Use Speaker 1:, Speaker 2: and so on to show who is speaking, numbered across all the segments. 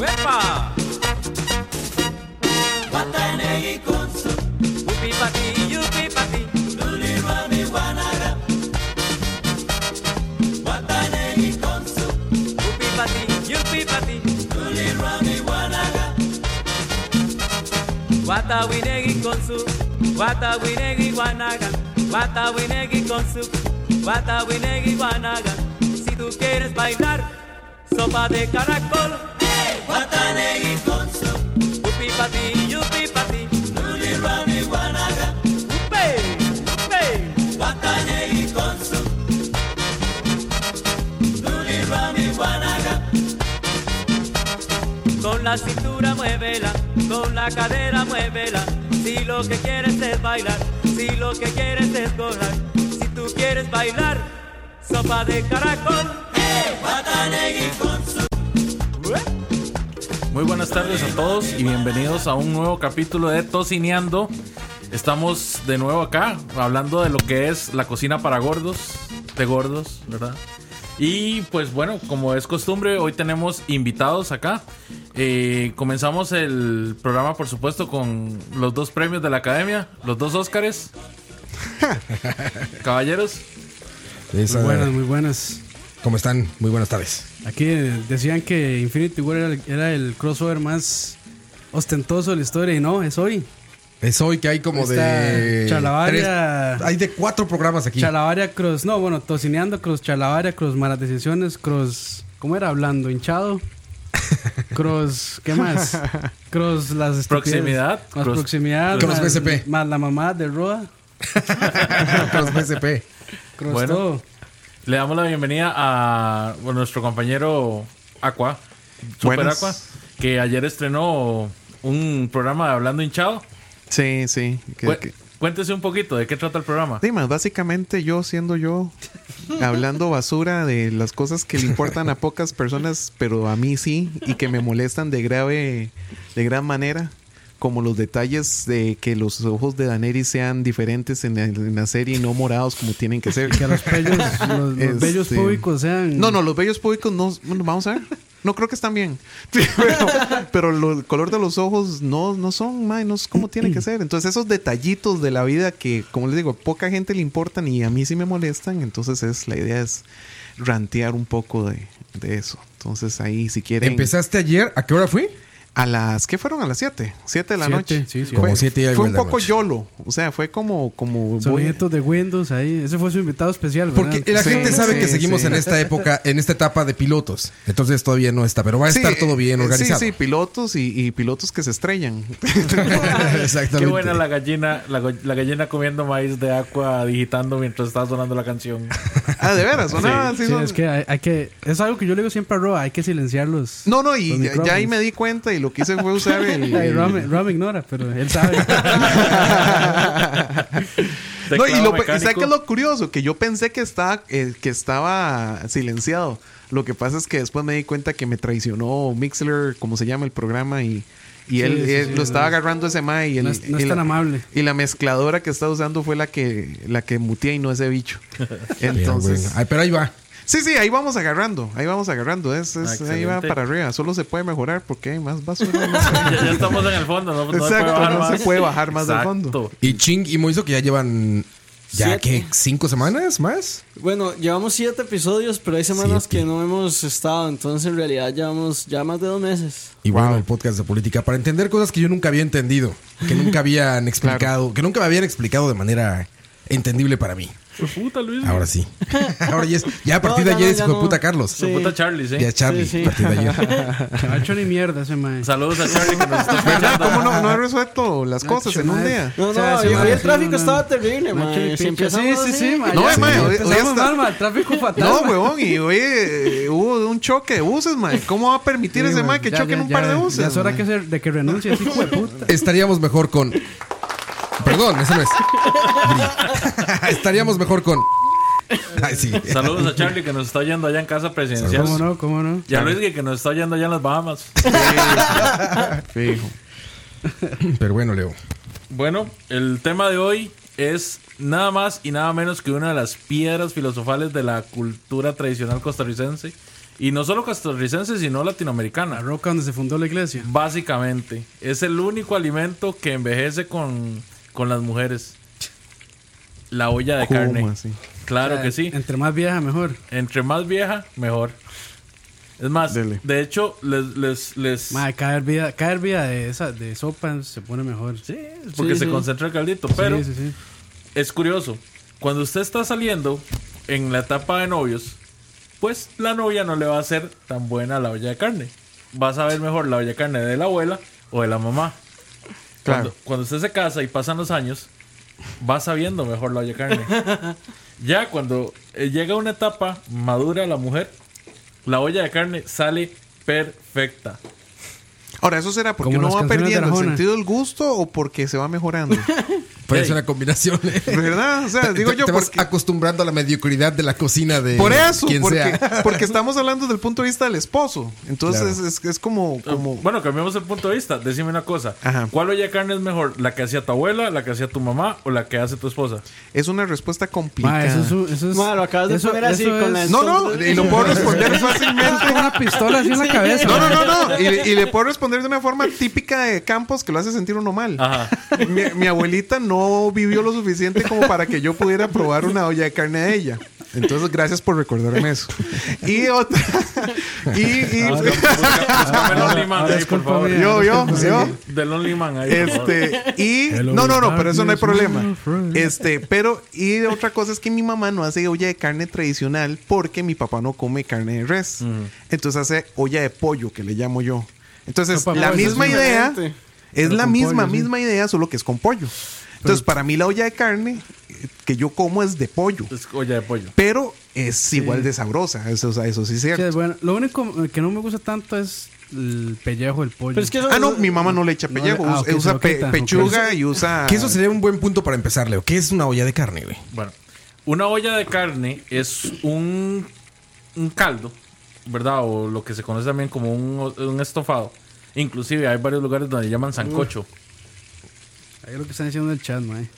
Speaker 1: ¡Uepa! Yupi pa' ti, yupi pa' ti. Yupi pa' ti, yupi pa' ti. Wata winegi konsu, wata winegi guanaga, wata winegi konsu, wata winegi guanaga. Si tú quieres bailar, sopa de caracol. Yupi pa' ti, yupi pa' ti. Upe, upe. Con la cintura muévela, con la cadera muévela. Si lo que quieres es bailar, si lo que quieres es gozar, si tú quieres bailar, sopa de caracol.
Speaker 2: Muy buenas tardes a todos y bienvenidos a un nuevo capítulo de Tocineando. Estamos de nuevo acá hablando de lo que es la cocina para gordos, de gordos, ¿verdad? Y pues bueno, como es costumbre, hoy tenemos invitados acá. Eh, comenzamos el programa, por supuesto, con los dos premios de la academia, los dos Óscares. Caballeros,
Speaker 3: Muy buenas, muy buenas.
Speaker 4: eh,
Speaker 5: ¿Cómo están? Muy buenas tardes.
Speaker 3: Aquí eh, decían que Infinity War era el, era el crossover más ostentoso de la historia y no, es hoy.
Speaker 4: Es hoy que hay como de.
Speaker 3: Esta chalabaria.
Speaker 4: tres- hay de cuatro programas aquí.
Speaker 3: Chalabaria Cross, no, bueno, tocineando Cross, Chalabaria Cross, malas decisiones Cross, ¿cómo era? Hablando, hinchado. Cross, ¿qué más? Cross las estupideces.
Speaker 2: Proximidad,
Speaker 3: Más
Speaker 2: cross-
Speaker 3: proximidad.
Speaker 4: Cross
Speaker 3: más-
Speaker 4: BCP.
Speaker 3: Más la mamá de Roa.
Speaker 4: Los PSP.
Speaker 3: Cross
Speaker 2: Bueno.
Speaker 3: todo.
Speaker 2: le damos la bienvenida a bueno, nuestro compañero Aqua, Super
Speaker 6: Buenas.
Speaker 2: Aqua, que ayer estrenó un programa de Hablando Hinchado.
Speaker 6: Sí, sí. que-
Speaker 2: Cué-
Speaker 6: que-
Speaker 2: Cuéntese un poquito de qué trata el programa.
Speaker 6: Sí, más básicamente yo siendo yo, hablando basura de las cosas que le importan a pocas personas, pero a mí sí, y que me molestan de grave, de gran manera, como los detalles de que los ojos de Daneri sean diferentes en la, en la serie y no morados como tienen que ser.
Speaker 3: Que los bellos, los, los bellos
Speaker 6: Este-
Speaker 3: públicos sean.
Speaker 6: No, no, los bellos públicos no. Bueno, vamos a ver. No creo que están bien. Pero, pero lo- el color de los ojos no, no son, mae, no es como tiene que ser. Entonces, esos detallitos de la vida que, como les digo, a poca gente le importan y a mí sí me molestan. Entonces, es la idea es rantear un poco de, de eso. Entonces, ahí, si quieren.
Speaker 4: ¿Empezaste ayer? ¿A qué hora fui?
Speaker 6: A las, ¿qué fueron? A las 7. 7 de la
Speaker 3: Siete,
Speaker 6: noche.
Speaker 3: sí, sí.
Speaker 4: Como
Speaker 6: Fue-
Speaker 4: siete y algo
Speaker 6: Fue un
Speaker 4: de la
Speaker 6: poco
Speaker 4: noche.
Speaker 6: yolo. O sea, fue como. como voy-
Speaker 3: Sonidos de Windows ahí. Ese fue su invitado especial, ¿verdad?
Speaker 4: Porque la
Speaker 6: Sí,
Speaker 4: gente sabe
Speaker 6: sí,
Speaker 4: que seguimos
Speaker 6: sí.
Speaker 4: en esta época, en esta etapa de pilotos. Entonces todavía no está, pero va a estar
Speaker 6: Sí,
Speaker 4: todo bien
Speaker 6: eh,
Speaker 4: organizado.
Speaker 6: Sí, sí, pilotos y, y pilotos que se estrellan.
Speaker 4: Exactamente.
Speaker 2: Qué buena la gallina, la, go- la gallina comiendo maíz de agua digitando mientras estaba sonando la canción.
Speaker 6: ah, de veras, sonaba así,
Speaker 3: Sí,
Speaker 6: son-
Speaker 3: es que hay, hay que. Es algo que yo le digo siempre a Roa, hay que silenciarlos.
Speaker 6: No, no, y
Speaker 3: Los
Speaker 6: ya, ya ahí
Speaker 3: micrófonos.
Speaker 6: me di cuenta y lo que hice fue usar el.
Speaker 3: Ay, Roa, me- Roa me ignora, pero él sabe.
Speaker 6: No, y
Speaker 2: Teclado
Speaker 6: lo, y ¿sabes
Speaker 2: mecánico.
Speaker 6: qué es lo curioso? Que yo pensé que estaba, eh, que estaba silenciado. Lo que pasa es que después me di cuenta que me traicionó Mixler, como se llama el programa, y, y
Speaker 3: Sí,
Speaker 6: él,
Speaker 3: sí,
Speaker 6: él
Speaker 3: sí,
Speaker 6: lo
Speaker 3: es-
Speaker 6: estaba agarrando ese mae. Y el-
Speaker 3: No es- no
Speaker 6: y
Speaker 3: es tan
Speaker 6: la-
Speaker 3: amable.
Speaker 6: Y la mezcladora que estaba usando fue la que, la que mutea y no ese bicho.
Speaker 4: Pero
Speaker 6: Entonces.
Speaker 4: bueno. Ay, pero ahí va.
Speaker 6: Sí, sí, ahí vamos agarrando, ahí vamos agarrando, es, es- ahí va
Speaker 2: Excelente.
Speaker 6: para arriba, solo se puede mejorar porque hay más basura. no sé.
Speaker 2: ya, ya estamos en el fondo, no, no se puede
Speaker 6: Exacto,
Speaker 2: bajar
Speaker 6: no se
Speaker 2: más.
Speaker 6: puede bajar más del
Speaker 2: Exacto.
Speaker 6: fondo.
Speaker 4: Y Ching y Moiso que ya llevan ¿Ya
Speaker 7: Siete.
Speaker 4: que cinco semanas más?
Speaker 7: Bueno, llevamos siete episodios, pero hay semanas
Speaker 4: Siete.
Speaker 7: que no hemos estado, entonces en realidad llevamos ya más de dos meses.
Speaker 4: Y bueno, el podcast de política para entender cosas que yo nunca había entendido, que nunca habían explicado, que nunca me habían explicado de manera entendible para mí.
Speaker 2: Pues Puta Luis.
Speaker 4: Ahora sí. Ahora ya, es- ya a partir de
Speaker 7: No, ya
Speaker 4: ayer
Speaker 7: no,
Speaker 4: es
Speaker 7: ya
Speaker 4: hijo de
Speaker 7: no.
Speaker 4: puta Carlos.
Speaker 7: Sí.
Speaker 2: Puta Charlie, ¿sí?
Speaker 4: Ya es Charlie,
Speaker 7: Sí, sí.
Speaker 4: a partir de ayer.
Speaker 3: No ha hecho ni mierda ese mae.
Speaker 2: Saludos a Charlie que nos está
Speaker 6: ¿Verdad?
Speaker 2: escuchando.
Speaker 6: Pues ¿Cómo no, no he resuelto las
Speaker 3: No ha
Speaker 6: cosas
Speaker 3: hecho
Speaker 6: en un
Speaker 3: nada.
Speaker 6: día?
Speaker 7: No, no,
Speaker 3: O sea,
Speaker 7: hoy-
Speaker 3: sí,
Speaker 7: hoy
Speaker 3: madre,
Speaker 7: el
Speaker 3: sí,
Speaker 7: tráfico
Speaker 3: no, no.
Speaker 7: estaba terrible,
Speaker 3: No ha
Speaker 7: mae,
Speaker 3: hecho ni
Speaker 7: si
Speaker 3: pinche-
Speaker 7: empezamos
Speaker 3: Sí, sí, sí,
Speaker 7: así-
Speaker 3: mae.
Speaker 6: No,
Speaker 3: ya
Speaker 6: mae,
Speaker 3: sí,
Speaker 6: hoy- hoy
Speaker 3: empezamos
Speaker 6: está-
Speaker 3: mal, mae, el tráfico fatal.
Speaker 6: No,
Speaker 3: mae.
Speaker 6: huevón, y oye, hubo un choque de buses, mae. ¿Cómo va a permitir
Speaker 3: Sí,
Speaker 6: ese
Speaker 3: mae,
Speaker 6: mae que
Speaker 3: ya,
Speaker 6: choquen
Speaker 3: ya,
Speaker 6: un
Speaker 3: ya,
Speaker 6: par de buses?
Speaker 3: Ya es hora
Speaker 6: mae?
Speaker 3: que se- de que renuncie, así hijo de puta.
Speaker 4: Estaríamos mejor con. Perdón, eso no es. Estaríamos mejor con. Ay, sí.
Speaker 2: Saludos a Charlie que nos está oyendo allá en casa presidencial.
Speaker 3: ¿Cómo no? ¿Cómo no?
Speaker 2: Y a Luis que nos está oyendo allá en las Bahamas.
Speaker 4: Pero bueno, Leo.
Speaker 2: Bueno, el tema de hoy es nada más y nada menos que una de las piedras filosofales de la cultura tradicional costarricense. Y no solo costarricense, sino
Speaker 3: La
Speaker 2: latinoamericana.
Speaker 3: roca donde se fundó la iglesia.
Speaker 2: Básicamente, es el único alimento que envejece con, con las mujeres. La olla de
Speaker 6: ¿Cómo
Speaker 2: carne.
Speaker 6: así?
Speaker 2: Claro
Speaker 3: O sea,
Speaker 2: que sí.
Speaker 3: Entre más vieja, mejor.
Speaker 2: Entre más vieja, mejor. Es más,
Speaker 6: Dele.
Speaker 2: de hecho, les... les, les-
Speaker 3: Mae, cada hervida, cada hervida de, esa, de sopa se pone mejor.
Speaker 2: Sí, es porque
Speaker 7: Sí,
Speaker 2: se
Speaker 7: sí.
Speaker 2: concentra el caldito. Pero
Speaker 3: sí, sí, sí.
Speaker 2: es curioso. Cuando usted está saliendo en la etapa de novios, pues la novia no le va a hacer tan buena la olla de carne. Vas a ver mejor la olla de carne de la abuela o de la mamá. Cuando,
Speaker 6: Claro.
Speaker 2: cuando usted se casa y pasan los años, va sabiendo mejor la olla de carne. ya cuando eh, llega una etapa madura la mujer, la olla de carne sale perfecta.
Speaker 6: Ahora, ¿eso será porque
Speaker 3: Como
Speaker 6: uno
Speaker 3: las
Speaker 6: va
Speaker 3: canciones de
Speaker 6: perdiendo el
Speaker 3: Arjona.
Speaker 6: sentido del gusto o porque se va mejorando?
Speaker 4: Pero es
Speaker 2: Ey.
Speaker 4: una combinación. ¿eh?
Speaker 6: ¿Verdad? O sea, digo
Speaker 4: Te-
Speaker 6: yo
Speaker 4: te vas
Speaker 6: porque...
Speaker 4: acostumbrando a la mediocridad de la cocina de
Speaker 6: Por eso,
Speaker 4: quien
Speaker 6: porque,
Speaker 4: sea.
Speaker 6: porque estamos hablando del punto de vista del esposo. Entonces
Speaker 4: Claro.
Speaker 6: es, es como, como
Speaker 2: Bueno, cambiamos el punto de vista. Decime una cosa.
Speaker 6: Ajá.
Speaker 2: ¿Cuál olla de carne es mejor? ¿La que hacía tu abuela, la que hacía tu mamá o la que hace tu esposa?
Speaker 6: es una respuesta complicada.
Speaker 3: Mae, eso es. un- Eso es
Speaker 7: Mae, lo acabas de
Speaker 3: eso-
Speaker 7: poner así
Speaker 3: eso
Speaker 7: con
Speaker 3: es-
Speaker 6: No,
Speaker 7: la-
Speaker 6: no, y lo puedo responder
Speaker 3: eso es
Speaker 6: fácilmente.
Speaker 3: con una pistola así en la cabeza.
Speaker 6: No, no,
Speaker 3: mae.
Speaker 6: no, no. Y, y le puedo responder de una forma típica de Campos que lo hace sentir uno mal.
Speaker 2: Ajá.
Speaker 6: Mi, mi abuelita no vivió lo suficiente como para que yo pudiera probar una olla de carne de ella. Entonces, gracias por recordarme eso. Y otra. Y. y-
Speaker 2: Búscame el Only Man
Speaker 3: ahora
Speaker 2: ahí,
Speaker 3: es
Speaker 2: por
Speaker 3: culpa
Speaker 2: favor.
Speaker 3: Ah, mía.
Speaker 6: yo, yo, yo.
Speaker 2: Del Only Man ahí. por favor.
Speaker 6: Este, y.
Speaker 3: Hello,
Speaker 6: No, no, no, pero eso no hay
Speaker 3: darkness,
Speaker 6: problema.
Speaker 3: my friend.
Speaker 6: Este, pero. Y otra cosa es que mi mamá no hace olla de carne tradicional porque mi papá no come carne de res. Entonces hace olla de pollo, que le llamo yo. Entonces,
Speaker 3: No, papá,
Speaker 6: la
Speaker 3: eso es
Speaker 6: misma idea.
Speaker 7: diferente.
Speaker 6: Es
Speaker 3: Pero
Speaker 6: la
Speaker 3: con
Speaker 6: misma,
Speaker 3: pollo, sí.
Speaker 6: misma idea, solo que es con pollo. Entonces, para mí la olla de carne eh, que yo como es de pollo.
Speaker 2: Es olla de pollo.
Speaker 6: Pero es igual de sabrosa. Eso, o sea, eso sí es
Speaker 3: Sí,
Speaker 6: cierto.
Speaker 3: es bueno. Lo único que no me gusta tanto es el pellejo del pollo.
Speaker 7: Pero es que eso-
Speaker 6: Ah, no, mi mamá no le echa
Speaker 3: No le-
Speaker 6: pellejo.
Speaker 3: ah,
Speaker 6: us-
Speaker 3: ok, se
Speaker 6: usa
Speaker 3: lo
Speaker 6: pe-
Speaker 3: quita,
Speaker 6: pechuga y usa.
Speaker 4: Que eso sería un buen punto para empezar, Leo. ¿Qué es una olla de carne, güey?
Speaker 2: Bueno, una olla de carne es un, un caldo, ¿verdad? O lo que se conoce también como un, un estofado. Inclusive hay varios lugares donde le llaman sancocho.
Speaker 3: Ahí lo que están diciendo en el chat, mae.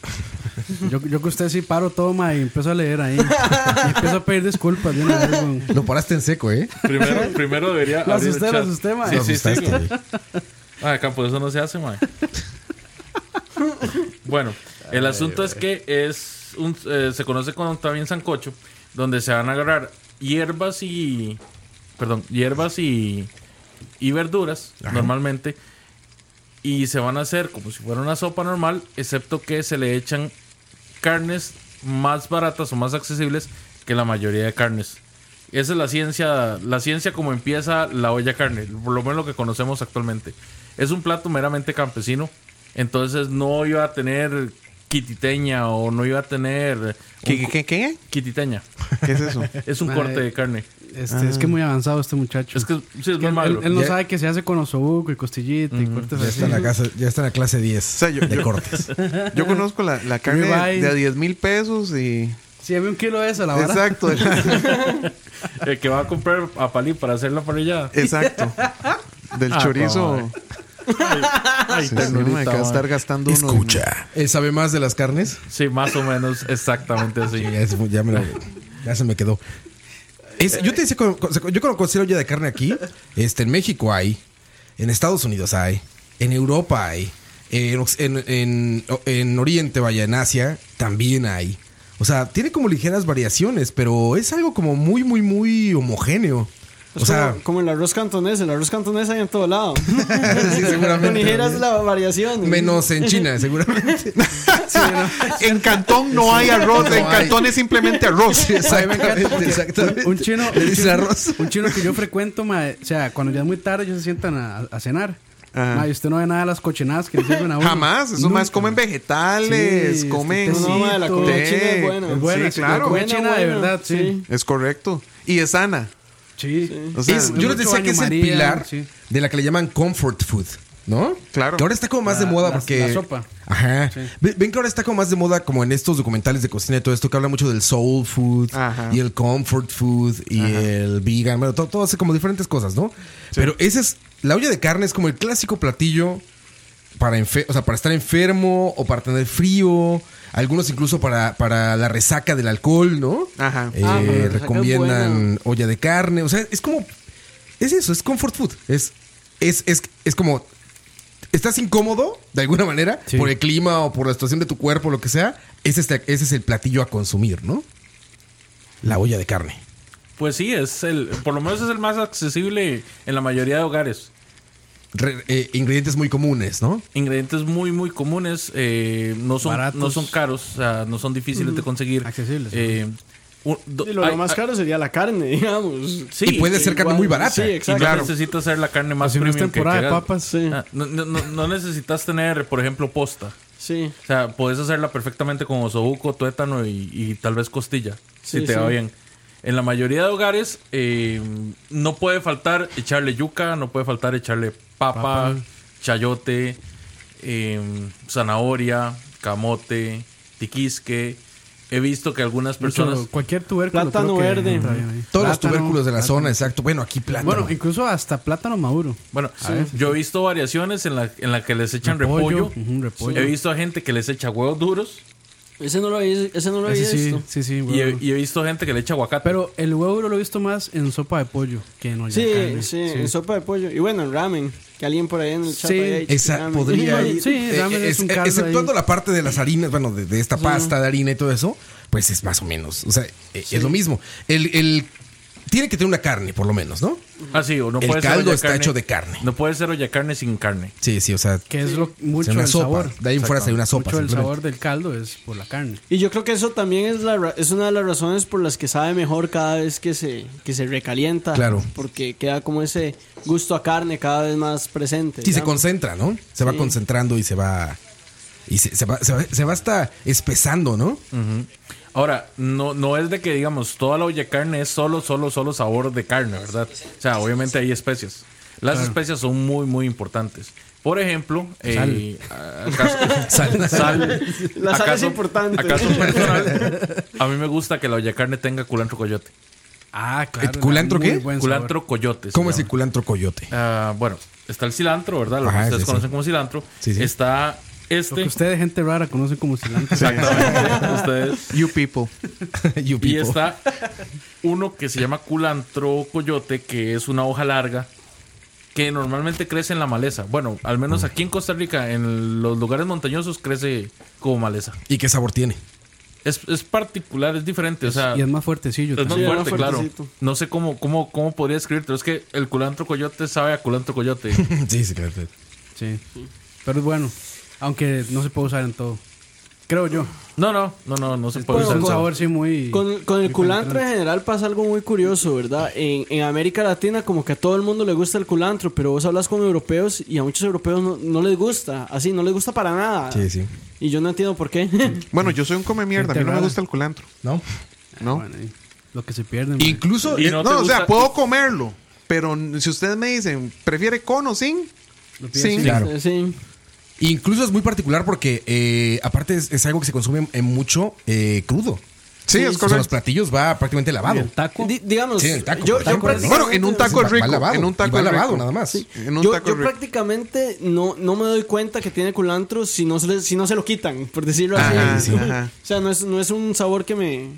Speaker 3: Yo, yo que usted sí paro todo, mae, y empiezo a leer ahí. Y empiezo a pedir disculpas de una vez, weón.
Speaker 4: Lo paraste en seco, ¿eh?
Speaker 2: Primero, primero debería
Speaker 3: Lo
Speaker 2: abrir el
Speaker 3: asusté, lo
Speaker 2: chat.
Speaker 3: asusté, mae.
Speaker 2: Sí,
Speaker 4: Lo
Speaker 2: sí, sí.
Speaker 4: asustaste, güey.
Speaker 2: Ah, campo, eso no se hace, mae. bueno, el asunto es que es un, eh, se conoce como también sancocho, donde se van a agarrar hierbas y. Perdón, hierbas y. y verduras, normalmente. Y se van a hacer como si fuera una sopa normal, excepto que se le echan carnes más baratas o más accesibles que la mayoría de carnes. Esa es la ciencia, la ciencia como empieza la olla carne, por lo menos lo que conocemos actualmente. Es un plato meramente campesino, entonces no iba a tener quititeña o no iba a tener
Speaker 6: ¿Qué, qué, qué, qué?
Speaker 2: quititeña.
Speaker 6: ¿Qué es eso?
Speaker 2: Es un
Speaker 3: Mae.
Speaker 2: corte de carne.
Speaker 3: Este, Es que es muy avanzado este muchacho.
Speaker 2: Es que sí, es
Speaker 3: Que
Speaker 2: muy
Speaker 3: él,
Speaker 2: malo.
Speaker 3: él- él no
Speaker 4: Ya-
Speaker 3: sabe que se hace con osobuco y costillita y cortes
Speaker 4: Ya
Speaker 3: así.
Speaker 4: está, en la casa, ya está en la clase 10
Speaker 6: sea, yo-
Speaker 4: de
Speaker 6: yo-
Speaker 4: cortes.
Speaker 6: Yo conozco la, la carne de,
Speaker 3: Ribeye.
Speaker 6: de a 10 mil pesos y.
Speaker 3: Sí, había un kilo de eso, la verdad.
Speaker 6: Exacto,
Speaker 2: El que va a comprar a Palí para hacer la parrillada.
Speaker 6: exacto. Del
Speaker 2: Ah,
Speaker 6: chorizo.
Speaker 2: cabrón. Ay,
Speaker 6: Sí, sí,
Speaker 2: ternurita,
Speaker 6: mae, que va a
Speaker 2: mae.
Speaker 6: estar gastando uno.
Speaker 4: Escucha. ¿Él sabe más de las carnes?
Speaker 2: Sí, más o menos exactamente así.
Speaker 4: Ya, se fue- ya me lo- ya se me quedó. Es- yo te decía, con- con- yo cuando considero olla de carne aquí, este, en México hay, en Estados Unidos hay, en Europa hay, en, Ox- en- en- en Oriente, vaya, en Asia también hay. O sea, tiene como ligeras variaciones, pero es algo como muy, muy, muy homogéneo.
Speaker 7: Es
Speaker 4: O sea,
Speaker 7: como, como el arroz cantonés, el arroz cantonés hay en todo lado.
Speaker 4: sí,
Speaker 7: Con
Speaker 4: seguramente.
Speaker 7: ligeras la variación.
Speaker 4: Menos en China, seguramente.
Speaker 6: En Cantón no hay arroz, en
Speaker 4: No hay. Ah,
Speaker 6: Cantón es simplemente arroz.
Speaker 4: Exactamente, exactamente.
Speaker 3: Un chino,
Speaker 4: Le
Speaker 3: un
Speaker 4: Este, dice
Speaker 3: chino-
Speaker 4: arroz.
Speaker 3: un chino que yo frecuento, mae, o sea, cuando ya es muy tarde, ellos se sientan a, a cenar.
Speaker 4: Ah.
Speaker 6: Ajá.
Speaker 3: Mae, usted no ve nada de las cochinadas que le sirven a uno.
Speaker 6: Jamás, esos
Speaker 3: Nunca.
Speaker 6: más comen vegetales,
Speaker 3: Sí,
Speaker 6: comen.
Speaker 3: este
Speaker 7: No, mae, la comida
Speaker 6: té.
Speaker 7: china es buena.
Speaker 6: Sí,
Speaker 3: Es buena, sí,
Speaker 6: claro.
Speaker 3: La comida
Speaker 7: Buena,
Speaker 3: china de
Speaker 7: buena,
Speaker 3: verdad, sí.
Speaker 6: Es correcto. Y es sana.
Speaker 3: Sí.
Speaker 6: O sea,
Speaker 4: Es- yo les
Speaker 3: mucho
Speaker 4: decía que es el
Speaker 3: baño María,
Speaker 4: pilar
Speaker 3: sí.
Speaker 4: de la que le llaman comfort food, ¿no?
Speaker 6: Claro.
Speaker 4: Que ahora está como más de
Speaker 3: La-
Speaker 4: moda
Speaker 3: la-
Speaker 4: porque.
Speaker 3: la sopa.
Speaker 4: Ajá. Ve- Ven que ahora está como más de moda como en estos documentales de cocina y todo esto que habla mucho del soul food
Speaker 6: Ajá.
Speaker 4: y el comfort food y el vegan. Bueno, todo, todo hace como diferentes cosas, ¿no? Pero ese es. La olla de carne es como el clásico platillo para, enfe- o sea, para estar enfermo o para tener frío. Algunos incluso para, para la resaca del alcohol, ¿no?
Speaker 6: Ajá.
Speaker 4: Eh,
Speaker 7: Ah, pero la resaca es
Speaker 4: recomiendan
Speaker 7: buena.
Speaker 4: olla de carne. O sea, es como. Es eso, es comfort food. Es, es, es, es como. Estás incómodo, de alguna manera,
Speaker 3: Sí.
Speaker 4: por el clima o por la situación de tu cuerpo, lo que sea. Ese es, la- ese es el platillo a consumir, ¿no? La olla de carne.
Speaker 2: Pues sí, es el, por lo menos es el más accesible en la mayoría de hogares.
Speaker 4: Re- eh, ingredientes muy comunes, ¿no?
Speaker 2: Ingredientes muy, muy comunes. eh, no, son,
Speaker 3: Baratos.
Speaker 2: no son caros, o sea, no son difíciles de conseguir.
Speaker 3: Accesibles.
Speaker 2: Eh, un- do-
Speaker 7: Y lo,
Speaker 2: hay-
Speaker 7: lo más
Speaker 2: hay-
Speaker 7: caro sería la carne, digamos.
Speaker 2: Sí,
Speaker 4: y puede ser carne muy
Speaker 7: igual,
Speaker 4: barata.
Speaker 7: sí,
Speaker 2: y
Speaker 7: exacto.
Speaker 2: no
Speaker 4: Claro.
Speaker 2: necesitas hacer la carne más
Speaker 3: Si no es
Speaker 2: premium que-
Speaker 3: temporada
Speaker 2: que
Speaker 3: de
Speaker 2: hagas.
Speaker 3: papas.
Speaker 7: Sí,
Speaker 2: Ah, No, no- no- no necesitas tener, por ejemplo, posta.
Speaker 7: sí.
Speaker 2: O sea, puedes hacerla perfectamente con osobuco, tuétano y, y tal vez costilla,
Speaker 7: Sí,
Speaker 2: si te va
Speaker 7: sí.
Speaker 2: bien. En la mayoría de hogares eh, no puede faltar echarle yuca, no puede faltar echarle papa, chayote, eh, zanahoria, camote, tiquisque. He visto que algunas
Speaker 3: Mucho-
Speaker 2: personas...
Speaker 3: cualquier tubérculo. creo
Speaker 7: Plátano
Speaker 3: que
Speaker 7: verde.
Speaker 3: entra bien ahí.
Speaker 4: Todos los
Speaker 3: Plátano,
Speaker 4: tubérculos de la
Speaker 3: plátano.
Speaker 4: zona, exacto. Bueno, aquí plátano.
Speaker 3: Bueno, incluso hasta plátano maduro.
Speaker 2: Bueno, yo he visto variaciones en la, en la que les echan repollo.
Speaker 3: Repollo, ujú, repollo.
Speaker 2: He visto a gente que les echa huevos duros
Speaker 7: Ese no lo había, ese no lo había
Speaker 3: Ese sí,
Speaker 7: visto.
Speaker 3: sí, sí,
Speaker 2: y
Speaker 3: huevo.
Speaker 2: he, y he visto gente que le echa aguacate.
Speaker 3: Pero el huevo duro lo he visto más en sopa de pollo que en olla
Speaker 7: Sí,
Speaker 3: de carne.
Speaker 7: sí, en sopa de pollo. Y bueno, en ramen. Que alguien por ahí en el chat
Speaker 3: Sí,
Speaker 7: haya hecho
Speaker 4: Esa
Speaker 7: ramen.
Speaker 4: podría
Speaker 3: Sí,
Speaker 4: ir. eh,
Speaker 3: sí, ramen es un caldo
Speaker 4: exceptuando
Speaker 3: ahí.
Speaker 4: la parte de las harinas, bueno, de, de esta pasta de harina y todo eso, pues es más o menos. O sea, eh, es lo mismo. El, el- tiene que tener una carne, por lo menos, ¿no?
Speaker 2: Ah, sí, o no
Speaker 4: El
Speaker 2: puede ser
Speaker 4: caldo
Speaker 2: olla
Speaker 4: está hecho de carne.
Speaker 2: No puede ser olla carne sin carne.
Speaker 4: Sí, sí, o sea,
Speaker 3: Que es lo,
Speaker 4: o
Speaker 3: mucho
Speaker 4: sea, una
Speaker 3: el
Speaker 4: sopa.
Speaker 3: sabor.
Speaker 4: De ahí en fuera sería una sopa.
Speaker 3: mucho el
Speaker 4: simplemente.
Speaker 3: sabor del caldo es por la carne.
Speaker 7: Y yo creo que eso también es, la, ra- es una de las razones por las que sabe mejor cada vez que se, que se recalienta.
Speaker 4: Claro.
Speaker 7: Porque queda como ese gusto a carne cada vez más presente.
Speaker 4: Sí, se
Speaker 7: digamos.
Speaker 4: concentra, ¿no? Se va concentrando y se va. Y se, se va, se, va, se va hasta espesando, ¿no?
Speaker 2: Ahora, no, no es de que, digamos, toda la olla de carne es solo, solo, solo sabor de carne, ¿verdad? O sea, obviamente hay especias. Las especias son muy, muy importantes. Por ejemplo, eh, acaso- sal.
Speaker 7: La sal es
Speaker 2: Acaso-
Speaker 7: importante.
Speaker 2: acaso personal, a mí me gusta que la olla de carne tenga culantro coyote.
Speaker 3: Ah, claro.
Speaker 4: ¿Culantro
Speaker 3: muy
Speaker 4: qué?
Speaker 3: buen sabor.
Speaker 2: Culantro coyote. se
Speaker 4: ¿Cómo es
Speaker 2: llama.
Speaker 4: el culantro coyote?
Speaker 2: Ah, bueno, está el cilantro, ¿verdad? Lo
Speaker 4: Ajá,
Speaker 2: que ustedes
Speaker 4: sí, sí.
Speaker 2: conocen como cilantro.
Speaker 4: Sí, sí.
Speaker 2: Está
Speaker 3: Lo
Speaker 2: este.
Speaker 3: que ustedes, gente rara, conocen como cilantro.
Speaker 2: Exactamente. ustedes.
Speaker 6: You people.
Speaker 4: You
Speaker 2: Y
Speaker 4: people.
Speaker 2: está uno que se llama culantro coyote, que es una hoja larga que normalmente crece en la maleza. Bueno, al menos aquí en Costa Rica, en los lugares montañosos, crece como maleza.
Speaker 4: ¿Y qué sabor tiene?
Speaker 2: Es, es particular, es diferente. O sea, pues,
Speaker 3: Y es más fuertecillo.
Speaker 2: es más
Speaker 3: también.
Speaker 7: Sí, era
Speaker 2: fuerte, claro.
Speaker 7: fuertecito.
Speaker 2: No sé cómo, cómo, cómo podría escribirte. Es que el culantro coyote sabe a culantro coyote.
Speaker 4: sí, sí, claro.
Speaker 3: Sí. Pero es bueno. Aunque no se puede usar en todo. Creo yo.
Speaker 2: No, no, no, no, no se puede
Speaker 3: Es
Speaker 2: usar.
Speaker 3: un sabor, sí, muy.
Speaker 7: Con, con el
Speaker 3: muy
Speaker 7: culantro en
Speaker 3: penetrante.
Speaker 7: general pasa algo muy curioso, ¿verdad? En, en América Latina como que a todo el mundo le gusta el culantro, pero vos hablas con europeos y a muchos europeos no, no les gusta, así, no les gusta para nada.
Speaker 4: Sí, sí.
Speaker 7: Y yo no entiendo por qué.
Speaker 6: Bueno, yo soy un come mierda. A mí no me
Speaker 3: Enterrada. Ah,
Speaker 6: gusta el culantro.
Speaker 4: ¿No?
Speaker 6: ¿No?
Speaker 3: Bueno, ahí. lo que se pierde. man.
Speaker 4: Incluso.
Speaker 2: Y
Speaker 4: eh,
Speaker 2: no
Speaker 6: No,
Speaker 2: te
Speaker 6: o sea,
Speaker 2: gusta-
Speaker 6: puedo comerlo. Pero n- si ustedes me dicen, ¿prefiere con o sin? Sin.
Speaker 4: Claro.
Speaker 7: sí.
Speaker 4: Incluso es muy particular porque eh, aparte es, es algo que se consume en mucho eh, crudo.
Speaker 6: Sí,
Speaker 4: O
Speaker 6: es
Speaker 4: sea, los
Speaker 6: correcto.
Speaker 4: platillos va prácticamente
Speaker 3: Y
Speaker 4: lavado.
Speaker 3: el taco.
Speaker 7: Di- digamos,
Speaker 4: Sí, el taco,
Speaker 7: yo,
Speaker 4: por
Speaker 7: yo
Speaker 4: ejemplo, ¿no?
Speaker 7: prácticamente-
Speaker 6: Bueno, en un taco es
Speaker 4: Va- va
Speaker 6: rico.
Speaker 4: lavado,
Speaker 6: en un taco
Speaker 4: y va
Speaker 6: es
Speaker 4: lavado
Speaker 6: rico.
Speaker 4: nada más.
Speaker 6: Sí, En un
Speaker 7: yo,
Speaker 6: taco
Speaker 7: yo
Speaker 6: es rico.
Speaker 7: prácticamente no, no me doy cuenta que tiene culantro si no se, le- si no se lo quitan, por decirlo así.
Speaker 6: Ajá,
Speaker 4: Sí, sí.
Speaker 6: ajá.
Speaker 7: O sea, no es, no es un sabor que me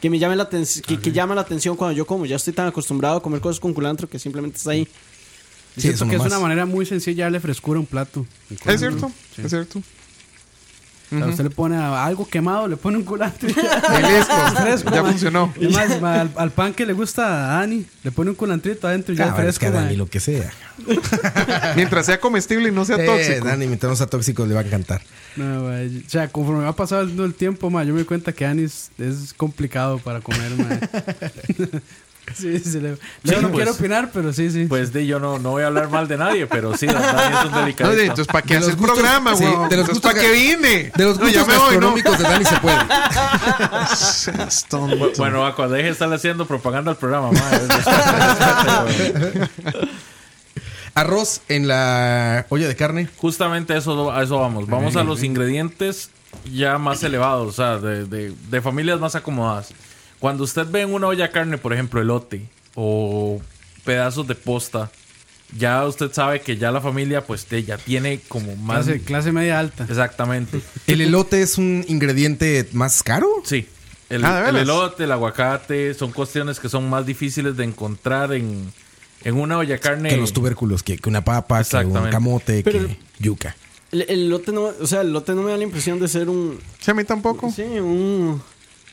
Speaker 7: que me llame la atención, que, que llama la atención cuando yo como. Ya estoy tan acostumbrado a comer cosas con culantro que simplemente está ahí.
Speaker 4: Sí,
Speaker 3: Siento
Speaker 4: eso
Speaker 3: que es
Speaker 4: nomás.
Speaker 3: una manera muy sencilla de darle frescura a un plato.
Speaker 6: Es cierto, es cierto.
Speaker 3: O sea, usted le pone a- algo quemado, le pone un culantro.
Speaker 6: Y listo.
Speaker 3: Fresco,
Speaker 6: ya
Speaker 3: mae.
Speaker 6: funcionó.
Speaker 3: Y más, mae, al, al pan que le gusta a Dani, le pone un culantrito adentro y ya
Speaker 4: Ah, bueno, es
Speaker 3: fresco.
Speaker 4: que a
Speaker 3: mae.
Speaker 4: Dani lo que sea.
Speaker 6: Mientras sea comestible y no sea
Speaker 4: Eh,
Speaker 6: tóxico.
Speaker 4: Dani, mientras no sea tóxico, le va a encantar.
Speaker 3: No, mae, O sea, conforme va pasando el tiempo, mae, yo me doy cuenta que Dani es, es complicado para comer, mae. sí, sí, le- yo no
Speaker 2: pues.
Speaker 3: quiero opinar, pero sí, sí.
Speaker 2: Pues de yo no, no voy a hablar mal de nadie, pero sí, Dani es un
Speaker 6: No,
Speaker 2: delicadito.
Speaker 6: de- entonces, ¿para qué
Speaker 4: De los
Speaker 6: hace el
Speaker 4: gustos-
Speaker 6: programa,
Speaker 4: sí,
Speaker 6: güey?
Speaker 4: de los
Speaker 6: entonces,
Speaker 4: gustos
Speaker 6: ¿para qué
Speaker 4: ga-
Speaker 6: vine?
Speaker 4: De los
Speaker 6: no,
Speaker 4: gustos
Speaker 6: ya me voy, ¿no?
Speaker 4: gastronómicos de Dani se puede.
Speaker 6: Seas tonto.
Speaker 2: Bueno, va, cuando deje de estar haciendo propaganda al programa, madre, respete, respete, güey.
Speaker 4: Arroz en la olla de carne.
Speaker 2: Justamente eso, a eso vamos. Vamos a los ingredientes ya más elevados, o sea, de, de- de familias más acomodadas. Cuando usted ve en una olla de carne, por ejemplo, elote o pedazos de posta, ya usted sabe que ya la familia, pues, te- ya tiene como más.
Speaker 3: clase, clase media alta.
Speaker 2: Exactamente.
Speaker 4: ¿El elote es un ingrediente más caro?
Speaker 2: Sí. El,
Speaker 6: Ah, ¿de
Speaker 2: el
Speaker 6: veras?
Speaker 2: elote, el aguacate, son cuestiones que son más difíciles de encontrar en, en una olla de carne.
Speaker 4: Que los tubérculos, que, que una papa, que un
Speaker 2: Exactamente.
Speaker 4: camote,
Speaker 7: Pero-
Speaker 4: que yuca.
Speaker 7: El, el lote no, o sea, el lote no me da la impresión de ser un,
Speaker 6: Sí, a mí tampoco.
Speaker 7: sí, un,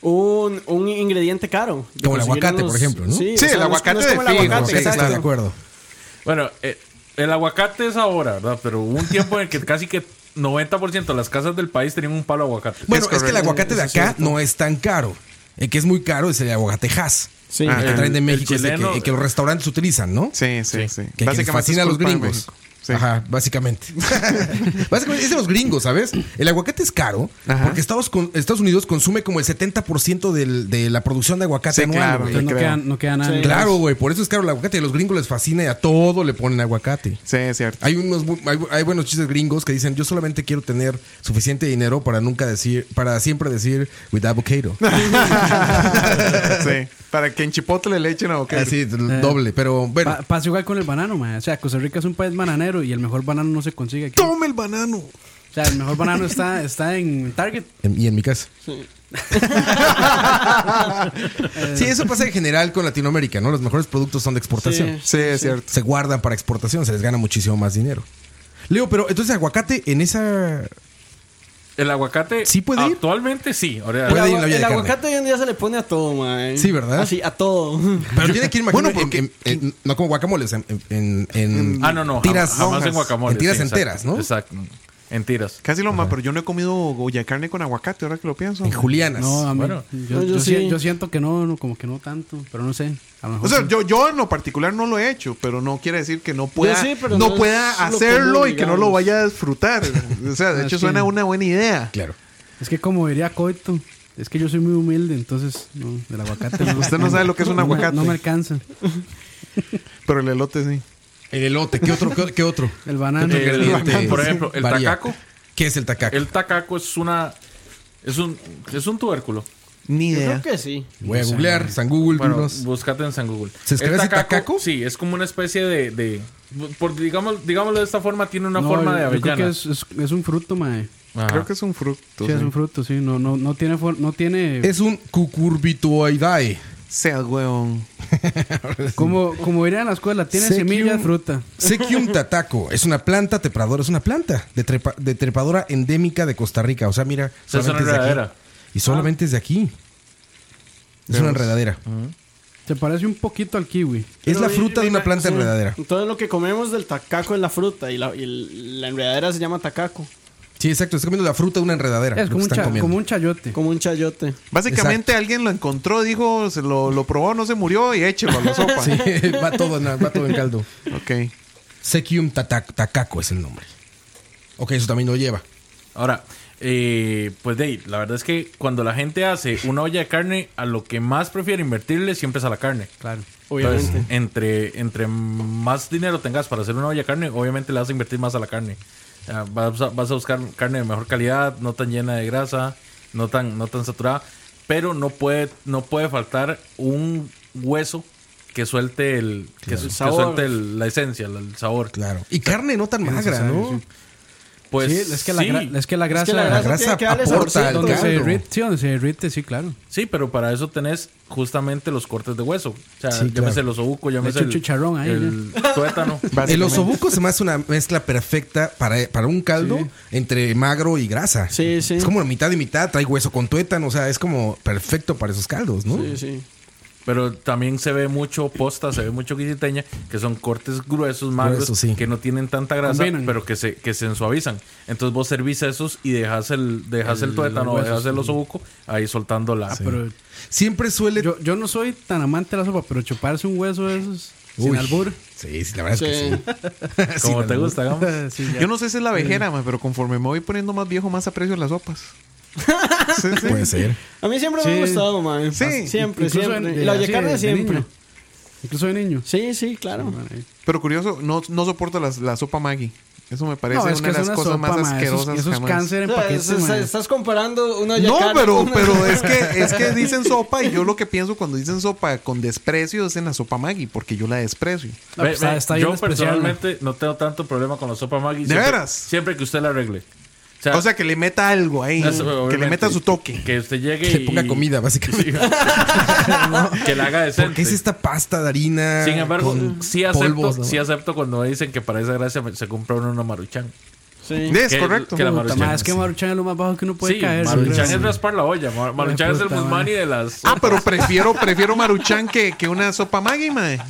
Speaker 7: un, un ingrediente caro. de
Speaker 4: Como el
Speaker 7: conseguir
Speaker 4: aguacate, por ejemplo, ¿no?
Speaker 7: o
Speaker 6: Sí, el
Speaker 7: es-
Speaker 6: aguacate
Speaker 7: es como
Speaker 6: de
Speaker 7: el
Speaker 6: fijo,
Speaker 7: aguacate,
Speaker 4: Sí,
Speaker 6: Ah, exacto.
Speaker 4: Ah, estoy de
Speaker 7: exacto.
Speaker 4: acuerdo.
Speaker 2: Bueno, eh, el aguacate es ahora, ¿verdad? Pero hubo un tiempo en el que casi que 90% de las casas del país tenían un palo de aguacate.
Speaker 4: Bueno, es,
Speaker 6: correcto.
Speaker 4: que el aguacate de acá no es tan caro. El que es muy caro es el aguacate Hass.
Speaker 7: Sí.
Speaker 4: el que
Speaker 2: Ajá.
Speaker 4: traen de
Speaker 2: El
Speaker 4: México, es el
Speaker 2: chileno-
Speaker 4: que, el que los restaurantes utilizan, ¿no?
Speaker 6: Sí, sí, sí.
Speaker 4: Que, que les fascina a
Speaker 6: es
Speaker 4: los
Speaker 6: culpa de
Speaker 4: gringos.
Speaker 6: México. Sí.
Speaker 4: Ajá, básicamente. básicamente es de los gringos, ¿sabes? El aguacate es caro
Speaker 6: Ajá.
Speaker 4: porque Estados, con- Estados Unidos consume como el 70% del- de la producción de aguacate
Speaker 6: Sí,
Speaker 4: anual.
Speaker 6: claro.
Speaker 4: güey.
Speaker 3: Entonces no
Speaker 6: creo.
Speaker 3: queda, no queda nada. en-
Speaker 4: Claro, güey, por eso es caro el aguacate. A los gringos les fascina y a todo le ponen aguacate.
Speaker 6: Sí, es cierto.
Speaker 4: Hay unos bu- hay, hay buenos chistes gringos que dicen, "Yo solamente quiero tener suficiente dinero para nunca decir para siempre decir with avocado."
Speaker 6: sí. Para que en Chipotle le echen a boca.
Speaker 4: Así doble, pero bueno,
Speaker 3: Pa- pasa igual con el banano, mae. O sea, Costa Rica es un país bananero y el mejor banano no se consigue aquí.
Speaker 4: tome el banano.
Speaker 3: O sea, el mejor banano está, está en Target.
Speaker 4: En- y en mi casa. sí, eso pasa en general con Latinoamérica, ¿no? Los mejores productos son de exportación.
Speaker 6: Sí,
Speaker 7: Sí.
Speaker 6: es cierto.
Speaker 4: Se guardan para exportación, se les gana muchísimo más dinero. Leo, pero entonces aguacate en esa
Speaker 2: El aguacate.
Speaker 4: ¿Sí puede ir?
Speaker 2: Actualmente sí. Ahora,
Speaker 4: Puede
Speaker 7: El,
Speaker 4: ir en la
Speaker 7: agua-
Speaker 4: olla de
Speaker 7: el
Speaker 4: carne.
Speaker 7: aguacate hoy en día se le pone a todo, man.
Speaker 4: Sí, ¿verdad?
Speaker 7: Así, a todo.
Speaker 4: Pero tiene que ir, imagino,
Speaker 6: Bueno, porque-
Speaker 4: en- en- en- no como guacamoles, en, en- en-
Speaker 2: ah, no, no. jam-
Speaker 4: tiras,
Speaker 2: jamás en guacamole.
Speaker 4: en tiras
Speaker 2: sí, exacto,
Speaker 4: enteras, ¿no?
Speaker 2: Exacto. En tiras.
Speaker 6: Casi lo más, pero yo no he comido olla de carne con aguacate, ahora que lo pienso.
Speaker 4: En julianas.
Speaker 3: No, a mí-
Speaker 2: Bueno.
Speaker 3: yo,
Speaker 7: No, yo
Speaker 3: yo
Speaker 7: sí.
Speaker 3: si- yo siento que no, no, como que no tanto, pero no sé. A lo mejor
Speaker 6: O sea,
Speaker 3: sí.
Speaker 6: yo, yo en lo particular no lo he hecho, pero no quiere decir que no pueda,
Speaker 7: sí, pero
Speaker 6: no
Speaker 7: no es
Speaker 6: pueda
Speaker 7: lo
Speaker 6: hacerlo
Speaker 7: común,
Speaker 6: y que no lo
Speaker 7: digamos.
Speaker 6: vaya a disfrutar. O sea, de
Speaker 3: Ah,
Speaker 6: hecho
Speaker 3: sí.
Speaker 6: suena una buena idea.
Speaker 4: Claro.
Speaker 3: Es que como diría Coito, es que yo soy muy humilde, entonces no, del aguacate.
Speaker 6: Usted no sabe lo que es un
Speaker 3: no me-
Speaker 6: aguacate.
Speaker 3: No me alcanza.
Speaker 6: Pero el elote sí.
Speaker 4: El elote, ¿qué otro? ¿Qué, qué otro?
Speaker 3: El banano.
Speaker 2: Eh, el-
Speaker 4: Ingrediente
Speaker 2: por ejemplo, el
Speaker 4: varía.
Speaker 2: tacaco.
Speaker 4: ¿Qué es el tacaco?
Speaker 2: El tacaco es una. Es un, es un tubérculo.
Speaker 6: Ni
Speaker 7: Yo
Speaker 6: idea.
Speaker 7: creo que sí.
Speaker 4: Voy a googlear, San Google,
Speaker 2: Bueno,
Speaker 4: duros.
Speaker 2: búscate en San Google.
Speaker 4: ¿Se escribe
Speaker 2: El
Speaker 4: así, tacaco?
Speaker 2: Sí, es como una especie de. de por, digamos, digámoslo de esta forma, tiene una
Speaker 3: No,
Speaker 2: forma
Speaker 3: yo-
Speaker 2: de
Speaker 3: yo creo
Speaker 2: avellana.
Speaker 3: que es, es- es un fruto, mae.
Speaker 2: Ajá.
Speaker 6: Creo que es un fructo.
Speaker 3: Sí, es
Speaker 6: sí.
Speaker 3: un fruto, sí. No, no, no tiene. for- No tiene
Speaker 4: Es un cucurbitoidae.
Speaker 6: Sea hueón.
Speaker 3: como, como diría en la escuela, tiene
Speaker 4: Sé que
Speaker 3: semillas,
Speaker 4: un-
Speaker 3: fruta.
Speaker 4: Sequium tataco es una planta trepadora, es una planta de, trepa- de trepadora endémica de Costa Rica. O sea, mira,
Speaker 2: sea, es una
Speaker 4: solamente es de aquí.
Speaker 2: enredadera. Ah.
Speaker 4: Y solamente es de aquí. Es una enredadera.
Speaker 3: Se parece un poquito al kiwi.
Speaker 4: Es la
Speaker 7: Pero,
Speaker 4: fruta
Speaker 7: y-
Speaker 4: de
Speaker 7: y-
Speaker 4: una planta
Speaker 7: sí.
Speaker 4: enredadera.
Speaker 7: Entonces lo que comemos del tacaco es la fruta y la, y el- la enredadera se llama tacaco,
Speaker 4: Sí, exacto. Está comiendo la fruta de una enredadera.
Speaker 3: Es
Speaker 4: lo que
Speaker 3: como un,
Speaker 4: están
Speaker 3: cha-
Speaker 4: comiendo.
Speaker 3: como un chayote.
Speaker 7: como un chayote.
Speaker 6: Básicamente alguien lo encontró, dijo, se lo, lo probó, no se murió y échelo a la sopa.
Speaker 4: Sí, va todo, en, va todo en caldo.
Speaker 6: Ok.
Speaker 4: Sequium tata- tacaco es el nombre. Ok, eso también lo lleva.
Speaker 2: Ahora, eh, pues Dave, la verdad es que cuando la gente hace una olla de carne, a lo que más prefiere invertirle siempre es a la carne.
Speaker 3: Claro.
Speaker 7: Obviamente.
Speaker 2: Entonces, entre, entre más dinero tengas para hacer una olla de carne, obviamente le vas a invertir más a la carne. Ah, Vas a, vas a buscar carne de mejor calidad, no tan llena de grasa, no tan, no tan saturada, pero no puede, no puede faltar un hueso que suelte el, que, su- que
Speaker 7: sabor.
Speaker 2: suelte el- la esencia, el, el sabor.
Speaker 4: Claro. Y carne no tan magra, ¿no?
Speaker 2: Pues
Speaker 3: sí, es que la,
Speaker 2: sí.
Speaker 3: gra- es que la
Speaker 7: Es
Speaker 3: grasa.
Speaker 7: que la grasa,
Speaker 4: grasa
Speaker 7: tiene que darle
Speaker 4: aporta
Speaker 7: saborcito.
Speaker 4: al
Speaker 3: donde se
Speaker 4: caldo.
Speaker 3: derrite, sí, donde se derrite, sí, claro.
Speaker 2: Sí, pero para eso tenés justamente los cortes de hueso. O sea,
Speaker 4: Sí,
Speaker 2: llámese
Speaker 4: claro.
Speaker 2: el osobuco,
Speaker 3: Le
Speaker 2: llámese
Speaker 3: echo
Speaker 2: el,
Speaker 3: chicharrón ahí,
Speaker 2: el tuétano.
Speaker 4: El osobuco se me hace una mezcla perfecta para, para un caldo entre magro y grasa.
Speaker 7: Sí, sí.
Speaker 4: Es como la mitad y mitad, trae hueso con tuétano, o sea, es como perfecto para esos caldos, ¿no?
Speaker 7: Sí, sí.
Speaker 2: Pero también se ve mucho posta, se ve mucho guisiteña, que son cortes gruesos, magros,
Speaker 4: Gruesos, sí.
Speaker 2: que no tienen tanta grasa,
Speaker 3: Combinan.
Speaker 2: pero que se, que se suavizan. Entonces vos servís esos y dejas el, dejas el, tuétano, dejas el osobuco ahí soltando la.
Speaker 3: Pero
Speaker 4: Siempre suele.
Speaker 3: yo, yo no soy tan amante de la sopa, pero chuparse un hueso de esos sin
Speaker 4: Uy.
Speaker 3: albur.
Speaker 4: Sí, sí, la verdad Ah, es
Speaker 7: Sí.
Speaker 4: que sí. Sí,
Speaker 2: Como
Speaker 4: la
Speaker 2: te
Speaker 4: verdad.
Speaker 2: gusta, digamos.
Speaker 3: Sí, ya.
Speaker 6: Yo no sé si es la vejera, ma, pero conforme me voy poniendo más viejo, más aprecio las sopas. Sí, sí.
Speaker 4: Puede ser.
Speaker 7: A mí siempre me
Speaker 3: Sí.
Speaker 7: ha gustado, man.
Speaker 6: Sí.
Speaker 7: Siempre,
Speaker 3: Incluso
Speaker 7: siempre.
Speaker 3: en-
Speaker 7: la
Speaker 3: de-
Speaker 7: olla
Speaker 3: así,
Speaker 7: carne
Speaker 3: de
Speaker 7: siempre.
Speaker 3: niño. Incluso de niño.
Speaker 7: Sí, sí, claro.
Speaker 6: Pero curioso, no, no soporto las- la sopa Maggi. Eso me parece
Speaker 3: No, es
Speaker 6: una
Speaker 3: que
Speaker 6: de
Speaker 3: es
Speaker 6: las
Speaker 3: una
Speaker 6: cosas
Speaker 3: sopa,
Speaker 6: más
Speaker 3: ma, eso es-
Speaker 6: asquerosas
Speaker 3: eso es
Speaker 6: jamás.
Speaker 3: cáncer en
Speaker 7: O sea,
Speaker 3: paquete,
Speaker 7: es- es-
Speaker 3: ma.
Speaker 7: estás comparando una olla
Speaker 6: No,
Speaker 7: carne con
Speaker 6: pero,
Speaker 7: una-
Speaker 6: pero eh, es que es que dicen sopa y yo lo que pienso cuando dicen sopa con desprecio es en la sopa Maggi, porque yo la desprecio.
Speaker 3: No, pues, está- está bien
Speaker 2: yo
Speaker 3: especial, ¿no?
Speaker 2: personalmente no tengo tanto problema con la sopa Maggi.
Speaker 6: ¿De
Speaker 2: siempre-
Speaker 6: veras?
Speaker 2: Siempre que usted la arregle. O
Speaker 6: O sea, que le meta algo ahí,
Speaker 2: eso,
Speaker 6: que
Speaker 2: obviamente,
Speaker 6: le meta su toque.
Speaker 2: Que usted llegue
Speaker 4: Que
Speaker 2: y-
Speaker 4: le ponga comida, básicamente.
Speaker 2: que la haga decente.
Speaker 4: ¿Qué es esta pasta de harina?
Speaker 2: Sin embargo,
Speaker 4: con
Speaker 2: sí, acepto,
Speaker 4: polvos, ¿no?
Speaker 2: sí acepto cuando me dicen que para esa gracia se compra uno una maruchan.
Speaker 7: Sí.
Speaker 6: Es
Speaker 2: que-
Speaker 6: correcto.
Speaker 2: que la
Speaker 3: Puta, ma,
Speaker 2: Maruchan,
Speaker 3: es que
Speaker 2: sí.
Speaker 3: Maruchan es lo más bajo que uno puede
Speaker 2: sí,
Speaker 3: caer.
Speaker 2: maruchan
Speaker 3: sí.
Speaker 2: es raspar la olla. Mar- Maruchan es el
Speaker 3: puta,
Speaker 2: musmani
Speaker 3: madre.
Speaker 2: de las...
Speaker 6: Ah, pero prefiero, prefiero maruchan que, que una sopa Maggi, mae.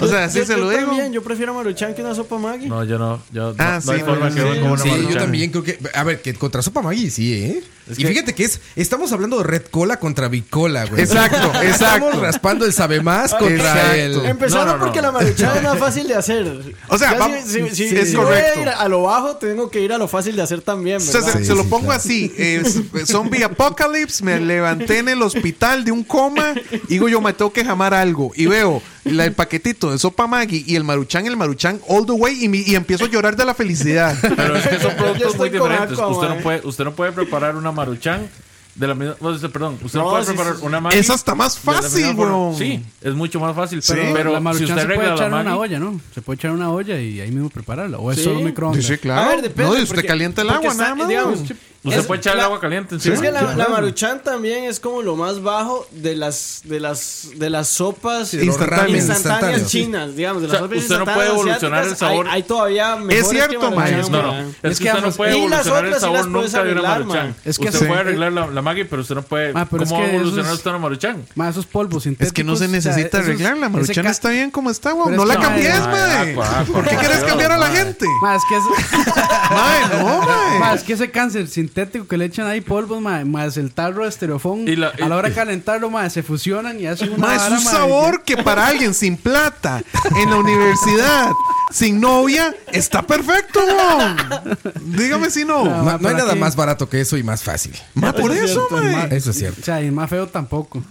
Speaker 6: O sea, así
Speaker 7: Yo-
Speaker 6: se
Speaker 7: yo
Speaker 6: lo digo.
Speaker 7: también, yo prefiero maruchan que una sopa Maggi.
Speaker 2: No, yo no. Yo,
Speaker 6: Ah,
Speaker 2: no,
Speaker 6: sí,
Speaker 2: no hay forma
Speaker 6: sí,
Speaker 2: que uno
Speaker 6: sí.
Speaker 2: coma una
Speaker 4: Sí, yo
Speaker 2: maruchan.
Speaker 4: también creo que. A ver, que contra sopa Maggi, sí, ¿eh? y
Speaker 2: que-
Speaker 4: fíjate que es. Estamos hablando de red cola contra bicola, güey.
Speaker 6: Exacto,
Speaker 4: Estamos
Speaker 6: exacto.
Speaker 4: raspando el sabe más contra
Speaker 6: Exacto.
Speaker 4: el.
Speaker 7: Empezando
Speaker 2: No, no, no.
Speaker 7: porque la maruchan es más fácil de hacer.
Speaker 6: O sea,
Speaker 7: Ya
Speaker 6: va-
Speaker 7: si, si- si-
Speaker 6: sí, es
Speaker 7: si voy a
Speaker 6: correcto.
Speaker 7: ir a lo bajo, tengo que ir a lo fácil de hacer también,
Speaker 6: O sea,
Speaker 7: ¿verdad?
Speaker 6: se,
Speaker 4: Sí,
Speaker 6: se lo
Speaker 4: sí,
Speaker 6: pongo
Speaker 4: claro.
Speaker 6: así. es- eh, zombie Apocalypse, me levanté en el hospital de un coma. y Digo, yo me tengo que jamar algo. Y veo la- el paquetito de sopa Maggi y el maruchan, el maruchan all the way. Y, mi- y empiezo a llorar de la felicidad.
Speaker 2: Pero es que son
Speaker 7: Yo
Speaker 2: productos
Speaker 7: estoy
Speaker 2: muy
Speaker 7: con
Speaker 2: diferentes.
Speaker 7: Aqua,
Speaker 2: usted, no
Speaker 7: mae.
Speaker 2: puede, usted no puede preparar una maruchan de la misma... bueno, usted- Perdón, usted no,
Speaker 7: No,
Speaker 2: puede
Speaker 7: sí,
Speaker 2: preparar
Speaker 7: sí, sí.
Speaker 2: una Maggi
Speaker 6: Es hasta más
Speaker 2: de la misma
Speaker 6: fácil,
Speaker 2: forma.
Speaker 6: weón.
Speaker 2: Sí, es mucho más fácil. Pero,
Speaker 3: Pero,
Speaker 2: pero
Speaker 3: la
Speaker 2: si
Speaker 3: Maruchan
Speaker 2: usted
Speaker 3: se puede
Speaker 2: arregla la
Speaker 3: echar en una
Speaker 2: Maggi...
Speaker 3: olla, ¿no? Se puede echar en una olla y ahí mismo prepararla. O es
Speaker 7: Sí.
Speaker 3: solo microondas.
Speaker 6: Sí, claro.
Speaker 7: A ver, depende,
Speaker 6: no, y usted
Speaker 7: porque-
Speaker 6: calienta el
Speaker 7: porque
Speaker 6: agua,
Speaker 7: está-
Speaker 6: nada más.
Speaker 7: digamos,
Speaker 6: weón.
Speaker 2: Usted
Speaker 7: Es
Speaker 2: puede echar
Speaker 7: la-
Speaker 2: el agua caliente encima.
Speaker 7: Es que la, la maruchan también es como lo más bajo de las de las de las sopas
Speaker 4: los ramen
Speaker 7: instantáneas
Speaker 4: instantáneos.
Speaker 7: chinas, digamos. De
Speaker 2: O sea,
Speaker 7: las sopas
Speaker 2: usted no puede
Speaker 7: instantáneas
Speaker 2: evolucionar el
Speaker 7: asiáticas, hay-
Speaker 2: sabor.
Speaker 7: Hay, todavía mejores
Speaker 6: cierto,
Speaker 7: que
Speaker 6: maestro.
Speaker 7: maruchan,
Speaker 2: No, no.
Speaker 7: ¿verdad?
Speaker 2: Es, que, usted no
Speaker 3: ambos-
Speaker 2: puede
Speaker 7: y las
Speaker 2: evolucionar el
Speaker 7: otras sí
Speaker 2: sabor
Speaker 7: las puedes
Speaker 2: nunca de una
Speaker 7: arreglar,
Speaker 2: maruchan.
Speaker 7: man.
Speaker 3: Es que
Speaker 2: usted
Speaker 3: sí.
Speaker 2: puede arreglar la, la Maggi, pero usted no puede.
Speaker 3: Ah, pero es
Speaker 2: ¿Cómo va a
Speaker 3: que eso
Speaker 2: evolucionar
Speaker 3: es-
Speaker 2: usted una maruchan?
Speaker 3: Ma, esos polvos sintéticos.
Speaker 6: Es que no se
Speaker 3: o sea,
Speaker 6: necesita
Speaker 3: esos-
Speaker 6: arreglar. La
Speaker 3: ese
Speaker 6: maruchan
Speaker 3: ca-
Speaker 6: está bien como está, weón.
Speaker 3: Pero
Speaker 6: No
Speaker 3: es
Speaker 6: la
Speaker 3: que-
Speaker 6: cambies,
Speaker 3: Ay,
Speaker 6: mae.
Speaker 2: Aqua, Aqua,
Speaker 6: ¿Por qué
Speaker 2: por
Speaker 6: quieres
Speaker 2: Dios,
Speaker 6: cambiar a la
Speaker 2: mae.
Speaker 6: gente?
Speaker 3: Ma, es que ese-
Speaker 6: Mae, no, mae.
Speaker 3: ma, es que ese cáncer sintético que le echan ahí polvos, ma, más el tarro de estereofón,
Speaker 2: Y la-
Speaker 3: a la hora de calentarlo, ma, se fusionan y hacen una
Speaker 6: Ma, es
Speaker 3: vara,
Speaker 6: un
Speaker 3: ma,
Speaker 6: sabor que para alguien sin plata, en la universidad, sin novia, está perfecto, weón. Dígame si no.
Speaker 3: No.
Speaker 4: No, no hay
Speaker 3: ¿Para
Speaker 4: nada
Speaker 3: qué?
Speaker 4: más barato que eso y más fácil. Ah,
Speaker 6: Ma, por eso, mae.
Speaker 4: Eso es
Speaker 3: que-
Speaker 4: cierto.
Speaker 3: O sea, y más feo tampoco.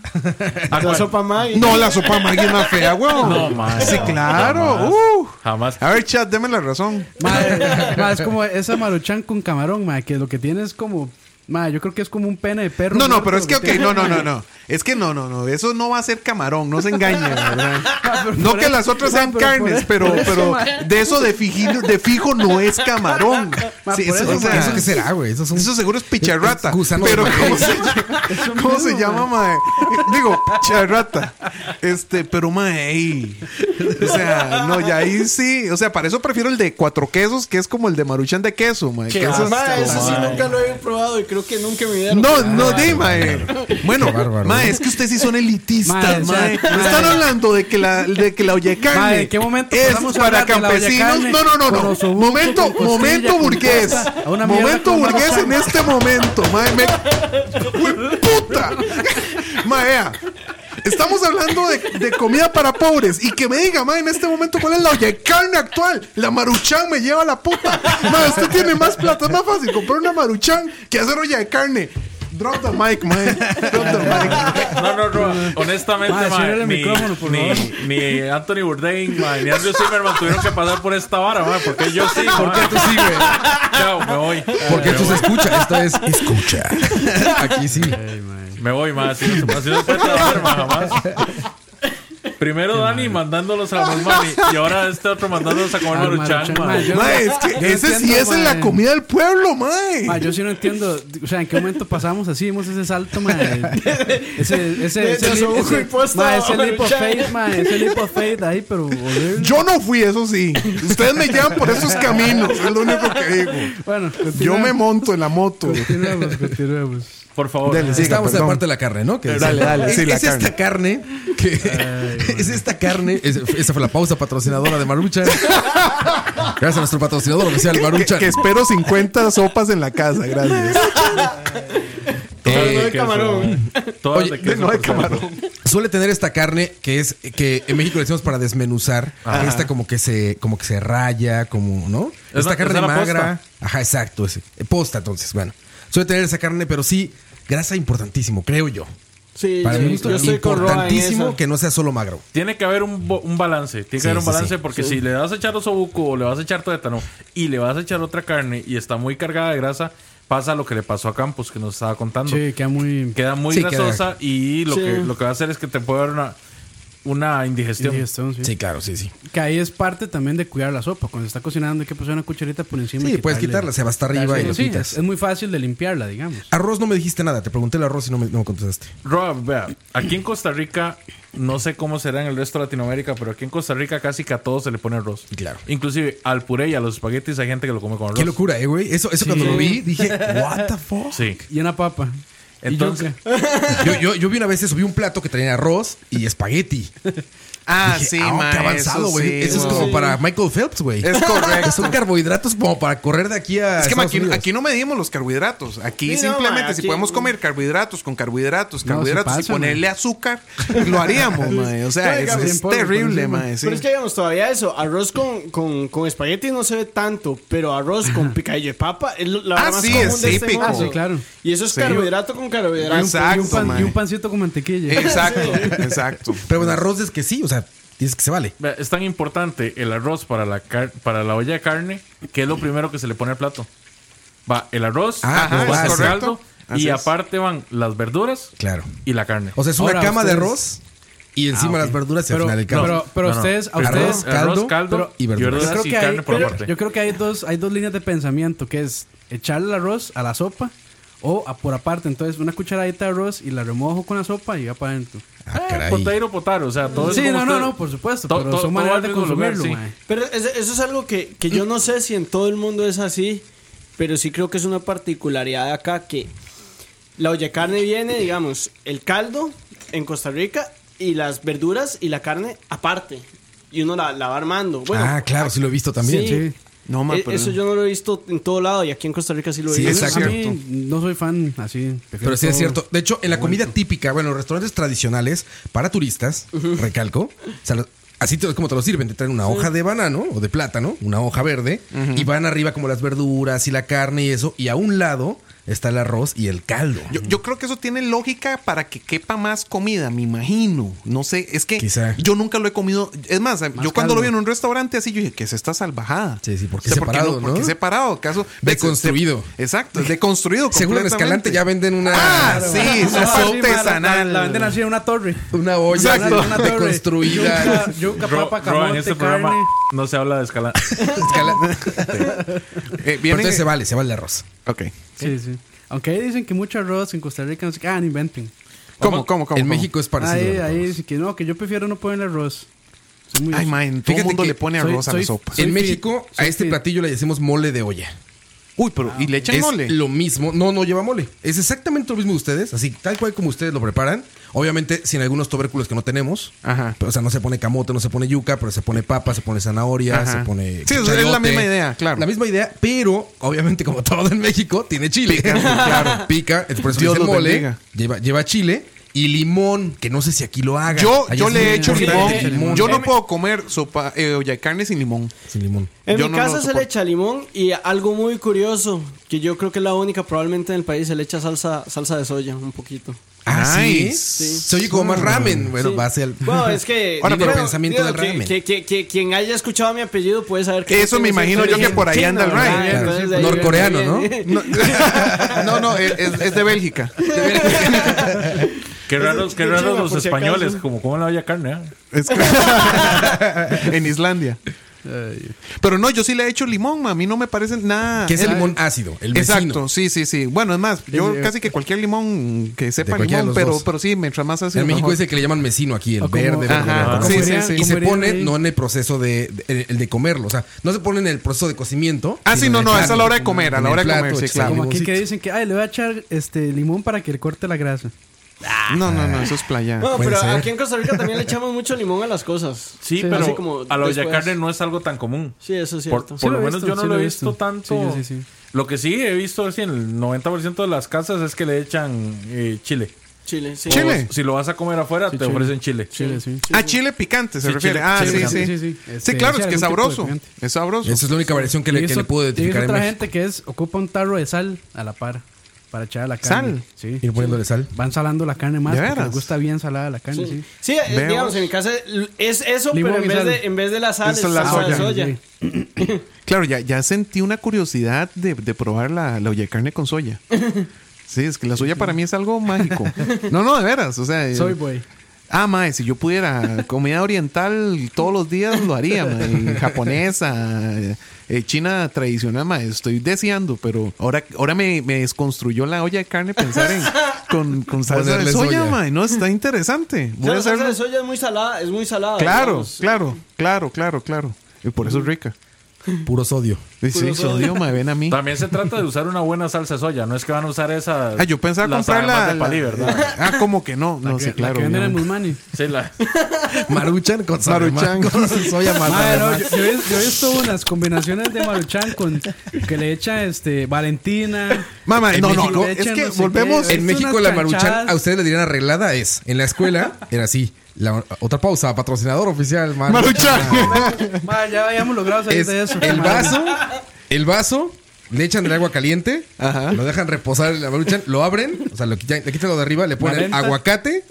Speaker 7: La sopa Maggi. Ah,
Speaker 6: No, la sopa Maggi es más fea, weón.
Speaker 2: Ah, No, mae.
Speaker 6: Sí, claro.
Speaker 2: Jamás.
Speaker 6: Uh.
Speaker 2: Jamás.
Speaker 3: Ah.
Speaker 6: A ver, chat, deme la razón.
Speaker 3: Madre, ma, es como esa maruchan con camarón, ma, que lo que tiene es como. Ma, yo creo que es como un pene de perro.
Speaker 6: No, no,
Speaker 3: muerto
Speaker 6: pero es que, ok,
Speaker 3: tiene,
Speaker 6: no, no,
Speaker 3: ma.
Speaker 6: no, no. Es que no, no, no. Eso no va a ser camarón, no se engañen, ¿verdad? No
Speaker 3: por
Speaker 6: que
Speaker 3: eso-
Speaker 6: las otras
Speaker 3: ma,
Speaker 6: sean
Speaker 3: pero por
Speaker 6: carnes,
Speaker 3: eso-
Speaker 6: pero,
Speaker 3: por eso,
Speaker 6: pero
Speaker 3: ma.
Speaker 6: de eso de, fijo, de fijo no es camarón.
Speaker 3: Ma,
Speaker 6: Sí,
Speaker 3: por
Speaker 6: eso,
Speaker 3: eso,
Speaker 6: o sea,
Speaker 3: ma.
Speaker 4: ¿Eso qué será, güey? Eso es un-
Speaker 6: Eso seguro es picharrata.
Speaker 4: Es gusano
Speaker 6: pero
Speaker 4: de
Speaker 6: ¿cómo
Speaker 4: maíz.
Speaker 6: se, llama- ¿cómo se llama, mae? Digo, picharrata. Este, pero mae. ey. O sea, no, y ahí sí. O sea, para eso prefiero el de cuatro quesos, que es como el de maruchan de queso, mae. que eso es-
Speaker 7: Ma, eso sí nunca lo he probado y creo que nunca me dieron.
Speaker 2: Eh,
Speaker 6: no, no, di, mae.
Speaker 4: Qué
Speaker 6: Bueno,
Speaker 4: bárbaro.
Speaker 6: mae, es que ustedes sí son
Speaker 3: Mae,
Speaker 6: elitistas,
Speaker 3: o sea,
Speaker 6: mae.
Speaker 3: mae.
Speaker 6: Están hablando de que la, de que la olla de carne
Speaker 3: Mae, ¿en qué momento
Speaker 6: es
Speaker 3: pasamos a
Speaker 6: para
Speaker 3: hablar de la olla de
Speaker 6: campesinos.
Speaker 3: carne
Speaker 6: No, no, no,
Speaker 3: con
Speaker 6: no.
Speaker 3: osobuco,
Speaker 6: Momento,
Speaker 3: con costilla,
Speaker 6: momento
Speaker 3: con
Speaker 6: burgués.
Speaker 3: pasta, a una mierda
Speaker 6: Momento
Speaker 3: con
Speaker 6: burgués
Speaker 3: maruchan?
Speaker 6: en este momento, mae. Me... ¡Jue- puta! Mae, vea. Estamos hablando de, de comida para pobres y que me diga, mae, en este momento cuál es la olla de carne actual. La maruchan me lleva a la puta. Mae, usted tiene más plata, es más fácil comprar una maruchan que hacer olla de carne. Drop the mic, mae. Drop the mic.
Speaker 2: No, no, no. Honestamente,
Speaker 3: Ma,
Speaker 2: ma,
Speaker 3: ciérrele Ah, el
Speaker 2: ni,
Speaker 3: micrófono, por
Speaker 2: ni,
Speaker 3: favor.
Speaker 2: ni Anthony Bourdain, ma, ni Andrew Zimmerman tuvieron que pasar por esta vara, ma, porque yo sí. ¿Por qué tú sí, güey? Chao, me voy.
Speaker 4: Porque
Speaker 2: me,
Speaker 4: tú se
Speaker 2: voy
Speaker 4: escucha, esto es escucha. Aquí sí.
Speaker 2: me voy, ma. Así no se así no se puede trabajar, ma, jamás. Primero Dani mandándolos a los mani y ahora este otro mandándolos a
Speaker 3: Al
Speaker 2: comer maruchan,
Speaker 3: Maruchan,
Speaker 2: ma.
Speaker 3: ma, yo-
Speaker 6: Mae, es
Speaker 3: yo
Speaker 6: que
Speaker 3: no
Speaker 6: ese sí
Speaker 3: entiendo,
Speaker 6: es en la
Speaker 3: mae.
Speaker 6: comida del pueblo, mae.
Speaker 3: Ma, yo sí no entiendo, o sea, ¿en qué momento pasamos así? Vimos ese salto, ma. Ese, ese,
Speaker 7: de
Speaker 3: ese, ese,
Speaker 7: su ojo
Speaker 3: ese,
Speaker 7: impuesto
Speaker 3: ma,
Speaker 7: a
Speaker 3: ese
Speaker 7: Maruchan.
Speaker 3: leap of faith, ma, ese leap of faith ahí, pero volver-
Speaker 6: Yo no fui, eso sí. Ustedes me llevan por esos caminos, es lo único que digo.
Speaker 3: Bueno,
Speaker 6: Yo me
Speaker 3: continuemos,
Speaker 6: monto en la moto.
Speaker 3: continuemos, continuemos.
Speaker 2: Por favor.
Speaker 6: Dele, sí.
Speaker 4: Estamos en la
Speaker 6: perdón.
Speaker 4: parte de la carne, ¿no? Que
Speaker 6: Dale,
Speaker 4: decía-
Speaker 6: dale,
Speaker 4: Es,
Speaker 6: sí, la
Speaker 4: es esta carne que. es esta carne. es- esa fue la pausa patrocinadora de Maruchan. Gracias a nuestro patrocinador oficial,
Speaker 6: Que,
Speaker 4: Maruchan.
Speaker 6: que espero 50 sopas en la casa, gracias.
Speaker 2: Todas
Speaker 4: Eh,
Speaker 2: de queso,
Speaker 7: camarón.
Speaker 2: ma. Todas de
Speaker 4: Oye,
Speaker 2: queso,
Speaker 6: No hay
Speaker 2: por favor.
Speaker 6: camarón.
Speaker 4: Suele tener esta carne que es que en México le decimos para desmenuzar. Esta como que se como que se raya, como, ¿no?
Speaker 2: Es
Speaker 4: esta
Speaker 2: la-
Speaker 4: carne
Speaker 2: es la
Speaker 4: magra. Ajá, exacto, ese. Eh, Posta entonces, bueno. Suele tener esa carne, pero sí grasa importantísimo, creo yo.
Speaker 7: Sí,
Speaker 4: Para
Speaker 7: yo,
Speaker 4: mi gusto,
Speaker 7: yo estoy con Roa en
Speaker 4: importantísimo
Speaker 7: esa.
Speaker 4: que no sea solo magro.
Speaker 2: Tiene que haber un, bo- un balance. Tiene que
Speaker 4: Sí,
Speaker 2: haber un
Speaker 4: sí,
Speaker 2: balance
Speaker 4: sí.
Speaker 2: porque si le vas a echar osobuco o le vas a echar tuétano y le vas a echar otra carne y está muy cargada de grasa, pasa lo que le pasó a Campos que nos estaba contando.
Speaker 3: Sí, queda muy
Speaker 2: Queda muy
Speaker 4: Sí,
Speaker 2: grasosa y lo,
Speaker 7: Sí.
Speaker 2: que, lo que va a hacer es que te puede dar una, una indigestión.
Speaker 3: indigestión, sí.
Speaker 4: Sí, claro, sí, sí.
Speaker 3: Que ahí es parte también de cuidar la sopa. Cuando se está cocinando hay que poner una cucharita por encima.
Speaker 4: Sí,
Speaker 3: y
Speaker 4: puedes quitarla, se va hasta arriba y
Speaker 3: Sí,
Speaker 4: lo
Speaker 3: sí,
Speaker 4: quitas. Ah.
Speaker 3: es, es muy fácil de limpiarla, digamos.
Speaker 4: Arroz no me dijiste nada, te pregunté el arroz y no me, no me contestaste.
Speaker 2: Rob, vea, aquí en Costa Rica, no sé cómo será en el resto de Latinoamérica, pero aquí en Costa Rica casi que a todos se le pone arroz.
Speaker 4: Claro.
Speaker 2: Inclusive al puré y a los espaguetis hay gente que lo come con arroz.
Speaker 4: Qué locura, eh, güey. Eso, eso cuando lo vi, dije, what the fuck.
Speaker 2: Sí.
Speaker 3: Y una papa. Y
Speaker 2: Entonces-
Speaker 3: yuca.
Speaker 4: Yo, yo, yo vi una vez eso, vi un plato que traía arroz y espagueti.
Speaker 6: Ah,
Speaker 4: Dije,
Speaker 6: sí,
Speaker 4: "Ah,
Speaker 6: mae.
Speaker 4: Qué avanzado,
Speaker 6: eso
Speaker 4: güey.
Speaker 6: sí,
Speaker 4: eso es
Speaker 6: güey.
Speaker 4: como para Michael Phelps, güey.
Speaker 6: Es correcto.
Speaker 4: Son carbohidratos como para correr de aquí a.
Speaker 6: Es que ma,
Speaker 4: Estados
Speaker 6: aquí,
Speaker 4: Unidos.
Speaker 6: aquí no medimos los carbohidratos. Aquí
Speaker 7: Sí, no,
Speaker 6: simplemente,
Speaker 7: ma,
Speaker 6: si
Speaker 7: aquí-
Speaker 6: podemos comer carbohidratos con carbohidratos,
Speaker 3: No,
Speaker 6: carbohidratos
Speaker 3: sí
Speaker 6: y
Speaker 3: pasa,
Speaker 6: ponerle azúcar, lo haríamos, mae. O sea,
Speaker 3: Oiga,
Speaker 6: es, es
Speaker 3: bien, por- por
Speaker 6: terrible,
Speaker 3: encima.
Speaker 6: mae. sí.
Speaker 7: Pero es que digamos, todavía eso, arroz con, con, con espaguetis no se ve tanto, pero arroz con picadillo de papa es lo- la
Speaker 6: Ah,
Speaker 7: verdad más
Speaker 6: sí,
Speaker 7: común
Speaker 6: es
Speaker 7: de este
Speaker 6: típico.
Speaker 7: mundo.
Speaker 3: Ah, sí, claro.
Speaker 7: Y eso es
Speaker 6: Sí.
Speaker 7: carbohidrato con carbohidrato.
Speaker 3: Y un,
Speaker 6: Exacto,
Speaker 3: pan-
Speaker 6: mae.
Speaker 3: y un pancito con mantequilla. Ah,
Speaker 6: Exacto, exacto.
Speaker 4: Pero bueno, arroz es que sí, o sea, dices que se vale.
Speaker 2: Vea, Es tan importante el arroz para la, car- para la olla de carne que es lo primero que se le pone al plato. Va el arroz,
Speaker 4: Ah,
Speaker 2: los
Speaker 4: ajá,
Speaker 2: vasos
Speaker 4: es
Speaker 2: de
Speaker 6: correcto.
Speaker 2: caldo,
Speaker 6: Así
Speaker 2: y
Speaker 6: es.
Speaker 2: aparte van las verduras
Speaker 4: Claro.
Speaker 2: y la carne.
Speaker 4: O sea, es una
Speaker 3: Ahora,
Speaker 4: cama de
Speaker 3: ustedes-
Speaker 4: arroz y encima
Speaker 3: Ah, ok.
Speaker 4: las verduras y
Speaker 3: Pero-
Speaker 4: al final el caldo.
Speaker 3: pero- pero ustedes- a
Speaker 2: Arroz,
Speaker 3: ustedes-
Speaker 2: arroz,
Speaker 4: caldo,
Speaker 2: caldo
Speaker 4: pero-
Speaker 2: y
Speaker 4: y verduras.
Speaker 2: verduras
Speaker 3: Yo creo,
Speaker 2: y
Speaker 3: que hay,
Speaker 2: carne por
Speaker 3: yo-
Speaker 2: aparte.
Speaker 3: yo creo que hay dos, hay dos líneas de pensamiento, que es echarle el arroz a la sopa o a por aparte. Entonces, una cucharadita de arroz y la remojo con la sopa y va para adentro.
Speaker 4: Ah,
Speaker 2: Eh,
Speaker 4: caray.
Speaker 2: Potato, potato, o sea, todo
Speaker 3: sí,
Speaker 2: es como
Speaker 3: no, no,
Speaker 2: usted-
Speaker 3: no, por supuesto.
Speaker 2: to-
Speaker 3: pero
Speaker 2: to-
Speaker 3: son
Speaker 2: todo
Speaker 3: maneras
Speaker 2: al
Speaker 3: de
Speaker 2: mismo lugar,
Speaker 3: consumirlo,
Speaker 2: sí.
Speaker 3: mae.
Speaker 7: Pero es- eso es algo que, que yo no sé si en todo el mundo es así, pero sí creo que es una particularidad de acá que la olla de carne viene, digamos, el caldo en Costa Rica y las verduras y la carne aparte. Y uno la, la va armando. Bueno,
Speaker 4: ah, claro, sí lo he visto también.
Speaker 3: sí.
Speaker 6: No, ma,
Speaker 7: Eh,
Speaker 6: pero-
Speaker 7: Eso yo no lo he visto en todo lado y aquí en Costa Rica sí lo he
Speaker 4: Sí,
Speaker 7: visto.
Speaker 4: exacto.
Speaker 3: A mí no soy fan así. prefiero
Speaker 4: Pero sí es
Speaker 3: todo.
Speaker 4: cierto. De hecho, en la comida típica, bueno, los restaurantes tradicionales para turistas, recalco, o sea, lo- así te- como te lo sirven, te traen una hoja de banano o de plátano, una hoja verde, y van arriba como las verduras y la carne y eso, y a un lado está el arroz y el caldo.
Speaker 6: Yo, yo creo que eso tiene lógica para que quepa más comida, me imagino. No sé, es que
Speaker 4: Quizá.
Speaker 6: yo nunca lo he comido. Es más, yo cuando
Speaker 3: caldo.
Speaker 6: lo vi en un restaurante así, yo dije, ¿qué es esta salvajada?
Speaker 4: Sí, sí, porque
Speaker 6: O sea, ¿por qué
Speaker 4: separado,
Speaker 6: ¿Por qué
Speaker 4: ¿no?
Speaker 6: separado? ¿Acaso? Ve, se-
Speaker 4: Deconstruido.
Speaker 6: se- exacto, es deconstruido.
Speaker 4: Seguro en
Speaker 6: completamente.
Speaker 4: Escalante ya venden una,
Speaker 6: Ah, sí,
Speaker 3: Ah,
Speaker 6: sopa
Speaker 3: sí, mae, la- La,
Speaker 6: artesanal.
Speaker 3: la venden así en una torre.
Speaker 4: una olla
Speaker 6: Exacto.
Speaker 4: una deconstruida.
Speaker 3: Yuca, yuca,
Speaker 2: Ro-
Speaker 3: papa,
Speaker 2: Roa, en
Speaker 3: camote,
Speaker 2: este
Speaker 3: carne.
Speaker 2: programa no se habla de escala.
Speaker 4: Escala-
Speaker 6: Eh,
Speaker 4: Pero
Speaker 6: vienen-
Speaker 4: entonces se vale, se vale el arroz.
Speaker 6: Ok.
Speaker 3: Sí, sí. Aunque ahí dicen que mucho arroz en Costa Rica no sé qué. Ah, no inventen.
Speaker 6: ¿Cómo, cómo, cómo?
Speaker 4: en
Speaker 6: cómo?
Speaker 4: México es parecido.
Speaker 3: Ahí,
Speaker 4: al
Speaker 3: ahí
Speaker 4: arroz.
Speaker 3: dicen que no, que yo prefiero no ponerle arroz. Soy muy-
Speaker 6: Ay, man, todo
Speaker 4: Fíjate
Speaker 6: el mundo
Speaker 4: que
Speaker 6: le pone
Speaker 3: soy-
Speaker 6: arroz a
Speaker 3: soy-
Speaker 6: la sopa.
Speaker 3: soy-
Speaker 4: En
Speaker 3: fit,
Speaker 4: México a
Speaker 3: soy
Speaker 4: este
Speaker 3: fit.
Speaker 4: platillo le decimos mole de olla.
Speaker 6: Uy, pero ¿y le echan
Speaker 4: es
Speaker 6: mole?
Speaker 4: lo mismo. No, no lleva mole. Es exactamente lo mismo de ustedes. Así, tal cual como ustedes lo preparan. Obviamente, sin algunos tubérculos que no tenemos.
Speaker 6: Ajá.
Speaker 4: Pero, o sea, no se pone camote, no se pone yuca, pero se pone papa, se pone zanahoria,
Speaker 6: Ajá.
Speaker 4: se pone.
Speaker 6: Sí, o sea, es la misma idea, claro.
Speaker 4: La misma idea, pero obviamente, como todo en México, tiene chile.
Speaker 6: Pica, claro.
Speaker 4: Pica, es por eso
Speaker 6: Dios
Speaker 4: le
Speaker 6: los
Speaker 4: dicen mole.
Speaker 6: bendiga.
Speaker 4: Lleva, lleva chile y limón, que no sé si aquí lo hagan.
Speaker 6: Yo,
Speaker 4: Allá
Speaker 6: yo
Speaker 4: sí
Speaker 6: le he
Speaker 4: tienen
Speaker 6: hecho
Speaker 4: chile,
Speaker 6: limón.
Speaker 4: limón.
Speaker 6: Yo no puedo comer sopa, eh, olla de carne sin limón.
Speaker 4: Sin limón.
Speaker 7: En
Speaker 6: Yo
Speaker 7: mi
Speaker 6: no lo
Speaker 7: casa se
Speaker 6: soporto.
Speaker 7: le echa limón y algo muy curioso, que yo creo que es la única probablemente en el país, se le echa salsa, salsa de soya, un poquito.
Speaker 4: Ah, sí.
Speaker 6: Nice.
Speaker 7: Sí.
Speaker 4: Se oye como más ramen. Bueno,
Speaker 7: Sí.
Speaker 4: va a ser.
Speaker 7: Bueno, es que.
Speaker 4: Ahora, pero-
Speaker 7: bueno,
Speaker 4: pensamiento
Speaker 7: digo,
Speaker 4: del
Speaker 7: que-
Speaker 4: ramen.
Speaker 7: que- que- que quien haya escuchado mi apellido puede saber que.
Speaker 6: Eso
Speaker 7: no
Speaker 6: me
Speaker 7: tengo
Speaker 6: imagino
Speaker 7: acento
Speaker 6: yo que por ahí
Speaker 7: chino,
Speaker 6: anda el
Speaker 7: ¿verdad?
Speaker 6: ramen.
Speaker 7: Ah, Entonces,
Speaker 4: Claro,
Speaker 7: de ahí
Speaker 4: norcoreano,
Speaker 7: viene-
Speaker 6: No, no, no, es, es de Bélgica.
Speaker 2: Qué raros, qué
Speaker 7: de
Speaker 2: raros
Speaker 7: Chiva,
Speaker 2: los
Speaker 7: por si
Speaker 2: españoles,
Speaker 7: acaso.
Speaker 2: como cómo la olla carne. ¿eh?
Speaker 6: Es que- en Islandia. Pero no, yo sí le he hecho limón, ma, a mí no me parece nada.
Speaker 4: Que es el limón ácido. El vecino.
Speaker 6: Exacto, sí, sí, sí. Bueno, es más, yo
Speaker 3: eh,
Speaker 6: casi que cualquier limón que sepa
Speaker 4: cualquiera de
Speaker 6: limón,
Speaker 4: los
Speaker 6: pero,
Speaker 4: dos.
Speaker 6: pero sí, mientras más ácido.
Speaker 4: En México
Speaker 6: mejor.
Speaker 4: dice que le llaman mesino aquí, el
Speaker 3: O como-
Speaker 4: verde.
Speaker 6: Ajá,
Speaker 4: verde,
Speaker 6: ajá.
Speaker 4: verde.
Speaker 6: Sí, sí, sí.
Speaker 4: Y se
Speaker 3: Comería
Speaker 4: pone,
Speaker 3: ahí.
Speaker 4: no en el proceso de, de- el, el de comerlo. O sea, no se pone en el proceso de cocimiento.
Speaker 6: Ah, sí, no,
Speaker 4: sino en el
Speaker 6: no, es a la hora de
Speaker 4: en-
Speaker 6: comer, a
Speaker 4: en
Speaker 6: la
Speaker 4: el
Speaker 6: hora de comer, sí,
Speaker 4: echa
Speaker 6: claro.
Speaker 3: Como aquí que
Speaker 4: limoncito.
Speaker 3: dicen que, ay, le voy a echar este limón para que le corte la grasa.
Speaker 6: No, no,
Speaker 4: Ah.
Speaker 6: no, eso es playa.
Speaker 7: Bueno,
Speaker 4: Puede
Speaker 7: pero
Speaker 4: ser.
Speaker 7: aquí en Costa Rica también le echamos mucho limón a las cosas.
Speaker 2: Sí,
Speaker 3: Sí,
Speaker 2: pero
Speaker 7: así como
Speaker 2: a la olla
Speaker 7: después.
Speaker 2: carne no es algo tan común.
Speaker 7: Sí, eso es
Speaker 2: Por,
Speaker 7: cierto.
Speaker 2: por
Speaker 3: Sí
Speaker 2: lo,
Speaker 3: lo he
Speaker 2: menos
Speaker 3: visto,
Speaker 2: yo no
Speaker 3: sí
Speaker 2: lo
Speaker 3: lo
Speaker 2: he
Speaker 3: he
Speaker 2: visto,
Speaker 3: visto.
Speaker 2: tanto.
Speaker 3: Sí, sí, sí.
Speaker 2: Lo que sí he visto es en el 90% de las casas es que le echan eh, chile.
Speaker 7: Chile, sí.
Speaker 6: Chile.
Speaker 2: O si lo vas a comer afuera, te
Speaker 3: chile.
Speaker 2: ofrecen chile.
Speaker 3: Chile, sí.
Speaker 6: Ah, chile picante se
Speaker 2: Sí,
Speaker 6: refiere.
Speaker 2: chile-
Speaker 6: ah,
Speaker 2: chile
Speaker 6: sí,
Speaker 3: picante.
Speaker 6: sí.
Speaker 3: Sí,
Speaker 6: Sí,
Speaker 3: sí, sí. Este,
Speaker 6: claro, es
Speaker 3: sí,
Speaker 6: que es
Speaker 3: algún tipo de
Speaker 6: sabroso.
Speaker 3: picante.
Speaker 6: Es sabroso.
Speaker 4: Esa es la única variación que
Speaker 3: Y
Speaker 4: le, que
Speaker 3: eso-
Speaker 4: le puedo
Speaker 3: y eso
Speaker 4: identificar en
Speaker 3: otra
Speaker 4: México.
Speaker 3: gente que es ocupa un tarro de sal a la par para echar a la carne.
Speaker 6: ¿Sal?
Speaker 3: Sí.
Speaker 4: Ir poniéndole sal.
Speaker 3: Van salando la carne más
Speaker 6: ¿De
Speaker 3: porque
Speaker 6: veras?
Speaker 3: les gusta bien salada la carne, sí.
Speaker 7: Sí, Sí, eh,
Speaker 6: Veamos.
Speaker 7: digamos, en mi casa es eso,
Speaker 3: Limón
Speaker 7: pero en
Speaker 3: y
Speaker 7: vez,
Speaker 3: sal.
Speaker 7: de, en vez de la sal,
Speaker 6: Es
Speaker 7: es
Speaker 6: la
Speaker 7: la soya.
Speaker 3: soya.
Speaker 7: soya.
Speaker 6: Claro, ya, ya sentí una curiosidad de, de probar la, la olla de carne con soya. Sí, es que la soya para mí es algo mágico. No, no, de veras. O sea, eh,
Speaker 3: Soy boy.
Speaker 6: ah, mae, si yo pudiera comida oriental todos los días lo haría, mae. Japonesa, eh, china tradicional, mae. Estoy deseando, pero ahora, ahora me, me desconstruyó la olla de carne pensar en con, con salsa de
Speaker 4: Ponerle
Speaker 6: soya,
Speaker 4: soya.
Speaker 6: mae. No, está interesante. Voy
Speaker 7: O sea,
Speaker 6: a
Speaker 7: la
Speaker 6: hacerlo.
Speaker 7: salsa de soya es muy salada, es muy salada.
Speaker 6: Claro,
Speaker 7: digamos.
Speaker 6: claro, claro, claro, claro. Y por eso es rica.
Speaker 4: Puro sodio.
Speaker 6: Sí, sí, sodio, mae, ven a mí.
Speaker 2: También se trata de usar una buena salsa de soya, no es que van a usar esa.
Speaker 6: Ah, yo pensaba
Speaker 2: las
Speaker 6: comprar
Speaker 2: además
Speaker 6: la,
Speaker 2: de palí, ¿verdad?
Speaker 6: la- Ah, como que no, no
Speaker 3: Que-
Speaker 6: sí,
Speaker 3: la
Speaker 6: claro.
Speaker 3: que venden en
Speaker 6: obviamente.
Speaker 3: Musmani.
Speaker 2: Sí, la-
Speaker 4: Maruchan con soya.
Speaker 6: Maruchan.
Speaker 4: Con soya
Speaker 3: Madre, no,
Speaker 4: madre.
Speaker 3: yo, yo he, yo he visto unas combinaciones de maruchan con que le echa este Valentina.
Speaker 6: Mamá,
Speaker 4: En
Speaker 6: no, no,
Speaker 4: México-
Speaker 6: no,
Speaker 3: le
Speaker 6: es
Speaker 3: echan
Speaker 6: que
Speaker 3: no sé qué,
Speaker 6: volvemos
Speaker 3: güey.
Speaker 4: En
Speaker 3: Es
Speaker 4: México
Speaker 3: unas
Speaker 4: la maruchan
Speaker 3: planchadas.
Speaker 4: a ustedes le dirían arreglada es. En la escuela era así. La- otra pausa, patrocinador oficial, Maru-
Speaker 6: Maruchan.
Speaker 3: Ma, ya habíamos logrado salir
Speaker 4: Es
Speaker 3: de eso.
Speaker 4: el
Speaker 3: Ma,
Speaker 4: vaso, el vaso, le echan el agua caliente,
Speaker 6: Ajá.
Speaker 4: lo dejan reposar en la maruchan, lo abren, o sea, lo quitan, le quitan lo de arriba, le ponen
Speaker 3: Valenta.
Speaker 4: aguacate,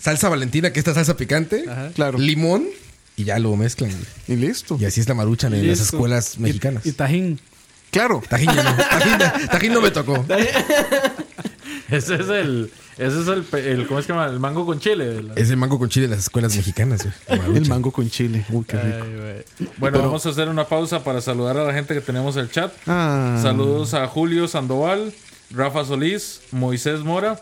Speaker 4: salsa valentina, que es esta salsa picante,
Speaker 6: Claro.
Speaker 4: limón y ya lo mezclan. güey.
Speaker 6: Y listo.
Speaker 4: Y así es la maruchan en las
Speaker 3: Listo.
Speaker 4: escuelas mexicanas.
Speaker 3: Y tajín.
Speaker 6: Claro.
Speaker 4: Tajín ya no, tajín, ya- tajín no me tocó.
Speaker 2: ese es el. Ese es el, pe- el- ¿Cómo es que se llama? El mango con chile. la-
Speaker 4: Es el mango con chile en las escuelas mexicanas. güey, la maruchan.
Speaker 6: El mango con chile. Uy, qué rico.
Speaker 2: Bueno, vamos a hacer una pausa para saludar a la gente que tenemos en el chat.
Speaker 6: Ah.
Speaker 2: Saludos a Julio Sandoval, Rafa Solís, Moisés Mora.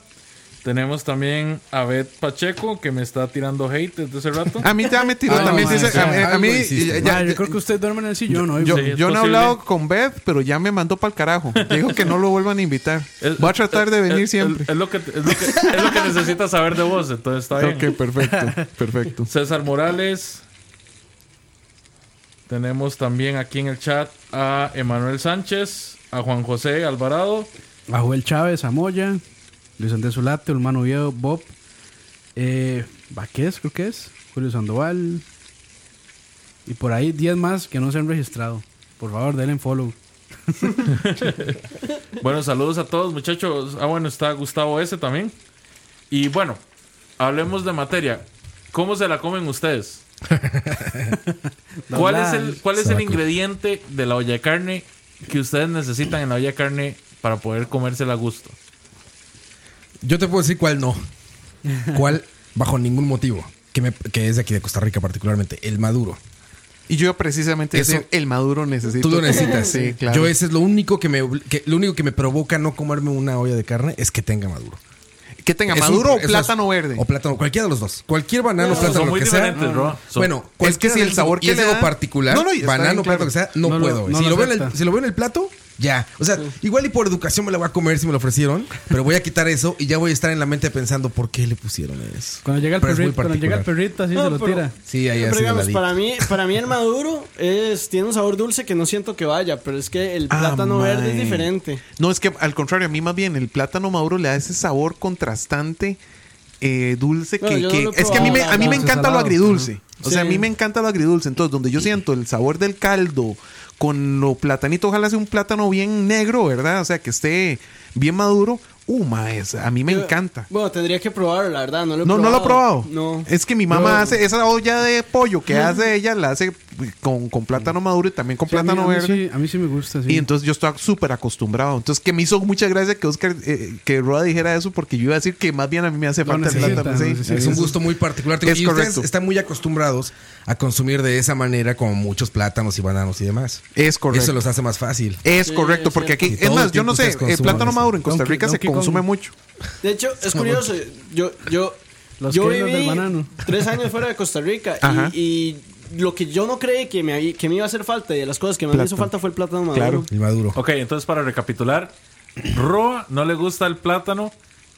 Speaker 2: Tenemos también a Bet Pacheco, que me está tirando hate desde hace rato.
Speaker 6: A mí ya me tiró
Speaker 4: Ah,
Speaker 6: también.
Speaker 4: no,
Speaker 6: dice,
Speaker 4: sí,
Speaker 6: a, mí-
Speaker 4: algo
Speaker 6: a mí.
Speaker 4: hiciste.
Speaker 6: ya-
Speaker 3: Ma, Ah, yo
Speaker 6: ya-
Speaker 3: creo que ustedes duermen en el sillón, ¿no?
Speaker 6: yo
Speaker 2: Sí, es
Speaker 6: yo no he
Speaker 2: posible.
Speaker 6: hablado con Beth, pero ya me mandó para el carajo. Dijo que no lo vuelvan a invitar.
Speaker 2: Es-
Speaker 6: Voy a tratar de
Speaker 2: es-
Speaker 6: venir
Speaker 2: es-
Speaker 6: siempre.
Speaker 2: Es, lo que, es, lo que, es lo que necesitas saber de vos, entonces está bien.
Speaker 6: Ok, perfecto. Perfecto.
Speaker 2: César Morales. Tenemos también aquí en el chat a Emanuel Sánchez, a Juan José Alvarado.
Speaker 3: A Joel Chávez, Amoya, Luis Andrés Zulate, Ulmano Viedo, Bob, eh, Vaquez, creo que es, Julio Sandoval. Y por ahí 10 más que no se han registrado. Por favor, denle follow.
Speaker 2: Bueno, saludos a todos, muchachos. Ah, bueno, está Gustavo S también. Y bueno, hablemos de materia. ¿Cómo se la comen ustedes? ¿Cuál es el, cuál es el ingrediente de la olla de carne que ustedes necesitan en la olla de carne para poder comérsela a gusto?
Speaker 4: Yo te puedo decir cuál no. Cuál bajo ningún motivo. Que, me- que es de aquí de Costa Rica particularmente. El maduro.
Speaker 6: Y yo precisamente
Speaker 4: Eso-
Speaker 6: decir, el maduro necesito.
Speaker 4: Tú lo necesitas.
Speaker 6: Sí, claro.
Speaker 4: Yo ese es lo único que me obli- que- lo único que me provoca no comerme una olla de carne es que tenga maduro.
Speaker 6: que tenga
Speaker 4: Es un-
Speaker 6: maduro o
Speaker 4: eso es-
Speaker 6: plátano verde.
Speaker 4: O plátano, cualquiera de los dos. Cualquier banano, plátano,
Speaker 2: son
Speaker 4: lo
Speaker 2: muy
Speaker 4: que sea.
Speaker 2: diferentes, Roa. Son-
Speaker 4: Bueno,
Speaker 6: Es que si el sabor
Speaker 4: y
Speaker 6: que
Speaker 4: es
Speaker 6: le
Speaker 4: algo
Speaker 6: da-
Speaker 4: particular,
Speaker 6: No, no, y está
Speaker 4: banano,
Speaker 6: bien, claro.
Speaker 4: plátano, que sea, no,
Speaker 3: No lo-
Speaker 4: puedo.
Speaker 3: no
Speaker 4: si,
Speaker 3: lo
Speaker 4: lo veo en el-
Speaker 3: acepta.
Speaker 4: si lo veo en el plato, ya. O sea, igual y por educación me la voy a comer si me lo ofrecieron, pero voy a quitar eso y ya voy a estar en la mente pensando por qué le pusieron eso.
Speaker 3: Cuando llega el,
Speaker 4: Pero es muy
Speaker 3: perrito, cuando llega el
Speaker 4: particular.
Speaker 3: perrito, así
Speaker 7: No,
Speaker 3: se lo
Speaker 7: pero-
Speaker 3: tira.
Speaker 4: Sí, ahí
Speaker 7: Pero
Speaker 4: así
Speaker 7: digamos,
Speaker 4: la di.
Speaker 7: para mí, para mí el maduro es, tiene un sabor dulce que no siento que vaya, pero es que el
Speaker 6: Ah,
Speaker 7: plátano verde es
Speaker 6: mae.
Speaker 7: diferente.
Speaker 6: No, es que al contrario, a mí más bien el plátano maduro le da ese sabor contrastante eh, dulce
Speaker 7: No,
Speaker 6: que,
Speaker 7: yo no
Speaker 6: que-
Speaker 7: lo he
Speaker 6: es que a mí me,
Speaker 7: probado,
Speaker 6: a mí me
Speaker 3: no,
Speaker 6: encanta lo
Speaker 3: salado.
Speaker 6: agridulce. O sea, a
Speaker 7: Sí.
Speaker 6: mí me encanta lo agridulce. Entonces, donde yo siento el sabor del caldo con lo platanito, ojalá sea un plátano bien negro, ¿verdad? O sea, que esté bien maduro. Uh, maes, a mí me encanta.
Speaker 7: Bueno, tendría que probarlo, la verdad. No lo he
Speaker 6: No,
Speaker 7: probado.
Speaker 6: no lo he probado.
Speaker 7: No.
Speaker 6: Es que mi mamá hace esa olla de pollo que hace ella, la hace con, con plátano maduro y también con
Speaker 3: Sí, a mí-
Speaker 6: plátano
Speaker 3: a mí
Speaker 6: verde.
Speaker 3: sí- a mí sí me gusta, sí.
Speaker 6: Y entonces yo estaba súper acostumbrado. Entonces, que me hizo mucha gracia que Oscar, eh, que Roda dijera eso, porque yo iba a decir que más bien a mí me hace
Speaker 3: Lo
Speaker 6: falta el
Speaker 3: necesita,
Speaker 6: plátano.
Speaker 3: lo
Speaker 6: sí.
Speaker 3: necesita.
Speaker 4: Es un gusto muy particular.
Speaker 6: Es
Speaker 4: y ustedes
Speaker 6: correcto.
Speaker 4: están muy acostumbrados a consumir de esa manera como muchos plátanos y bananos y demás.
Speaker 6: Es correcto. Eh,
Speaker 4: Eso los hace más fácil.
Speaker 6: Es
Speaker 7: Sí,
Speaker 6: correcto,
Speaker 7: es
Speaker 6: porque
Speaker 7: cierto.
Speaker 6: aquí,
Speaker 4: Y
Speaker 6: es
Speaker 4: todo
Speaker 6: más,
Speaker 4: el
Speaker 6: yo no
Speaker 4: tiempo
Speaker 6: sé,
Speaker 4: ustedes
Speaker 6: el
Speaker 4: consumen
Speaker 6: plátano
Speaker 4: eso.
Speaker 6: maduro en Costa
Speaker 3: Donkey-
Speaker 6: Rica se
Speaker 3: Donkey Kong.
Speaker 6: consume mucho.
Speaker 7: De hecho, es curioso. Yo, yo,
Speaker 3: Los
Speaker 7: yo
Speaker 3: kilos
Speaker 7: viví
Speaker 3: del banano.
Speaker 7: tres años fuera de Costa Rica
Speaker 6: Ajá.
Speaker 7: y, y lo que yo no creí que me, había- que me iba a hacer falta y de las cosas que más me hizo falta fue el plátano maduro.
Speaker 6: Claro.
Speaker 4: El maduro.
Speaker 2: Ok, entonces para recapitular, Roa no le gusta el plátano,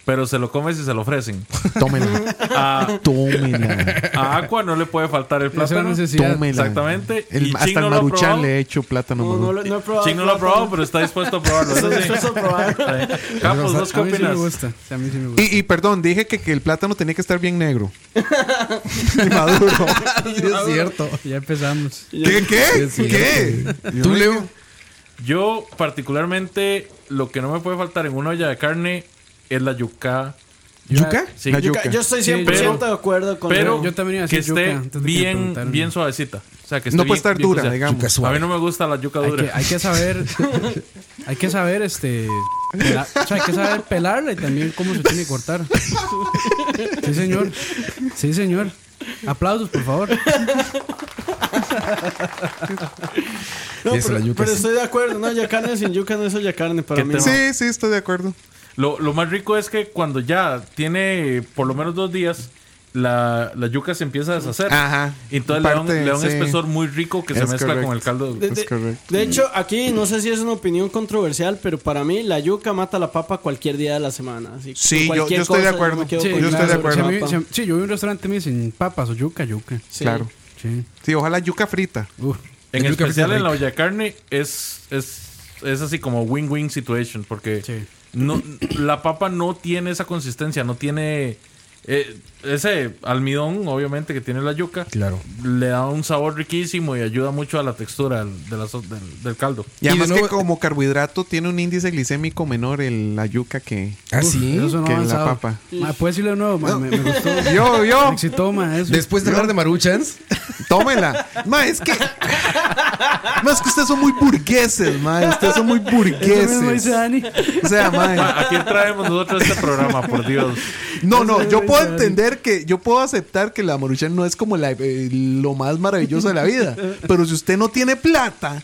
Speaker 2: pero se lo come si se lo ofrecen.
Speaker 6: Tómela.
Speaker 2: A,
Speaker 6: Tómela.
Speaker 2: a Aqua no le puede faltar el
Speaker 3: Esa es la
Speaker 2: plátano.
Speaker 3: necesidad.
Speaker 6: Tómela.
Speaker 2: Exactamente.
Speaker 6: El-
Speaker 2: Y Ching
Speaker 6: hasta
Speaker 2: no
Speaker 6: el
Speaker 2: lo ha
Speaker 6: maruchan
Speaker 2: probado.
Speaker 6: le he hecho plátano
Speaker 7: No, no,
Speaker 6: maduro.
Speaker 7: lo- no he probado.
Speaker 2: Ching no lo ha
Speaker 7: el
Speaker 2: probado,
Speaker 7: plátano.
Speaker 2: pero está dispuesto a probarlo. eso sí.
Speaker 7: Eso es probado.
Speaker 2: Campos, ¿vos qué
Speaker 3: A mí sí me
Speaker 2: opinas?
Speaker 3: gusta. sí, a mí sí me gusta.
Speaker 6: Y, y perdón, dije que, que el plátano tenía que estar bien negro. Y maduro.
Speaker 4: Sí, es cierto.
Speaker 3: Ya empezamos.
Speaker 6: ¿Qué? ¿Qué? ¿Qué?
Speaker 4: ¿Tú, Leo?
Speaker 2: Yo, particularmente, lo que no me puede faltar en una olla de carne es la yuca.
Speaker 4: ¿Yuca?
Speaker 2: Sí.
Speaker 6: La
Speaker 7: Yo,
Speaker 6: yuca.
Speaker 7: ca- yo estoy 100%
Speaker 2: pero-
Speaker 7: de acuerdo con
Speaker 2: Pero
Speaker 3: yo también iba a
Speaker 2: que
Speaker 3: decir yuca,
Speaker 2: esté
Speaker 3: antes de que
Speaker 2: bien,
Speaker 3: preguntaran.
Speaker 2: bien suavecita. O sea, que esté
Speaker 6: No
Speaker 2: bien-
Speaker 6: puede estar
Speaker 2: bien
Speaker 6: dura,
Speaker 2: sucia.
Speaker 6: digamos.
Speaker 4: Yuca
Speaker 2: A
Speaker 4: suave.
Speaker 2: mí no me gusta la yuca
Speaker 3: Hay que,
Speaker 2: dura.
Speaker 3: hay que saber. hay que saber, este. pela- o sea, hay que saber pelarla y también cómo se tiene que cortar. Sí, señor. Sí, señor. Aplausos, por favor.
Speaker 7: No,
Speaker 4: Eso,
Speaker 7: pero,
Speaker 4: la yuca
Speaker 7: pero
Speaker 4: sí.
Speaker 7: estoy de acuerdo. No, ya carne sin yuca no es olla carne para
Speaker 2: ¿Qué
Speaker 7: mí.
Speaker 2: tema?
Speaker 7: Sí.
Speaker 6: Sí, sí, estoy de acuerdo.
Speaker 2: Lo, lo más rico es que cuando ya tiene por lo menos dos días, la, la yuca se empieza a deshacer.
Speaker 6: Ajá.
Speaker 2: Y entonces le da un-
Speaker 6: Parte,
Speaker 2: le da un
Speaker 6: sí.
Speaker 2: espesor muy rico que se
Speaker 6: Es
Speaker 2: mezcla
Speaker 6: correcto.
Speaker 2: con el caldo.
Speaker 7: De,
Speaker 6: Es
Speaker 7: de-
Speaker 6: correcto.
Speaker 7: de hecho, aquí no sé si es una opinión controversial, pero para mí la yuca mata la papa cualquier día de la semana. Así que
Speaker 6: Sí, yo-
Speaker 7: cualquier
Speaker 6: yo estoy de
Speaker 7: cosa, me
Speaker 6: acuerdo.
Speaker 7: quedo
Speaker 6: Sí,
Speaker 7: con
Speaker 6: yo
Speaker 7: la
Speaker 6: estoy de
Speaker 7: papa.
Speaker 6: acuerdo.
Speaker 3: Si a mí- si a- sí, yo vi un restaurante y me dicen papas o yuca, yuca.
Speaker 7: Sí.
Speaker 6: Claro.
Speaker 3: Sí.
Speaker 6: Sí, ojalá yuca frita.
Speaker 3: Uf.
Speaker 2: En
Speaker 4: El yuca
Speaker 2: especial
Speaker 4: frita
Speaker 2: en la
Speaker 4: rica.
Speaker 2: olla de carne es, es, es así como win-win situation porque
Speaker 3: Sí.
Speaker 2: no, la papa no tiene esa consistencia, no tiene eh, ese almidón obviamente que tiene la yuca.
Speaker 4: Claro.
Speaker 2: Le da un sabor riquísimo y ayuda mucho a la textura del, de la so- del- del caldo.
Speaker 6: Y
Speaker 4: Y
Speaker 6: además
Speaker 4: de
Speaker 6: que
Speaker 4: nuevo-
Speaker 6: como carbohidrato tiene un índice glicémico menor el, la yuca que...
Speaker 4: ¿Ah, sí?
Speaker 3: Eso sonó
Speaker 6: Que la
Speaker 3: avanzado.
Speaker 6: papa.
Speaker 3: Ma, ¿Puedes decirlo de nuevo? Ma, me, me gustó.
Speaker 6: Yo, yo,
Speaker 3: Me excitó, ma, eso.
Speaker 4: Después de hablar de Maruchans,
Speaker 6: tómela. Ma, es que... Ma, es que ustedes son muy burgueses, ma. Ustedes son muy
Speaker 3: Eso mismo dice
Speaker 6: burgueses.
Speaker 3: Dani.
Speaker 6: O sea, ma.
Speaker 2: Ma, Ah, Aquí traemos nosotros este programa, por Dios.
Speaker 6: No, no, yo puedo entender que... Yo puedo aceptar que la maruchan no es como la- eh, lo más maravilloso de la vida. Pero si usted no tiene plata,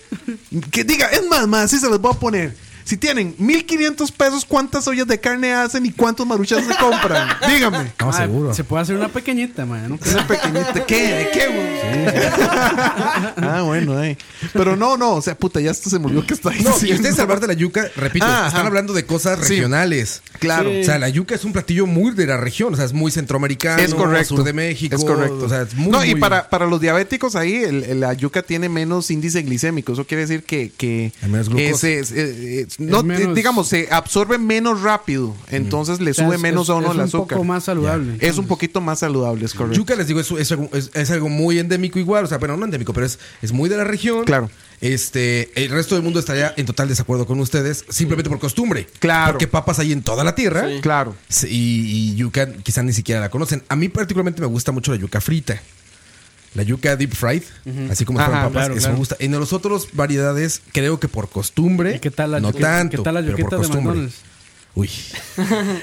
Speaker 6: que diga, es más, ma, así se los voy a poner. Si tienen 1500 pesos, ¿cuántas ollas de carne hacen y cuántos maruchas se compran? Dígame.
Speaker 4: no,
Speaker 3: Ma,
Speaker 4: seguro.
Speaker 3: Se puede hacer una pequeñita, ma. ¿no?
Speaker 6: Esa pequeñita. ¿Qué? ¿De qué, güey? ah, bueno, eh. Pero no, no, o sea, puta, ya esto se me olvidó que está
Speaker 4: No,
Speaker 6: diciendo.
Speaker 4: y ustedes al bar de la yuca, repito,
Speaker 6: Ah,
Speaker 4: están
Speaker 6: ajá.
Speaker 4: hablando de cosas
Speaker 6: Sí.
Speaker 4: regionales.
Speaker 6: Claro.
Speaker 4: O sea, la yuca es un platillo muy de la región, o sea, es muy centroamericano,
Speaker 6: Es correcto.
Speaker 4: sur de México.
Speaker 6: Es correcto.
Speaker 4: O sea, es muy.
Speaker 6: no, y
Speaker 4: muy-
Speaker 6: para, para los diabéticos ahí, el, el- la yuca tiene menos índice glicémico. Eso quiere decir que. que
Speaker 4: Hay menos glucosa.
Speaker 6: ese- es- eh, eh, no,
Speaker 3: Es menos-
Speaker 6: eh, digamos, se absorbe menos rápido. Entonces le
Speaker 3: O sea,
Speaker 6: sube
Speaker 3: es-
Speaker 6: menos
Speaker 3: es-
Speaker 6: a uno
Speaker 3: es
Speaker 6: el
Speaker 3: un
Speaker 6: azúcar.
Speaker 3: poco más saludable.
Speaker 6: Es un poquito más saludable, es correcto.
Speaker 4: Yuca, les digo, es, es algo- es- es algo muy endémico igual, o sea, pero no endémico, pero es, es muy de la región.
Speaker 6: Claro.
Speaker 4: Este, el resto del mundo estaría en total desacuerdo con ustedes, simplemente por costumbre.
Speaker 6: Claro.
Speaker 4: Porque papas hay en toda la tierra.
Speaker 6: Claro.
Speaker 4: Sí, Y, y yuca quizás ni siquiera la conocen. A mí particularmente me gusta mucho la yuca frita. La yuca deep fried, así como
Speaker 6: Ajá,
Speaker 4: fueron papas,
Speaker 3: claro,
Speaker 4: eso
Speaker 3: claro.
Speaker 4: me gusta. En los otros variedades, creo que por costumbre.
Speaker 3: ¿Eh? ¿Y qué tal la
Speaker 4: no
Speaker 3: yuquita-
Speaker 4: tanto,
Speaker 3: ¿Qué tal las
Speaker 4: pero por
Speaker 3: yuquitas de
Speaker 4: costumbre.
Speaker 3: McDonald's?
Speaker 4: Uy.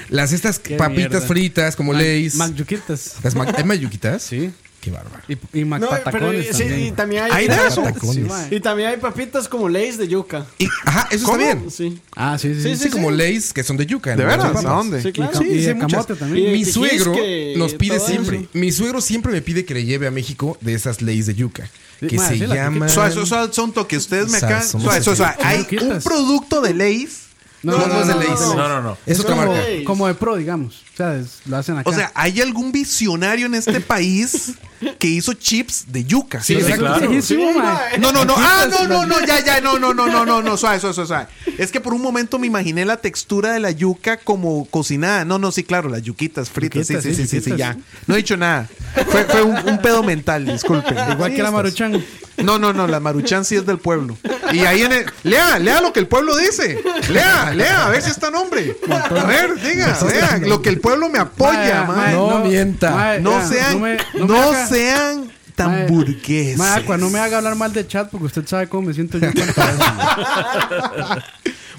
Speaker 4: Las estas
Speaker 3: Qué
Speaker 4: papitas
Speaker 3: mierda.
Speaker 4: fritas, como Lay's.
Speaker 3: Mac yuquitas.
Speaker 4: Las Mac- ¿Hay mayuquitas?
Speaker 3: Sí.
Speaker 4: Qué bárbaro.
Speaker 3: Y, y Mac
Speaker 7: No, pero
Speaker 3: patacones
Speaker 7: sí,
Speaker 3: también.
Speaker 7: y también hay,
Speaker 4: Hay de eso.
Speaker 3: Sí,
Speaker 4: Tacones.
Speaker 3: ma.
Speaker 7: Y también hay papitas como Lays de yuca.
Speaker 4: Y- ajá, eso está bien.
Speaker 7: Sí.
Speaker 3: Ah, sí, sí.
Speaker 4: Sí, como Lay's que son de yuca.
Speaker 6: ¿De
Speaker 4: ¿no? Las
Speaker 6: veras?
Speaker 4: papas.
Speaker 6: ¿A dónde?
Speaker 7: Sí, claro.
Speaker 4: Sí,
Speaker 3: Y
Speaker 4: sí,
Speaker 3: de
Speaker 4: hay muchas.
Speaker 3: camote también.
Speaker 4: Mi
Speaker 7: Y de
Speaker 4: suegro
Speaker 7: quisque,
Speaker 4: nos pide
Speaker 7: todo
Speaker 4: siempre.
Speaker 7: eso.
Speaker 4: Mi suegro siempre me pide que le lleve a México de esas leyes de yuca.
Speaker 3: Sí,
Speaker 4: Que
Speaker 3: ma,
Speaker 4: se
Speaker 3: sí, la-
Speaker 4: llaman.
Speaker 6: Suave, suave, suave, son toques. Ustedes me
Speaker 4: Suave,
Speaker 6: acaban.
Speaker 4: somos
Speaker 6: Suave, suave, suave.
Speaker 4: así.
Speaker 6: Hay
Speaker 3: Son
Speaker 6: un
Speaker 3: loquitas.
Speaker 6: producto de Lay's
Speaker 4: No, no, es de Lay's.
Speaker 3: no,
Speaker 2: No, no, no.
Speaker 4: Es otra
Speaker 3: como,
Speaker 4: marca.
Speaker 3: como de pro, digamos. O sea, es- lo hacen acá.
Speaker 6: O sea, ¿hay algún visionario en este país que hizo chips de yuca?
Speaker 2: Sí, sí, claro.
Speaker 3: Viejísimo, mae.
Speaker 6: No, no, no. Ah, no, no, no, ya, ya, no, no, no, no, no, no, suave, suave, suave, suave. Es que por un momento me imaginé la textura de la yuca como cocinada. No, no, sí, claro, las yuquitas fritas. Sí,
Speaker 3: Yuquitas,
Speaker 6: sí, sí,
Speaker 3: sí,
Speaker 6: sí, sí,
Speaker 3: yuquitas.
Speaker 6: ya. No he dicho nada. Fue, fue un, un pedo mental, disculpen.
Speaker 3: Igual que la maruchan.
Speaker 6: No, no, no, la maruchan sí es del pueblo. Y ahí en el. Lea, lea lo que el pueblo dice. Lea, lea, a ver si está nombre. A ver, diga, lea,
Speaker 3: este,
Speaker 6: lo que el pueblo me apoya,
Speaker 3: Mae,
Speaker 6: man.
Speaker 3: mae,
Speaker 4: No mienta.
Speaker 3: mae,
Speaker 6: No
Speaker 3: ya,
Speaker 6: sean,
Speaker 3: me-
Speaker 6: no,
Speaker 3: me haga-
Speaker 6: sean tan
Speaker 3: Mae,
Speaker 6: burgueses.
Speaker 3: mae, Aqua, no me haga hablar mal de chat porque usted sabe cómo me siento yo. cuando-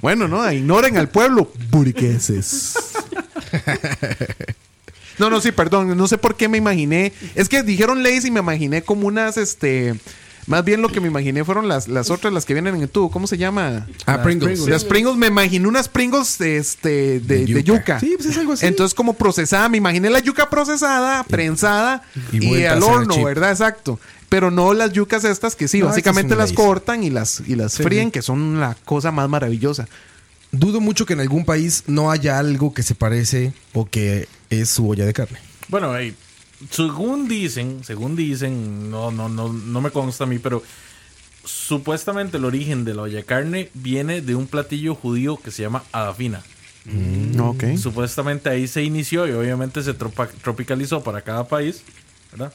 Speaker 6: Bueno, no, ignoren al pueblo, burgueses. No, no, sí, perdón, no sé por qué me imaginé. Es que dijeron Lays y me imaginé como unas, este. Más bien lo que me imaginé fueron las, las otras, las que vienen en el tubo. ¿Cómo se llama?
Speaker 4: Ah, Pringles.
Speaker 6: Las Pringles, me imaginé unas Pringles este, de,
Speaker 4: De
Speaker 6: de yuca.
Speaker 4: yuca.
Speaker 6: Sí, pues es algo así. Entonces, como procesada, me imaginé la yuca procesada, prensada
Speaker 4: y
Speaker 6: y,
Speaker 4: vuelta a
Speaker 6: al
Speaker 4: hacer el
Speaker 6: horno,
Speaker 4: chip.
Speaker 6: ¿verdad? Exacto. Pero no las yucas estas que sí,
Speaker 4: No,
Speaker 6: básicamente
Speaker 4: esas
Speaker 6: las
Speaker 4: son Lay's.
Speaker 6: cortan y las, y las fríen, que son la cosa más maravillosa.
Speaker 4: Dudo mucho que en algún país no haya algo que se parece o que es su olla de carne.
Speaker 2: Bueno, ahí, según dicen, según dicen, no, no, no, no me consta a mí, pero supuestamente el origen de la olla de carne viene de un platillo judío que se llama adafina.
Speaker 4: Mm.
Speaker 6: Ok.
Speaker 2: Supuestamente ahí se inició y obviamente se tropa- tropicalizó para cada país, ¿verdad?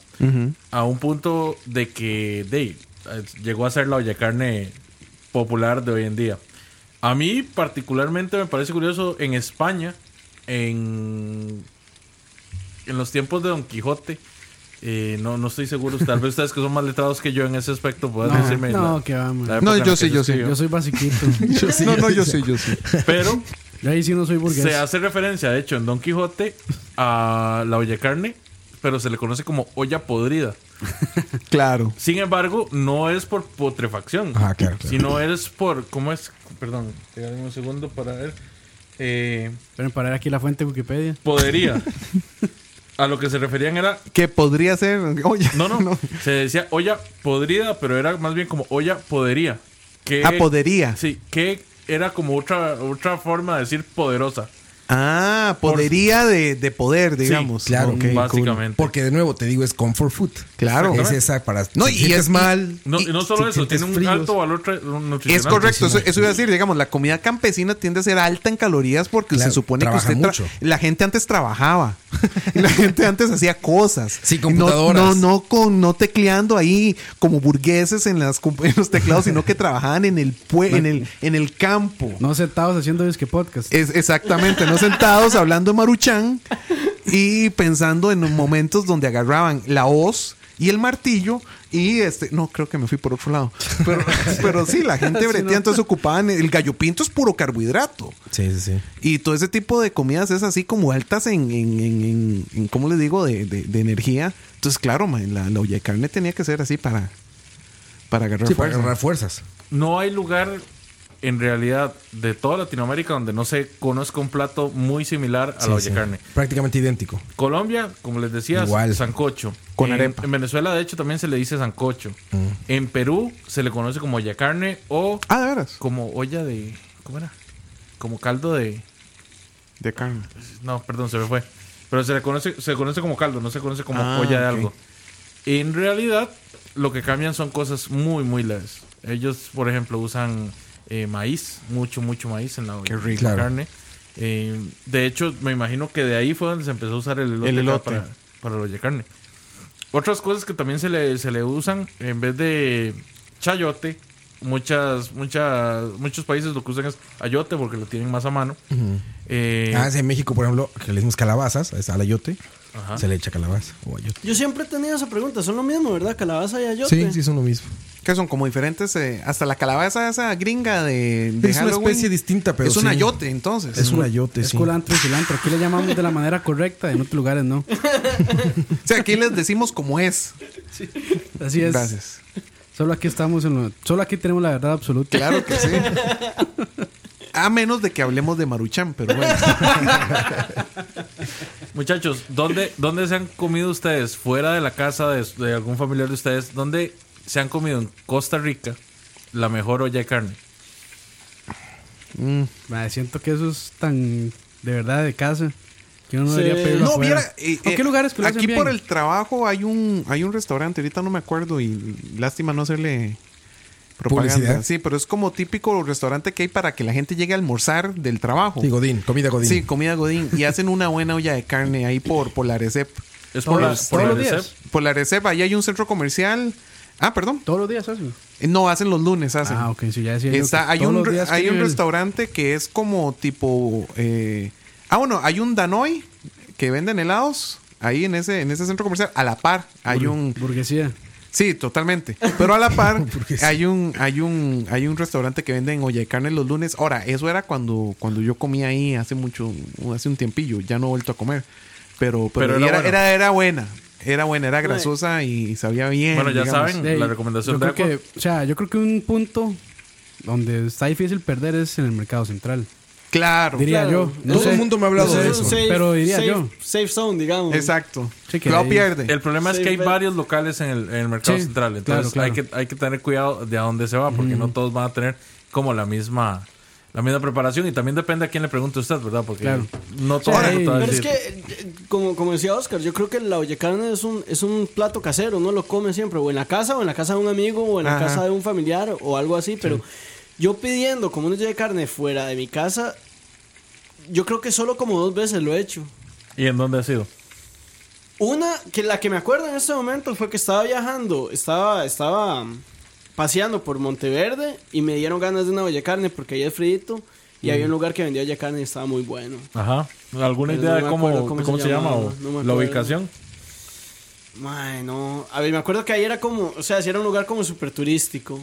Speaker 2: A un punto de que de, eh, llegó a ser la olla de carne popular de hoy en día. A mí particularmente me parece curioso en España, en, en los tiempos de Don Quijote, eh, no, no estoy seguro, tal vez ustedes que son más letrados que yo en ese aspecto puedan
Speaker 3: No,
Speaker 2: decirme.
Speaker 3: no,
Speaker 2: la-
Speaker 3: que vamos.
Speaker 2: la
Speaker 3: No,
Speaker 2: época en la
Speaker 6: yo
Speaker 2: que
Speaker 6: sí,
Speaker 2: se
Speaker 6: yo sí.
Speaker 2: escribió.
Speaker 3: Yo soy basiquito.
Speaker 6: no, no, yo sí, yo sí.
Speaker 2: Pero
Speaker 3: Yo ahí sí no soy burgués.
Speaker 2: Se hace referencia, de hecho, en Don Quijote a la olla de carne, pero se le conoce como olla podrida.
Speaker 6: Claro.
Speaker 2: Sin embargo, no es por putrefacción,
Speaker 4: Ah, claro, claro.
Speaker 2: sino es por. ¿Cómo es? Perdón, déjame un segundo para ver. Eh,
Speaker 3: Esperen, parar aquí la fuente de Wikipedia.
Speaker 2: podería. A lo que se referían era.
Speaker 6: Que podría ser. Oye,
Speaker 2: No, no, Se decía olla podrida, pero era más bien como olla podería. Que,
Speaker 6: Ah, podería.
Speaker 2: Sí, que era como otra, otra forma de decir poderosa.
Speaker 6: Ah, podería de, de poder,
Speaker 2: Sí,
Speaker 6: digamos.
Speaker 4: claro,
Speaker 6: Ok,
Speaker 4: cool.
Speaker 2: básicamente.
Speaker 4: Porque de nuevo te digo, es comfort food.
Speaker 6: Claro.
Speaker 4: Es esa para.
Speaker 6: No,
Speaker 4: si
Speaker 6: y
Speaker 4: sientes
Speaker 6: es-
Speaker 4: mal.
Speaker 2: No, y no solo
Speaker 4: si
Speaker 2: eso,
Speaker 4: sientes
Speaker 2: tiene un
Speaker 4: fríos.
Speaker 2: alto valor tra- nutricional.
Speaker 6: Es correcto, eso, eso iba a decir, digamos, la comida campesina tiende a ser alta en calorías porque
Speaker 4: Claro,
Speaker 6: se supone que
Speaker 4: trabajan
Speaker 6: usted tra-
Speaker 4: mucho.
Speaker 6: la gente antes trabajaba, la gente antes hacía cosas.
Speaker 4: Sí,
Speaker 6: No- No,
Speaker 4: computadoras.
Speaker 6: no, con no tecleando ahí como burgueses en las compu- en los teclados, sino que trabajaban en el pue- en el en el campo.
Speaker 3: No sentados haciendo disque podcast.
Speaker 6: Es, exactamente, no sentados hablando de maruchán y pensando en momentos donde agarraban la hoz y el martillo y este, no creo que me fui por otro lado, pero, pero sí, la gente bretea, entonces ocupaban el gallo pinto es puro carbohidrato
Speaker 4: Sí, sí, sí.
Speaker 6: y todo ese tipo de comidas es así como altas en, en, en, en- en, ¿cómo les digo?, de, de- de energía. Entonces, claro, man, la, la olla de carne tenía que ser así para, para agarrar
Speaker 4: Sí, para
Speaker 6: fuerza.
Speaker 4: agarrar fuerzas.
Speaker 2: No hay lugar en realidad de toda Latinoamérica donde no se conozca un plato muy similar a
Speaker 4: Sí,
Speaker 2: la olla
Speaker 4: sí.
Speaker 2: de carne.
Speaker 4: Prácticamente idéntico.
Speaker 2: Colombia, como les decía,
Speaker 4: Igual.
Speaker 2: sancocho.
Speaker 6: Con
Speaker 2: en,
Speaker 6: arepa.
Speaker 2: En Venezuela, de hecho, también se le dice sancocho.
Speaker 4: Mm.
Speaker 2: En Perú se le conoce como olla de carne o
Speaker 6: Ah, de veras.
Speaker 2: como olla de. ¿Cómo era? Como caldo de.
Speaker 6: De carne.
Speaker 2: No, perdón, se me fue. Pero se le conoce, se le conoce como caldo, no se conoce como
Speaker 6: Ah,
Speaker 2: olla de
Speaker 6: ok.
Speaker 2: algo. En realidad, lo que cambian son cosas muy, muy leves. Ellos, por ejemplo, usan eh, maíz, mucho, mucho maíz en la olla.
Speaker 6: Qué rico.
Speaker 2: en la
Speaker 4: Claro.
Speaker 2: carne. Eh, de hecho, me imagino que de ahí fue donde se empezó a usar el elote,
Speaker 6: El
Speaker 2: acá
Speaker 6: elote.
Speaker 2: Para, para la olla de carne. Otras cosas que también se le, se le usan, en vez de chayote, muchas, muchas, muchos países lo que usan es ayote porque lo tienen más a mano. Eh,
Speaker 4: Ah, sí, en México, por ejemplo, que le decimos calabazas, es al ayote,
Speaker 2: Ajá.
Speaker 4: se le echa calabaza o ayote.
Speaker 7: Yo siempre he tenido esa pregunta, son lo mismo, ¿verdad? Calabaza y ayote.
Speaker 4: Sí, sí, son lo mismo.
Speaker 6: Que son como diferentes. eh, hasta la calabaza esa gringa de. de
Speaker 4: Es una
Speaker 6: Halloween.
Speaker 4: especie distinta, pero
Speaker 6: Es un
Speaker 4: sí.
Speaker 6: ayote, entonces.
Speaker 4: Es un ayote,
Speaker 3: Es
Speaker 4: sí.
Speaker 3: culantro y cilantro. Aquí le llamamos de la manera correcta, en otros lugares no.
Speaker 6: O sea, aquí les decimos como es.
Speaker 3: Así es.
Speaker 6: Gracias.
Speaker 3: Solo aquí estamos en lo- Solo aquí tenemos la verdad absoluta.
Speaker 6: Claro que sí. A menos de que hablemos de Maruchan, pero bueno.
Speaker 2: Muchachos, ¿dónde, ¿dónde se han comido ustedes? Fuera de la casa de, de algún familiar de ustedes, ¿dónde se han comido en Costa Rica la mejor olla de carne?
Speaker 3: Madre, siento que eso es tan de verdad de casa que uno no
Speaker 7: Sí.
Speaker 3: debería pedirlo.
Speaker 6: No,
Speaker 3: afuera.
Speaker 6: viera, eh,
Speaker 3: ¿O
Speaker 6: eh,
Speaker 3: qué lugares que lo hacen
Speaker 6: Aquí por
Speaker 3: bien?
Speaker 6: el trabajo hay un, hay un restaurante, ahorita no me acuerdo y lástima no hacerle propaganda.
Speaker 4: Publicidad.
Speaker 6: Sí, pero es como típico restaurante que hay para que la gente llegue a almorzar del trabajo.
Speaker 4: Sí, Godín, comida Godín.
Speaker 6: Sí, comida Godín. Y hacen una buena olla de carne ahí por, por la Recep.
Speaker 2: Es por, la,
Speaker 3: Todos-
Speaker 2: por la
Speaker 3: todos los
Speaker 2: Recep.
Speaker 3: días.
Speaker 6: Por la Recep, ahí hay un centro comercial. Ah, perdón.
Speaker 3: Todos los días hacen.
Speaker 6: Eh, No, hacen los lunes, hacen.
Speaker 3: Ah, ok, sí, ya decía. yo
Speaker 6: Está,
Speaker 3: que
Speaker 6: hay
Speaker 3: todos
Speaker 6: un,
Speaker 3: los
Speaker 6: re-
Speaker 3: días que
Speaker 6: hay un
Speaker 3: viven-
Speaker 6: restaurante que es como tipo. eh, ah, bueno, hay un Danoy que venden helados ahí en ese, en ese centro comercial. A la par, hay un.
Speaker 3: Burguesía.
Speaker 6: Sí, totalmente. Pero a la par, hay un, hay un, hay un restaurante que venden olla de carne los lunes. Ahora, eso era cuando, cuando yo comía ahí hace mucho, hace un tiempillo, ya no he vuelto a comer. Pero, pero,
Speaker 2: Pero era
Speaker 6: era,
Speaker 2: bueno.
Speaker 6: era, era buena. Era buena, era grasosa y sabía bien.
Speaker 2: Bueno, ya
Speaker 6: digamos.
Speaker 2: saben.
Speaker 3: De ahí,
Speaker 2: La recomendación
Speaker 3: yo
Speaker 2: de
Speaker 3: creo
Speaker 2: Aqua.
Speaker 3: que, O sea, yo creo que un punto donde está difícil perder es en el mercado central.
Speaker 6: Claro.
Speaker 3: Diría
Speaker 7: Claro.
Speaker 3: yo. No
Speaker 4: Todo
Speaker 3: sé.
Speaker 4: el mundo me ha hablado
Speaker 7: Entonces,
Speaker 4: de
Speaker 7: es un
Speaker 4: eso.
Speaker 7: safe-
Speaker 3: Pero diría
Speaker 7: safe-
Speaker 3: yo.
Speaker 7: Safe zone, digamos.
Speaker 6: Exacto.
Speaker 3: Sí, que
Speaker 6: Cuidado
Speaker 3: ahí-
Speaker 6: pierde.
Speaker 2: El problema es
Speaker 7: Sí,
Speaker 2: que hay
Speaker 7: ve-
Speaker 2: varios locales en el, en el mercado
Speaker 3: Sí,
Speaker 2: central. Entonces
Speaker 3: claro,
Speaker 2: Hay, que, hay que tener cuidado de a dónde se va, porque no todos van a tener como la misma la misma preparación. Y también depende a quién le pregunte usted, ¿verdad? Porque
Speaker 3: Claro.
Speaker 2: no todos
Speaker 3: Ahora,
Speaker 2: van a
Speaker 7: Pero es
Speaker 2: decir-
Speaker 7: que, eh, como, como decía Oscar, yo creo que la olla carne es un, es un plato casero, uno lo come siempre, o en la casa, o en la casa de un amigo, o en la
Speaker 6: Ajá.
Speaker 7: casa de un familiar, o algo así, pero yo pidiendo como una olla de carne fuera de mi casa, yo creo que solo como dos veces lo he hecho.
Speaker 2: ¿Y en dónde ha sido?
Speaker 7: Una, que la que me acuerdo en este momento fue que estaba viajando, estaba, estaba mm, paseando por Monteverde y me dieron ganas de una olla de carne porque ahí es frito y había un lugar que vendía olla de carne y estaba muy bueno.
Speaker 2: Ajá. ¿Alguna
Speaker 7: Pero
Speaker 2: idea
Speaker 7: no
Speaker 2: de
Speaker 7: me
Speaker 2: cómo,
Speaker 7: acuerdo
Speaker 2: cómo, se, llama o
Speaker 7: no me
Speaker 2: la
Speaker 7: acuerdo.
Speaker 2: ubicación?
Speaker 7: Ay, no. A ver, me acuerdo que ahí era como, o sea, si era un lugar como súper turístico.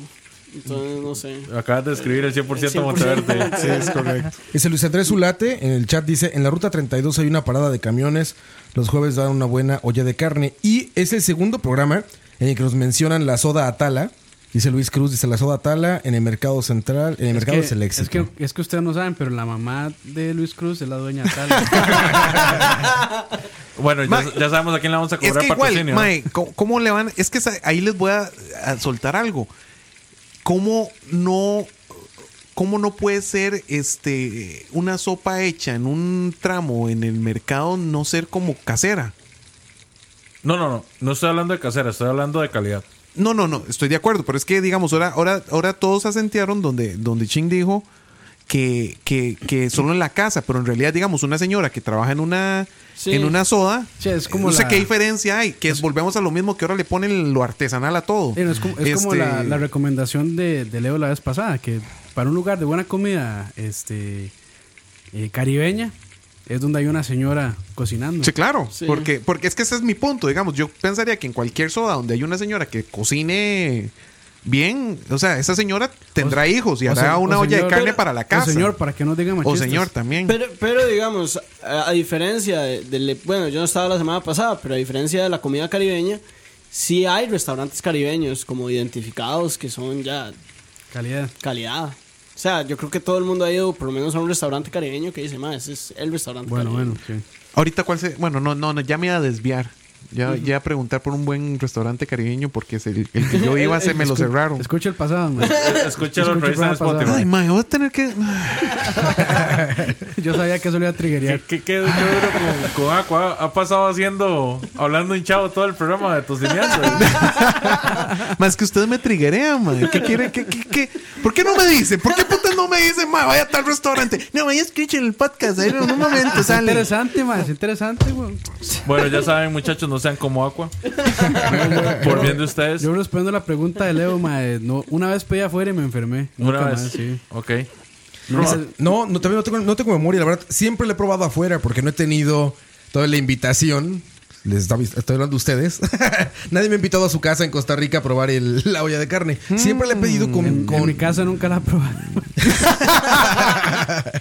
Speaker 7: Entonces, no sé.
Speaker 2: Acabas de escribir el 100%,
Speaker 7: 100%
Speaker 2: Monteverde.
Speaker 7: Sí, es
Speaker 6: correcto.
Speaker 4: Ese Luis Andrés Zulate en el chat dice, en la ruta 32 hay una parada de camiones, los jueves dan una buena olla de carne y es el segundo programa en el que nos mencionan la soda Atala, dice Luis Cruz, dice la soda Atala en el mercado central, en el
Speaker 3: Es
Speaker 4: mercado
Speaker 3: que-
Speaker 4: es el éxito.
Speaker 3: Es que, es que ustedes no saben, pero la mamá de Luis Cruz es la dueña de tal.
Speaker 2: Bueno, ya,
Speaker 6: Mae,
Speaker 2: ya sabemos a quién le vamos a
Speaker 6: Es
Speaker 2: cobrar
Speaker 6: que igual,
Speaker 2: patrocinio.
Speaker 6: mae, ¿cómo, cómo le van? Es que sa- ahí les voy a, a soltar algo. ¿Cómo no, ¿Cómo no puede ser este una sopa hecha en un tramo en el mercado no ser como casera?
Speaker 2: No, no, no. No estoy hablando de casera, estoy hablando de calidad.
Speaker 6: No, no, no, estoy de acuerdo, pero es que digamos, ahora, ahora, ahora todos asentieron donde, donde Ching dijo que, que, que solo en la casa, pero en realidad, digamos, una señora que trabaja en una,
Speaker 7: Sí.
Speaker 6: en una soda,
Speaker 3: Sí, es como
Speaker 6: no sé
Speaker 3: la-
Speaker 6: qué diferencia hay, que es- volvemos a lo mismo que ahora le ponen lo artesanal a todo.
Speaker 3: Sí, no, es como, es como
Speaker 6: Este,
Speaker 3: la, la recomendación de, de Leo la vez pasada, que para un lugar de buena comida este eh, caribeña es donde hay una señora cocinando.
Speaker 6: Sí, claro,
Speaker 7: Sí.
Speaker 6: porque porque es que ese es mi punto, digamos, yo pensaría que en cualquier soda donde hay una señora que cocine bien, o sea, esa señora tendrá hijos y
Speaker 3: O
Speaker 6: hará
Speaker 3: sea,
Speaker 6: una
Speaker 3: o
Speaker 6: olla
Speaker 3: señor-
Speaker 6: de carne
Speaker 3: pero-
Speaker 6: para la
Speaker 3: o
Speaker 6: casa.
Speaker 3: señor, para que no digan
Speaker 6: o
Speaker 3: machistas.
Speaker 6: señor también.
Speaker 7: Pero, pero digamos, a, a diferencia de- del. bueno, yo no estaba la semana pasada, pero a diferencia de la comida caribeña, sí hay restaurantes caribeños como identificados que son ya
Speaker 3: Calidad.
Speaker 7: calidad. O sea, yo creo que todo el mundo ha ido por lo menos a un restaurante caribeño que dice, más, ese es el restaurante
Speaker 3: Bueno,
Speaker 7: caribeño".
Speaker 3: bueno, sí.
Speaker 6: Ahorita cuál se... Bueno, no, no, no, ya me iba a desviar. Ya, ya a preguntar por un buen restaurante caribeño porque es el, el que yo iba se me lo cerraron.
Speaker 3: Escucha el pasado, man.
Speaker 2: Escucha la
Speaker 3: el
Speaker 2: entrevista en
Speaker 3: programa
Speaker 2: Spotify.
Speaker 6: Ay, mae, voy a tener que...
Speaker 3: Yo sabía que eso le iba a
Speaker 2: ¿Qué,
Speaker 3: triggerear.
Speaker 2: qué, qué- qué duro con, con Aqua? Ha pasado haciendo, hablando hinchado todo el programa de tocineando.
Speaker 6: Más que ustedes me triguerean, mae. ¿Qué quiere? ¿Qué, qué, qué? ¿Por qué no me dicen? ¿Por qué putas no me dicen, mae? Vaya a tal restaurante. No, vaya a escuchar el podcast. ¿eh? Ahí en un momento
Speaker 3: Es
Speaker 6: sale.
Speaker 3: interesante, man. Es interesante, weón.
Speaker 2: Bueno, ya saben, muchachos, no sean como Aqua. Volviendo a ustedes.
Speaker 3: Yo respondo la pregunta de Leo, mae. No, una vez pedí afuera y me enfermé.
Speaker 2: Una
Speaker 3: Nunca
Speaker 2: vez.
Speaker 3: más, sí.
Speaker 2: Ok.
Speaker 3: No,
Speaker 4: Dice, no, no, también no tengo, no tengo memoria, la verdad. Siempre lo he probado afuera porque no he tenido toda la invitación. Les estaba- estoy hablando de ustedes. Nadie me ha invitado a su casa en Costa Rica a probar el- la olla de carne. Siempre le he pedido con...
Speaker 3: en, en
Speaker 4: con-
Speaker 3: mi casa nunca la probé.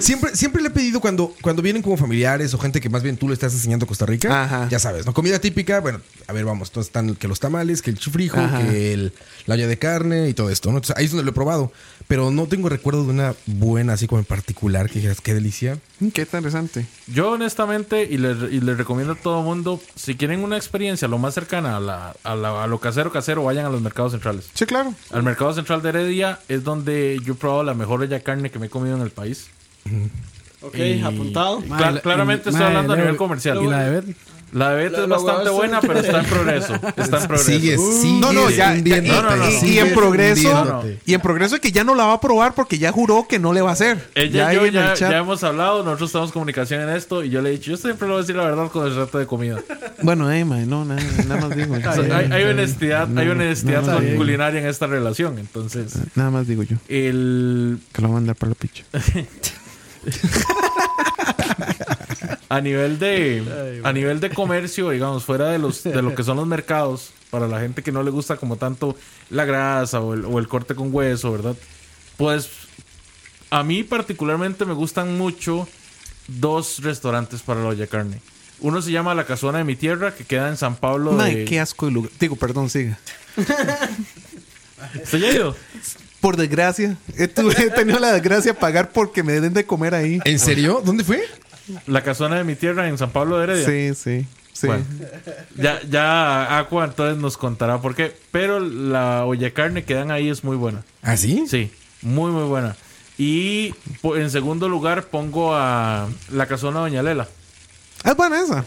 Speaker 4: Siempre, siempre le he pedido cuando, cuando vienen como familiares o gente que más bien tú le estás enseñando Costa Rica,
Speaker 6: Ajá.
Speaker 4: ya sabes, ¿no? Comida típica, bueno, a ver, vamos, entonces están que los tamales, que el chifrijo,
Speaker 6: Ajá.
Speaker 4: que el, la olla de carne y todo esto, ¿no? Entonces, ahí es donde lo he probado, pero no tengo recuerdo de una buena así como en particular que dijeras, qué delicia.
Speaker 6: Qué interesante.
Speaker 2: Yo honestamente, y le, y le recomiendo a todo mundo, si quieren una experiencia lo más cercana a, la- a la- a lo casero casero, vayan a los mercados centrales.
Speaker 6: Sí, claro.
Speaker 2: Al mercado central de Heredia es donde yo he probado la mejor olla de carne que me he comido en el país.
Speaker 7: Ok,
Speaker 2: Y-
Speaker 7: apuntado.
Speaker 2: Cla- claramente estoy hablando a nivel comercial.
Speaker 3: Y la de ver.
Speaker 2: La de Beth
Speaker 7: Lo-
Speaker 2: es
Speaker 7: lo
Speaker 2: bastante
Speaker 7: huevazo.
Speaker 2: buena, pero está en progreso. Está en progreso.
Speaker 4: Sigues, sigues
Speaker 6: No, no, ya. ya- y,
Speaker 4: hundiéndote,
Speaker 2: No, no, no.
Speaker 6: y- y en
Speaker 4: sigues
Speaker 6: progreso.
Speaker 4: hundiéndote.
Speaker 6: Y en progreso que ya no la va a probar porque ya juró que no le va a hacer.
Speaker 2: Ella y
Speaker 6: ahí
Speaker 2: yo
Speaker 6: en el
Speaker 2: ya,
Speaker 6: chat.
Speaker 2: ya hemos hablado, nosotros estamos en comunicación en esto y yo le he dicho, yo siempre le voy a decir la verdad cuando se trata de comida.
Speaker 6: Bueno, eh, mae, no, nada, nada más digo.
Speaker 2: O sea, hay, hay honestidad, hay honestidad
Speaker 6: no, está
Speaker 2: con-
Speaker 6: bien.
Speaker 2: culinaria en esta relación, entonces
Speaker 6: Nada más digo yo.
Speaker 2: el
Speaker 6: Que lo voy a mandar para la picha.
Speaker 2: a nivel de a nivel de comercio, digamos, fuera de los de lo que son los mercados, para la gente que no le gusta como tanto la grasa o el, o el corte con hueso, ¿verdad? Pues a mí particularmente me gustan mucho dos restaurantes para la olla de carne. Uno se llama La Casona de mi Tierra, que queda en San Pablo
Speaker 6: Mae,
Speaker 2: de...
Speaker 6: qué asco de lugar. Digo, perdón, siga.
Speaker 2: ¿Usted ya ha ido?
Speaker 6: Por desgracia, he, tu- he tenido la desgracia de pagar porque me den de comer ahí.
Speaker 4: ¿En serio? ¿Dónde fue?
Speaker 2: La Casona de mi Tierra en San Pablo de Heredia.
Speaker 6: Sí, sí, sí.
Speaker 2: Bueno, ya, ya Aqua entonces nos contará por qué. Pero la olla de carne que dan ahí es muy buena.
Speaker 4: ¿Ah, sí?
Speaker 2: Sí, muy, muy buena. Y po- en segundo lugar pongo a la casona Doña Lela.
Speaker 6: Ah, Es buena esa.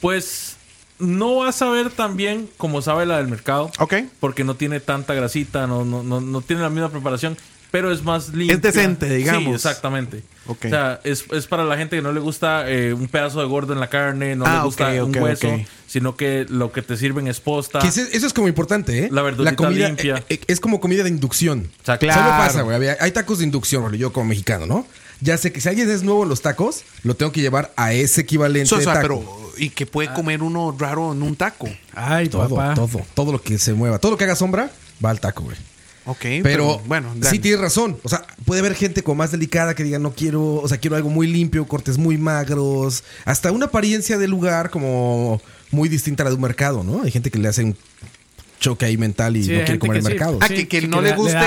Speaker 2: Pues no va a saber tan bien como sabe la del mercado.
Speaker 6: Ok.
Speaker 2: Porque no tiene tanta grasita, no, no, no, no tiene la misma preparación, pero es más limpia.
Speaker 6: decente, digamos.
Speaker 2: Sí, exactamente.
Speaker 6: Ok.
Speaker 2: O sea, es, es para la gente que no le gusta eh, un pedazo de gordo en la carne, no
Speaker 6: Ah,
Speaker 2: le gusta
Speaker 6: ok,
Speaker 2: un
Speaker 6: ok,
Speaker 2: hueso,
Speaker 6: ok.
Speaker 2: sino que lo que te sirven es posta.
Speaker 4: Que ese- eso es como importante, ¿eh?
Speaker 2: La verdurita
Speaker 4: comida
Speaker 2: limpia.
Speaker 4: eh, eh, es como comida de inducción.
Speaker 2: O sea,
Speaker 4: Solo pasa, güey. Había- Hay tacos de inducción, boludo, yo como mexicano, ¿no? Ya sé que si alguien es nuevo en los tacos, lo tengo que llevar a ese equivalente
Speaker 6: O
Speaker 4: de
Speaker 6: sea,
Speaker 4: taco.
Speaker 6: pero, ¿y que puede comer uno raro en un taco?
Speaker 3: Ay,
Speaker 4: todo,
Speaker 3: papá.
Speaker 4: todo, todo lo que se mueva, todo lo que haga sombra va al taco, güey.
Speaker 6: Ok,
Speaker 4: Pero,
Speaker 6: bueno,
Speaker 4: sí
Speaker 6: dale.
Speaker 4: tienes razón. O sea, puede haber gente como más delicada que diga, no quiero, o sea, quiero algo muy limpio, cortes muy magros, hasta una apariencia de lugar como muy distinta a la de un mercado, ¿no? Hay gente que le hace un choque ahí mental y
Speaker 3: Sí,
Speaker 4: no
Speaker 3: hay
Speaker 4: quiere
Speaker 3: gente
Speaker 4: comer en
Speaker 3: que sí.
Speaker 4: mercado.
Speaker 6: Ah, que, que no le guste.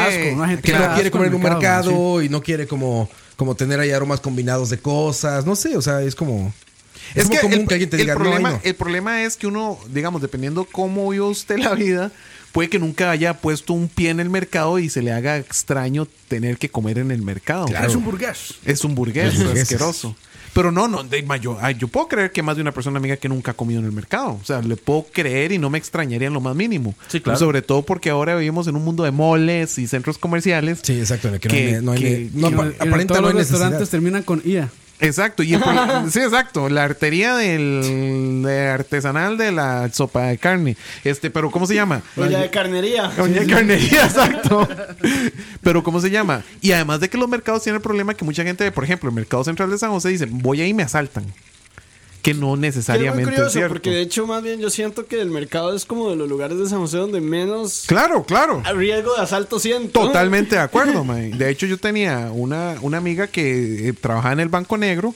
Speaker 4: que no quiere comer en un mercado
Speaker 3: sí.
Speaker 4: y no quiere como, como tener ahí aromas combinados de cosas. No sé, o sea, es como. Es,
Speaker 6: Es
Speaker 4: muy
Speaker 6: que
Speaker 4: común
Speaker 6: el,
Speaker 4: que alguien te
Speaker 6: el
Speaker 4: diga, no, ahí
Speaker 6: problema,
Speaker 4: no.
Speaker 6: el problema es que uno, digamos, dependiendo cómo vio usted la vida, puede que nunca haya puesto un pie en el mercado y se le haga extraño tener que comer en el mercado.
Speaker 4: Claro.
Speaker 6: Es un,
Speaker 3: burgués.
Speaker 6: es un burgués,
Speaker 4: Burgueses.
Speaker 6: asqueroso. Pero no, no, de- ma, yo, ay, yo puedo creer que más de una persona amiga que nunca ha comido en el mercado. O sea, le puedo creer y no me extrañaría en lo más mínimo.
Speaker 2: Sí, claro.
Speaker 6: Sobre todo porque ahora vivimos en un mundo de moles y centros comerciales.
Speaker 4: Sí, exacto, en el que,
Speaker 6: Que-
Speaker 4: no hay, no hay-
Speaker 6: que-
Speaker 4: no,
Speaker 3: Y
Speaker 4: apa-
Speaker 3: los- y
Speaker 4: aparenta
Speaker 3: todos
Speaker 4: no
Speaker 3: los
Speaker 4: hay necesidad.
Speaker 3: restaurantes terminan con IA.
Speaker 6: Exacto, y el pro- sí, exacto, la artería del de artesanal de la sopa de carne. Este, pero ¿cómo se llama?
Speaker 7: Olla de carnería.
Speaker 6: Doña Carnería, exacto. Pero ¿cómo se llama? Y además de que los mercados tienen el problema que mucha gente, por ejemplo, el mercado central de San José dice, voy ahí y me asaltan. Que no
Speaker 7: Que es muy
Speaker 6: necesariamente es
Speaker 7: curioso,
Speaker 6: cierto.
Speaker 7: porque de hecho, más bien yo siento que el mercado es como de los lugares de San José donde menos
Speaker 6: Claro, claro.
Speaker 7: riesgo de asalto siento.
Speaker 6: Totalmente de acuerdo, mae. De hecho, yo tenía una, una amiga que eh, trabajaba en el Banco Negro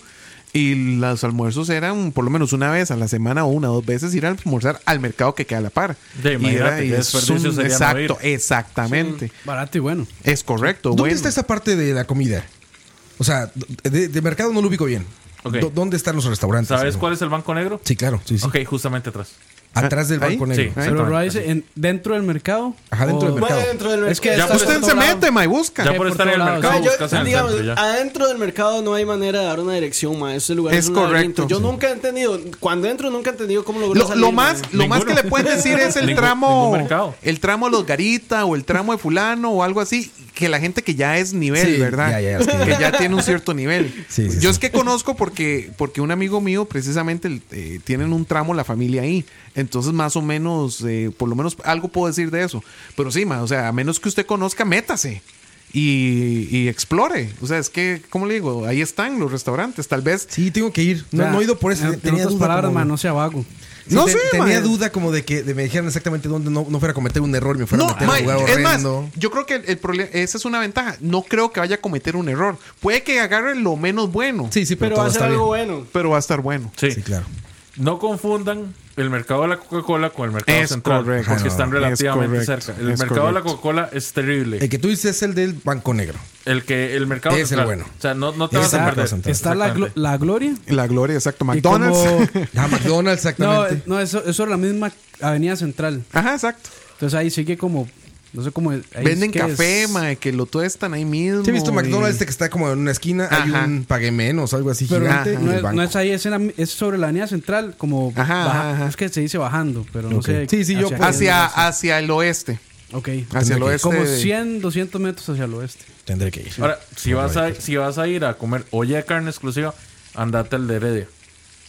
Speaker 6: y los almuerzos eran por lo menos una vez a la semana o una o dos veces ir a almorzar al mercado que queda a la par.
Speaker 2: Sí, imagínate, qué
Speaker 6: es
Speaker 2: desperdicio sería no
Speaker 6: exacto,
Speaker 2: ir.
Speaker 6: exactamente.
Speaker 3: Barato y bueno.
Speaker 6: Es correcto,
Speaker 4: ¿Dónde
Speaker 6: bueno.
Speaker 4: está esa parte de la comida? O sea, de, de mercado no lo ubico bien.
Speaker 2: Ok.
Speaker 4: Do- ¿Dónde están los restaurantes?
Speaker 2: ¿Sabes
Speaker 4: Amigo?
Speaker 2: cuál es el Banco Negro?
Speaker 4: Sí, claro. Sí, sí.
Speaker 2: Ok, justamente atrás.
Speaker 4: Atrás del
Speaker 6: ¿Ahí?
Speaker 4: banco
Speaker 2: Sí,
Speaker 4: negro.
Speaker 2: exactamente.
Speaker 3: Pero Roa dice, en- ¿dentro del mercado?
Speaker 4: Ajá, dentro
Speaker 3: O-
Speaker 4: del
Speaker 7: Bueno,
Speaker 4: mercado.
Speaker 7: dentro del mercado.
Speaker 3: Es que
Speaker 2: Ya
Speaker 3: está-
Speaker 2: pues
Speaker 6: Usted
Speaker 3: está
Speaker 6: se
Speaker 3: doblado.
Speaker 6: mete, mae, busca.
Speaker 2: Ya
Speaker 3: que
Speaker 2: por
Speaker 3: por
Speaker 2: estar en el
Speaker 3: todos lados,
Speaker 2: mercado,
Speaker 3: sí.
Speaker 7: Yo-
Speaker 2: buscas en el
Speaker 7: digamos, ah,
Speaker 2: centro, ya.
Speaker 7: adentro del mercado no hay manera de dar una dirección, ma. Ese lugar
Speaker 6: Es
Speaker 7: un laberinto.
Speaker 6: correcto.
Speaker 7: Yo nunca he entendido, cuando entro nunca he entendido cómo logro
Speaker 6: Lo,
Speaker 7: salir,
Speaker 6: lo
Speaker 7: ma.
Speaker 6: más, lo más que
Speaker 2: Ninguno.
Speaker 6: le pueden decir es el
Speaker 2: Ningún-
Speaker 6: tramo.
Speaker 2: ningún mercado.
Speaker 6: El tramo de los Garita o el tramo de Fulano o algo así. Que la gente que ya es nivel,
Speaker 4: Sí,
Speaker 6: ¿verdad?
Speaker 4: ya, ya, los que-
Speaker 6: que ya tiene un cierto nivel.
Speaker 4: Sí, sí,
Speaker 6: Yo
Speaker 4: sí.
Speaker 6: es que conozco porque, porque un amigo mío, precisamente, eh, tienen un tramo la familia ahí. Entonces, más o menos, eh, por lo menos algo puedo decir de eso. Pero sí, ma, o sea, a menos que usted conozca, métase. y, y explore. O sea, es que, ¿cómo le digo? Ahí están los restaurantes. Tal vez
Speaker 4: Sí, tengo que ir. No,
Speaker 3: O sea,
Speaker 4: no he ido por eso.
Speaker 3: En, en
Speaker 4: tenía
Speaker 3: otras
Speaker 4: duda
Speaker 3: palabras,
Speaker 4: como-
Speaker 3: man, no sea vago.
Speaker 4: Sí,
Speaker 6: No
Speaker 4: te-
Speaker 6: sé,
Speaker 4: Tenía
Speaker 6: mae.
Speaker 4: duda como de que de me dijeran exactamente dónde no, no fuera a cometer un error y me fuera a
Speaker 6: No,
Speaker 4: meter a
Speaker 6: mae,
Speaker 4: un lugar
Speaker 6: es más,
Speaker 4: horrendo.
Speaker 6: yo creo que el, problema, esa es una ventaja. No creo que vaya a cometer un error. Puede que agarre lo menos bueno,
Speaker 4: sí, sí, pero,
Speaker 7: Pero
Speaker 4: todo
Speaker 7: va a ser
Speaker 4: está
Speaker 7: algo
Speaker 4: bien.
Speaker 7: bueno.
Speaker 6: pero va a estar bueno.
Speaker 2: Sí.
Speaker 4: Sí, claro.
Speaker 2: No confundan el mercado de la Coca-Cola con el mercado
Speaker 6: Es
Speaker 2: central,
Speaker 6: correcto.
Speaker 2: porque
Speaker 4: Ah,
Speaker 2: están
Speaker 6: es
Speaker 2: relativamente
Speaker 6: correcto,
Speaker 2: cerca. El
Speaker 6: es
Speaker 2: mercado de la
Speaker 6: correcto.
Speaker 2: Coca-Cola es terrible.
Speaker 4: El que tú dices es el del Banco Negro.
Speaker 2: El que el mercado
Speaker 4: Eh, Es el
Speaker 2: central.
Speaker 4: bueno.
Speaker 2: O sea, no, no te
Speaker 4: Es
Speaker 2: vas
Speaker 4: el
Speaker 2: a
Speaker 4: mercado
Speaker 2: perder.
Speaker 4: central.
Speaker 3: Está la, glo-
Speaker 2: Exactamente.
Speaker 3: la gloria.
Speaker 6: La gloria, exacto.
Speaker 3: y
Speaker 6: McDonald's.
Speaker 3: como-
Speaker 4: Ah, McDonald's,
Speaker 3: No, eh,
Speaker 4: exactamente.
Speaker 3: no, eso, eso es la misma avenida central.
Speaker 6: Ajá, exacto.
Speaker 3: Entonces ahí sigue como. No sé cómo. ahí es
Speaker 6: Venden
Speaker 3: que
Speaker 6: café,
Speaker 3: es-
Speaker 6: mae, que lo tuestan ahí mismo.
Speaker 4: ¿Sí he visto
Speaker 6: y-
Speaker 4: McDonald's este que está como en una esquina?
Speaker 6: Ajá.
Speaker 4: Hay un pagué menos, algo así.
Speaker 3: Pero
Speaker 4: gigante,
Speaker 3: no,
Speaker 4: y el
Speaker 3: es,
Speaker 4: banco.
Speaker 3: no es ahí, es, en la- es sobre la avenida central, como.
Speaker 6: Ajá,
Speaker 3: baja-
Speaker 6: ajá, ajá.
Speaker 3: Es que se dice bajando, pero no
Speaker 4: Ok.
Speaker 3: sé.
Speaker 4: Sí, sí, yo
Speaker 3: hacia
Speaker 4: por-
Speaker 3: qué
Speaker 6: Hacia,
Speaker 3: dirección.
Speaker 6: hacia el oeste.
Speaker 3: Ok.
Speaker 6: Hacia el
Speaker 4: Como
Speaker 6: oeste.
Speaker 3: Como
Speaker 6: de-
Speaker 3: 100, 200 metros hacia el oeste.
Speaker 4: Tendré que ir.
Speaker 2: Ahora, si vas, a, si vas a ir a comer olla de carne exclusiva, andate al de Heredia.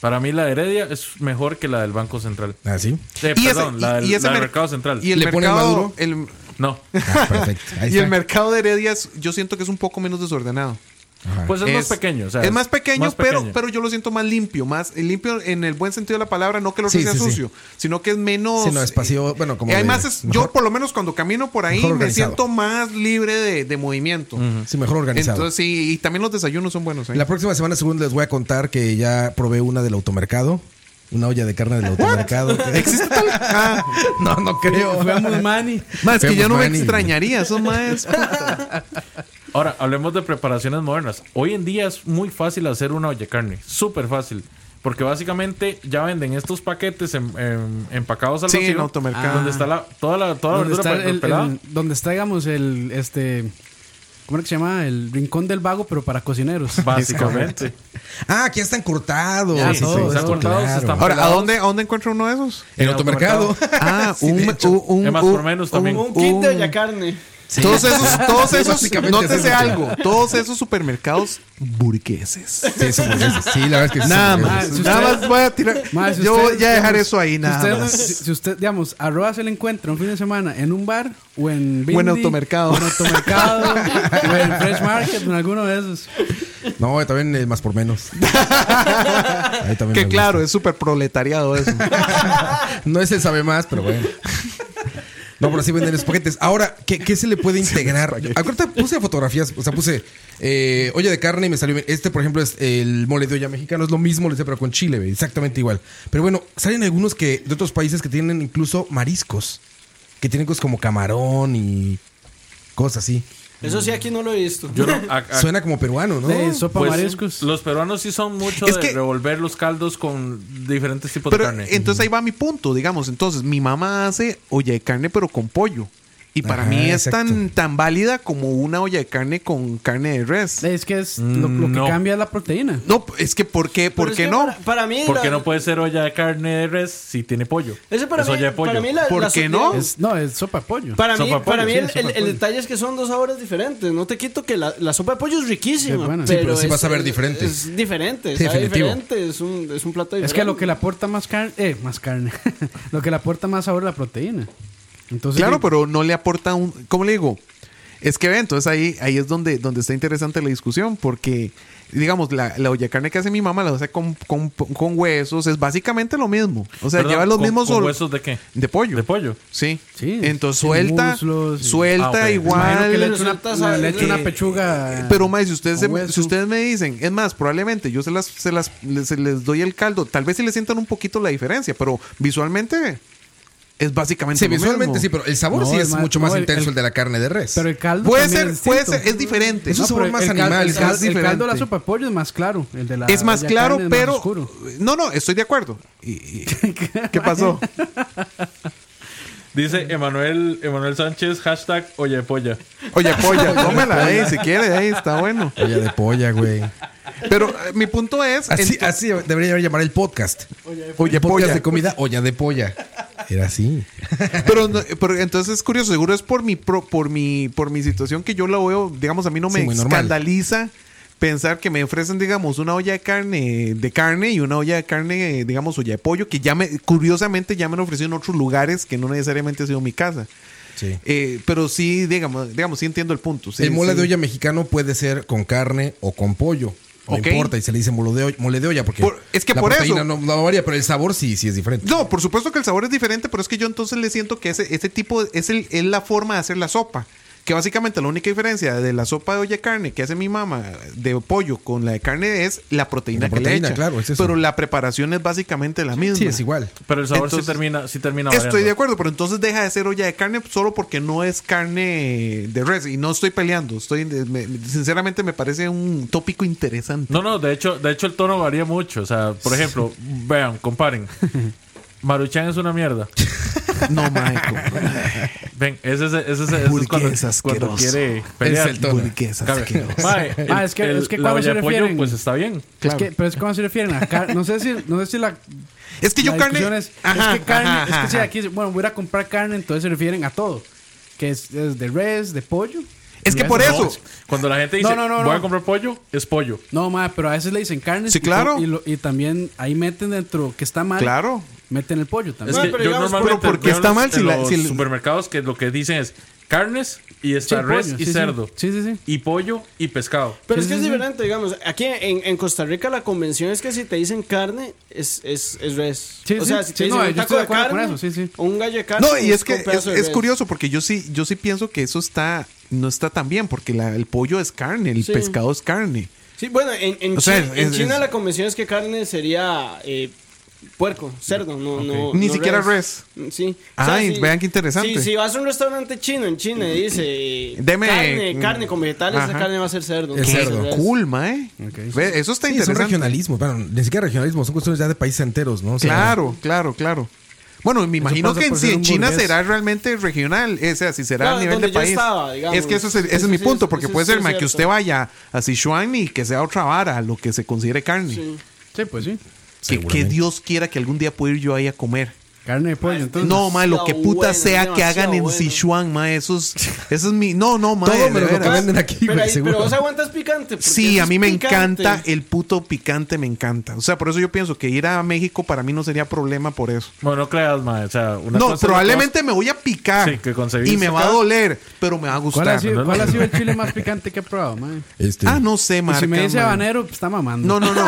Speaker 2: Para mí la de Heredia es mejor que la del Banco Central.
Speaker 4: Ah, sí.
Speaker 2: Eh,
Speaker 6: Y ese-
Speaker 2: perdón, la, del,
Speaker 6: y- y ese
Speaker 2: la del
Speaker 6: mer-
Speaker 2: mercado central.
Speaker 6: Y el
Speaker 4: ¿Le ponen
Speaker 6: mercado.
Speaker 4: maduro?
Speaker 6: el-
Speaker 2: no.
Speaker 4: Ah, perfecto. Ahí
Speaker 6: y el
Speaker 4: está.
Speaker 6: mercado de Heredia, es- yo siento que es un poco menos desordenado.
Speaker 4: Ajá.
Speaker 2: Pues es, más pequeño. o sea,
Speaker 6: es más pequeño,
Speaker 2: más
Speaker 6: pero,
Speaker 2: pequeño.
Speaker 6: pero yo lo siento más limpio. Más eh, limpio en el buen sentido de la palabra, no que lo
Speaker 4: Sí,
Speaker 6: sea
Speaker 4: sí, sí.
Speaker 6: sucio, sino que es menos.
Speaker 4: Sí, no, espacio,
Speaker 6: eh,
Speaker 4: bueno, como
Speaker 6: eh, hay
Speaker 4: de-
Speaker 6: más es- yo,
Speaker 4: mejor-
Speaker 6: por lo menos, cuando camino por ahí,
Speaker 4: mejor
Speaker 6: me
Speaker 4: organizado.
Speaker 6: siento más libre de, de movimiento.
Speaker 4: Sí, mejor organizado.
Speaker 6: Entonces, sí, y también los desayunos son buenos. ¿eh? ahí.
Speaker 4: La próxima semana, según les voy a contar que ya probé una del automercado. Una olla de carne del automercado.
Speaker 6: ¿Existe tal? Ah,
Speaker 4: no, no creo.
Speaker 3: Vamos, Manny.
Speaker 6: más que
Speaker 4: Vemos
Speaker 6: ya no me
Speaker 4: Manny.
Speaker 6: extrañaría, son más.
Speaker 2: Ahora, hablemos de preparaciones modernas. Hoy en día es muy fácil hacer una olla de carne. Súper fácil. Porque básicamente ya venden estos paquetes en- en- empacados al
Speaker 6: Sí,
Speaker 2: vacío,
Speaker 6: en automercado.
Speaker 2: Donde está la, toda la, toda la
Speaker 3: Donde
Speaker 2: verdura
Speaker 3: está,
Speaker 2: pe-
Speaker 3: el- el-
Speaker 2: pelada.
Speaker 3: donde está, digamos, el. Este, ¿Cómo era que se llama? El rincón del vago, pero para cocineros.
Speaker 2: Básicamente.
Speaker 4: Ah, aquí ya están cortados.
Speaker 2: Ya,
Speaker 4: y
Speaker 2: sí,
Speaker 4: todo
Speaker 2: sí, están
Speaker 4: eso,
Speaker 2: cortados,
Speaker 4: claro.
Speaker 2: están-
Speaker 6: Ahora, ¿a dónde, ¿a dónde encuentro uno de esos?
Speaker 4: En el automercado.
Speaker 6: Ah,
Speaker 4: Sí, de
Speaker 6: un,
Speaker 4: hecho.
Speaker 6: un- un-
Speaker 2: Es más,
Speaker 6: un-
Speaker 2: por menos también.
Speaker 7: Un kit de olla carne.
Speaker 6: Todos esos, todos
Speaker 4: Sí,
Speaker 6: esos,
Speaker 4: básicamente es
Speaker 6: nótese
Speaker 4: eso.
Speaker 6: algo, todos esos supermercados burgueses.
Speaker 4: Sí, son burgueses. Sí, la verdad es que sí.
Speaker 6: Nada
Speaker 4: son
Speaker 6: más,
Speaker 4: burgueses.
Speaker 3: si
Speaker 6: nada
Speaker 3: usted-
Speaker 6: más voy a tirar.
Speaker 3: Ma, si
Speaker 6: yo
Speaker 3: usted,
Speaker 6: voy a dejar
Speaker 3: digamos,
Speaker 6: eso ahí,
Speaker 3: si
Speaker 6: nada
Speaker 3: usted,
Speaker 6: más.
Speaker 3: Si, si usted, digamos, arroba se le encuentra un fin de semana en un bar o en.
Speaker 6: O en
Speaker 3: Bindi,
Speaker 6: automercado.
Speaker 3: O en automercado. o en Fresh Market, o en alguno de esos.
Speaker 4: No, también eh, más por menos. Ahí también
Speaker 6: Que
Speaker 4: me
Speaker 6: claro, es súper proletariado eso.
Speaker 4: gusta. No es el sabe más, pero bueno. No, pero sí venden los paquetes. Ahora, ¿qué, qué se le puede integrar? Acuérdate, puse fotografías, o sea, puse eh, olla de carne y me salió. bien. Este, por ejemplo, es el mole de olla mexicano. Es lo mismo, le decía, pero con chile, güey, exactamente igual. Pero bueno, salen algunos que de otros países que tienen incluso mariscos. Que tienen cosas como camarón y cosas así.
Speaker 7: Eso sí, aquí no lo he visto.
Speaker 2: Yo no- a-
Speaker 6: Ah.
Speaker 2: a-
Speaker 4: Suena como peruano, ¿no?
Speaker 3: de Eh, sopa
Speaker 2: pues,
Speaker 3: mariscos.
Speaker 2: Los peruanos sí son mucho
Speaker 6: Es
Speaker 2: de
Speaker 6: que-
Speaker 2: revolver los caldos con diferentes tipos
Speaker 6: Pero
Speaker 2: de carne.
Speaker 6: entonces ahí va mi punto, digamos. Entonces, mi mamá hace olla de carne, pero con pollo. Y para
Speaker 4: Ajá,
Speaker 6: mí es tan,
Speaker 4: exacto.
Speaker 6: tan válida como una olla de carne con carne de res.
Speaker 3: Es que es lo, lo
Speaker 6: Mm,
Speaker 3: que
Speaker 2: No.
Speaker 3: cambia es la proteína.
Speaker 6: No, es que ¿por qué,
Speaker 7: Pero
Speaker 6: por
Speaker 7: es
Speaker 6: qué
Speaker 7: que
Speaker 6: no?
Speaker 7: Para, para mí.
Speaker 2: Porque
Speaker 7: la-
Speaker 2: no puede ser olla de carne de res si tiene pollo.
Speaker 7: Ese para
Speaker 2: Es
Speaker 7: mí.
Speaker 2: olla de pollo.
Speaker 7: Para mí la,
Speaker 6: ¿Por
Speaker 7: la-
Speaker 6: qué no?
Speaker 3: Es, no, es sopa de pollo.
Speaker 7: Para mí,
Speaker 2: Sopa de
Speaker 7: para
Speaker 2: pollo,
Speaker 7: mí
Speaker 2: sí,
Speaker 7: el,
Speaker 3: sopa
Speaker 7: el-
Speaker 3: de
Speaker 7: el
Speaker 3: pollo.
Speaker 7: detalle es que son dos sabores diferentes. No te quito que la, la sopa de pollo es
Speaker 3: Es
Speaker 7: riquísima.
Speaker 3: buena.
Speaker 7: pero
Speaker 3: Sí,
Speaker 4: pero sí
Speaker 7: es-
Speaker 4: vas a ver
Speaker 7: es-
Speaker 4: diferente.
Speaker 7: Es diferente,
Speaker 4: Sí,
Speaker 7: sabe
Speaker 4: definitivo.
Speaker 7: diferente. Es un, es un plato
Speaker 3: Es
Speaker 7: diferente.
Speaker 3: que lo que le aporta más carne, eh, más carne, lo que le aporta más sabor es la proteína. Entonces,
Speaker 6: Claro,
Speaker 3: sí,
Speaker 6: pero no le aporta un. ¿Cómo le digo? Es que ve, entonces ahí, ahí es donde, donde está interesante la discusión, porque digamos, la, la olla de carne que hace mi mamá la hace con, con- con huesos, es básicamente lo mismo. O sea,
Speaker 2: Perdón,
Speaker 6: lleva los
Speaker 2: ¿con-
Speaker 6: mismos
Speaker 2: con
Speaker 6: ol-
Speaker 2: huesos de qué?
Speaker 6: de pollo.
Speaker 2: De pollo.
Speaker 6: Sí.
Speaker 3: Sí,
Speaker 6: Entonces
Speaker 3: sin
Speaker 6: suelta,
Speaker 3: muslos y-
Speaker 6: suelta
Speaker 2: Ah, ok.
Speaker 3: imagino
Speaker 6: igual.
Speaker 3: que le echo
Speaker 7: resulta
Speaker 3: una,
Speaker 7: saber-
Speaker 3: le echo una
Speaker 7: eh,
Speaker 3: pechuga.
Speaker 6: Pero más, si ustedes,
Speaker 3: con
Speaker 6: se-
Speaker 3: hueso.
Speaker 6: si ustedes me dicen, es más, probablemente yo se las, se las les, se les doy el caldo, tal vez si le sientan un poquito la diferencia, pero visualmente es básicamente
Speaker 4: Sí,
Speaker 6: lo mismo.
Speaker 4: visualmente sí, pero el sabor
Speaker 3: No,
Speaker 4: sí
Speaker 3: el
Speaker 4: es
Speaker 3: ma-
Speaker 4: mucho más
Speaker 3: no, el-
Speaker 4: intenso el,
Speaker 3: el-
Speaker 4: de la carne de res.
Speaker 3: Pero el caldo
Speaker 6: Puede
Speaker 3: también
Speaker 6: ser,
Speaker 3: es
Speaker 6: puede
Speaker 3: distinto.
Speaker 6: ser, es diferente.
Speaker 4: Es un
Speaker 3: No,
Speaker 4: sabor
Speaker 3: pero
Speaker 4: más
Speaker 3: el caldo-
Speaker 4: animal,
Speaker 3: el
Speaker 4: es más
Speaker 3: caldo- El caldo de
Speaker 6: diferente.
Speaker 3: la sopa de pollo es más claro. El de la
Speaker 6: es más
Speaker 3: olla
Speaker 6: claro,
Speaker 3: carne es más
Speaker 6: pero.
Speaker 3: oscuro.
Speaker 6: no, no, estoy de acuerdo. Y- y- ¿Qué pasó?
Speaker 2: Dice Emanuel, Emanuel Sánchez, hashtag olla de polla.
Speaker 6: Oye, polla, tómela ahí si quiere, ahí está bueno.
Speaker 4: Olla de polla, güey.
Speaker 6: Pero eh, mi punto es.
Speaker 4: Así,
Speaker 6: ento-
Speaker 4: así debería llamar el podcast.
Speaker 6: Oye,
Speaker 4: podcast
Speaker 6: polla.
Speaker 4: de comida, olla de polla. Era así.
Speaker 6: Pero, no- pero entonces es curioso, seguro es por mi, pro- por mi, por mi situación que yo la veo, digamos, a mí no me
Speaker 4: Sí, muy normal.
Speaker 6: escandaliza pensar que me ofrecen, digamos, una olla de carne, de carne y una olla de carne, eh, digamos, olla de pollo, que ya me, curiosamente ya me han ofrecido en otros lugares que no necesariamente ha sido mi casa.
Speaker 4: Sí.
Speaker 6: Eh, pero sí, digamos, digamos, sí entiendo el punto. sí,
Speaker 4: el mole
Speaker 6: sí.
Speaker 4: de olla mexicano puede ser con carne o con pollo. No
Speaker 6: Ok.
Speaker 4: importa, y se le dice mole de olla, mole de olla porque
Speaker 6: Por- es que
Speaker 4: la
Speaker 6: por
Speaker 4: proteína
Speaker 6: eso.
Speaker 4: No, no varía, pero el sabor sí, sí es diferente.
Speaker 6: No, por supuesto que el sabor es diferente, pero es que yo entonces le siento que ese, ese tipo es, el, es la forma de hacer la sopa. Que básicamente la única diferencia de la sopa de olla de carne que hace mi mamá de pollo con la de carne es la proteína,
Speaker 4: La proteína,
Speaker 6: que le echa.
Speaker 4: claro, es eso.
Speaker 6: pero la preparación es básicamente la misma.
Speaker 4: Sí, es igual.
Speaker 2: Pero el sabor
Speaker 6: Entonces,
Speaker 2: sí termina, sí termina
Speaker 6: Estoy
Speaker 2: variando.
Speaker 6: de acuerdo, pero entonces deja de ser olla de carne solo porque no es carne de res. Y no estoy peleando. Estoy, me- sinceramente me parece un tópico interesante.
Speaker 2: No, no, de hecho, de hecho el tono varía mucho. O sea, por ejemplo, vean, comparen. Maruchan es una mierda.
Speaker 6: No, Michael.
Speaker 2: Ven, ese es, ese es, ese es cuando,
Speaker 6: Burgués asqueroso.
Speaker 2: cuando quiere pelear.
Speaker 4: Es el tono.
Speaker 6: Burguesas,
Speaker 2: Cabe.
Speaker 6: que-
Speaker 2: Mae,
Speaker 3: Ah,
Speaker 2: el-
Speaker 3: es que-
Speaker 2: el-
Speaker 3: es que
Speaker 2: la
Speaker 3: ¿cuándo
Speaker 2: olla
Speaker 3: se
Speaker 2: de pollo,
Speaker 3: refieren?
Speaker 2: pues está bien.
Speaker 6: Claro.
Speaker 3: Es que, pero es que, ¿cómo se refieren? A car- no, sé si, no sé si la.
Speaker 6: Es que yo
Speaker 3: la
Speaker 6: carne-
Speaker 3: discusión Es,
Speaker 6: Ajá,
Speaker 3: es que carne.
Speaker 6: ajá,
Speaker 3: es que si
Speaker 6: ajá.
Speaker 3: aquí. Bueno, voy a ir a comprar carne, entonces se refieren a todo. Que es, es de res, de pollo.
Speaker 6: Es que por
Speaker 2: No,
Speaker 6: eso.
Speaker 2: Cuando la gente dice,
Speaker 3: No, no, no,
Speaker 2: voy a
Speaker 3: no.
Speaker 2: comprar pollo, es pollo.
Speaker 3: No, ma, pero a veces le dicen carne.
Speaker 6: Sí, claro.
Speaker 3: Y, lo- y también ahí meten dentro, que está mal.
Speaker 6: Claro.
Speaker 3: Meten el pollo también.
Speaker 2: Es que
Speaker 7: pero
Speaker 2: yo
Speaker 7: digamos,
Speaker 2: normalmente
Speaker 6: pero porque
Speaker 2: veo en
Speaker 6: está
Speaker 2: los-
Speaker 6: mal si
Speaker 2: en
Speaker 6: la-
Speaker 2: los
Speaker 6: si el-
Speaker 2: supermercados que lo que dicen es carnes y está
Speaker 3: Sí,
Speaker 2: res
Speaker 3: pollo,
Speaker 2: y
Speaker 3: sí, sí.
Speaker 2: cerdo.
Speaker 3: Sí, sí, sí.
Speaker 2: Y pollo y pescado.
Speaker 7: Pero
Speaker 3: Sí,
Speaker 7: es que
Speaker 3: sí,
Speaker 7: es
Speaker 3: sí.
Speaker 7: diferente, digamos. Aquí en, en Costa Rica la convención es que si te dicen carne, es, es, es res.
Speaker 3: Sí,
Speaker 7: o sea,
Speaker 3: sí,
Speaker 7: si
Speaker 3: sí,
Speaker 7: te dicen
Speaker 3: no,
Speaker 7: un
Speaker 3: yo
Speaker 7: taco
Speaker 3: estoy de
Speaker 7: de
Speaker 3: acuerdo con
Speaker 7: carne,
Speaker 3: eso, sí, sí.
Speaker 7: o un gallo de carne.
Speaker 6: No, y es que
Speaker 7: con pedazo
Speaker 6: es,
Speaker 7: de
Speaker 6: es
Speaker 7: res.
Speaker 6: curioso porque yo sí, yo sí pienso que eso está, no está tan bien, porque la- el pollo es carne, el
Speaker 7: Sí.
Speaker 6: pescado es carne.
Speaker 7: Sí, bueno, en, en
Speaker 6: O sea,
Speaker 7: Chi- en
Speaker 6: es-
Speaker 7: China
Speaker 6: es-
Speaker 7: la convención es que carne sería eh, puerco, cerdo, no, no-
Speaker 6: Ni
Speaker 7: no
Speaker 6: siquiera
Speaker 7: Sí.
Speaker 6: Ay, vean qué interesante.
Speaker 7: Si, si vas a un restaurante chino en China y dice eh,
Speaker 6: Deme-
Speaker 7: carne, carne con vegetales,
Speaker 6: Ajá.
Speaker 7: esa carne va a ser cerdo.
Speaker 4: Es
Speaker 7: no va a ser
Speaker 4: cerdo.
Speaker 7: res.
Speaker 6: Cool, mae. ¿eh? Ve, Eso está
Speaker 4: Sí, son
Speaker 6: interesante.
Speaker 4: regionalismos, bueno, ni siquiera regionalismo, son cuestiones ya de países enteros, ¿no? O sea,
Speaker 6: Claro, claro, claro. Bueno, me imagino
Speaker 3: pasa
Speaker 6: que en,
Speaker 3: por
Speaker 6: si
Speaker 3: ser
Speaker 6: en
Speaker 3: un
Speaker 6: China
Speaker 3: burgués.
Speaker 6: será realmente regional, eh, o sea, si será
Speaker 7: Claro,
Speaker 6: a nivel de
Speaker 7: donde yo
Speaker 6: país.
Speaker 7: estaba, digamos.
Speaker 6: es que eso es, ese es
Speaker 7: Eso
Speaker 6: mi
Speaker 7: sí,
Speaker 6: punto,
Speaker 7: eso-
Speaker 6: porque
Speaker 7: eso
Speaker 6: puede
Speaker 7: sí
Speaker 6: ser
Speaker 7: es
Speaker 6: mae, que
Speaker 7: cierto.
Speaker 6: usted vaya a Sichuan y que sea otra vara, lo que se considere carne.
Speaker 7: Sí.
Speaker 3: Sí, pues sí.
Speaker 6: Que- Que,
Speaker 4: Seguramente.
Speaker 6: Dios quiera que algún día pueda ir yo ahí a comer.
Speaker 3: Carne de pollo, entonces.
Speaker 6: Pues, No, mae, lo que
Speaker 7: demasiado
Speaker 6: puta
Speaker 7: bueno,
Speaker 6: sea que hagan en
Speaker 7: demasiado bueno.
Speaker 6: Sichuan, mae, eso es, eso es mi... No, no, mae.
Speaker 4: Todo
Speaker 6: de
Speaker 4: menos lo que
Speaker 6: veras.
Speaker 4: venden aquí,
Speaker 7: pero,
Speaker 4: güey,
Speaker 7: ahí-
Speaker 4: seguro.
Speaker 7: pero vos aguantas picante. porque
Speaker 6: Sí,
Speaker 7: eso
Speaker 6: a
Speaker 7: es
Speaker 6: mí me
Speaker 7: picante.
Speaker 6: encanta el puto picante, me encanta. O sea, por eso yo pienso que ir a México para mí no sería problema por eso.
Speaker 2: Bueno, no creas, mae. O sea, una cosa
Speaker 6: No,
Speaker 2: es lo que
Speaker 6: probablemente me voy a picar
Speaker 2: Sí, que concebiste
Speaker 6: y me va a
Speaker 2: acá.
Speaker 6: doler, pero me va a
Speaker 3: ¿Cuál,
Speaker 6: gustar.
Speaker 3: ha sido,
Speaker 2: ¿no?
Speaker 3: cuál ha sido el chile más picante que he probado, man?
Speaker 4: Este,
Speaker 6: Ah, no sé,
Speaker 3: Y
Speaker 6: marca.
Speaker 3: si me dice
Speaker 6: man.
Speaker 3: habanero, pues, está mamando.
Speaker 6: No, no, no.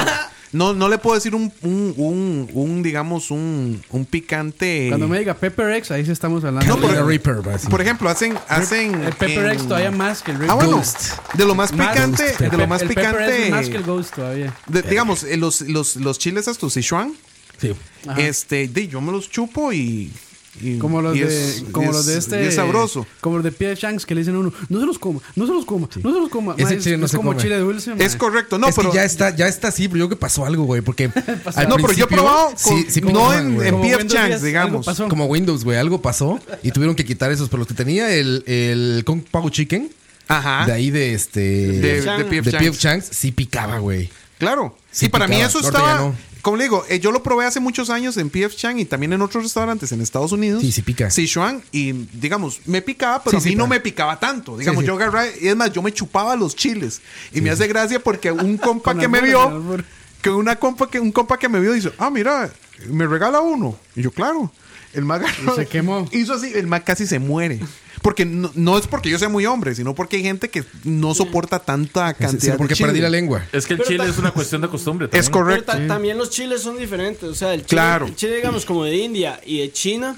Speaker 6: No, no le puedo decir un, un, un, un, digamos, un, un picante.
Speaker 3: Cuando me diga Pepper X, ahí sí estamos hablando.
Speaker 6: No,
Speaker 3: de-
Speaker 4: no,
Speaker 6: por-
Speaker 4: por Reaper, va, sí.
Speaker 6: Por ejemplo, hacen, hacen.
Speaker 3: el Pepper
Speaker 6: en-
Speaker 3: X todavía más que el Red
Speaker 6: Ah, bueno.
Speaker 3: Ghost.
Speaker 6: De lo más picante.
Speaker 3: Ghost. El
Speaker 6: de
Speaker 3: pe-
Speaker 6: lo más
Speaker 3: el Pepper X
Speaker 6: picante.
Speaker 3: es más que el Ghost todavía.
Speaker 6: de- digamos, eh, los, los, los chiles estos, Sichuan.
Speaker 4: Sí.
Speaker 3: Ajá.
Speaker 6: Este, di, yo me los chupo y. y-
Speaker 3: Como los,
Speaker 6: y
Speaker 3: de,
Speaker 6: es- y
Speaker 3: como
Speaker 6: es-
Speaker 3: los de este.
Speaker 6: y es sabroso.
Speaker 3: Como los de Pierre Shanks que le dicen a uno: No se los coma, no se los coma, no se los coma.
Speaker 4: Ese
Speaker 3: Ma,
Speaker 4: chile no
Speaker 3: es
Speaker 4: se
Speaker 3: como
Speaker 4: come.
Speaker 3: chile dulce. ma.
Speaker 6: Es correcto. No,
Speaker 4: es
Speaker 6: pero.
Speaker 4: que ya está, ya está así, pero yo creo que pasó algo, güey, porque al
Speaker 6: no, pero yo he
Speaker 4: principio-
Speaker 6: probado. con-
Speaker 4: sí, sí
Speaker 6: no
Speaker 4: picaban,
Speaker 6: en,
Speaker 4: güey.
Speaker 6: en
Speaker 3: Como
Speaker 6: PF
Speaker 3: Windows 10,
Speaker 6: Chang's,
Speaker 3: algo
Speaker 6: digamos.
Speaker 3: pasó.
Speaker 4: Como Windows, güey, algo pasó y tuvieron que quitar esos, pero los que tenía el, el Kung Pao Chicken,
Speaker 6: Ajá.
Speaker 4: de ahí de este...
Speaker 6: Ah. de,
Speaker 4: De,
Speaker 6: de P.F.
Speaker 4: P.F.
Speaker 6: Chang's.
Speaker 4: Chang's, sí picaba, güey.
Speaker 6: Claro.
Speaker 4: Sí
Speaker 6: y para mí
Speaker 4: picaba.
Speaker 6: eso
Speaker 4: Ahorita
Speaker 6: estaba.
Speaker 4: ya no.
Speaker 6: Como le digo, eh, yo lo probé hace muchos años en PF Chang y también en otros restaurantes en Estados Unidos.
Speaker 4: Sí, sí pica.
Speaker 6: Sichuan y digamos, me picaba, pero
Speaker 4: Sí, sí
Speaker 6: a mí no
Speaker 4: pica.
Speaker 6: me picaba tanto. Digamos,
Speaker 4: sí.
Speaker 6: yo agarraba, y es más, yo me chupaba los chiles. Y me hace gracia porque un compa
Speaker 3: Con
Speaker 6: que me
Speaker 3: albur,
Speaker 6: vio,
Speaker 3: con albur.
Speaker 6: que una compa que un compa que me vio dice, "Ah, mira, me regala uno." Y yo, "Claro." El más
Speaker 3: Y se quemó.
Speaker 6: Hizo así, el más casi se muere. Porque no, no es porque yo sea muy hombre, sino porque hay gente que no soporta tanta
Speaker 4: Sí,
Speaker 6: cantidad
Speaker 4: sí, porque
Speaker 6: de chile.
Speaker 4: perdí la lengua.
Speaker 2: Es que el
Speaker 7: Pero
Speaker 2: chile
Speaker 7: ta-
Speaker 2: es una cuestión de costumbre.
Speaker 6: Es
Speaker 2: también.
Speaker 7: Pero
Speaker 6: correcto.
Speaker 7: ta- también los chiles son diferentes. O sea, el chile,
Speaker 6: Claro.
Speaker 7: el chile, digamos, como de India y de China.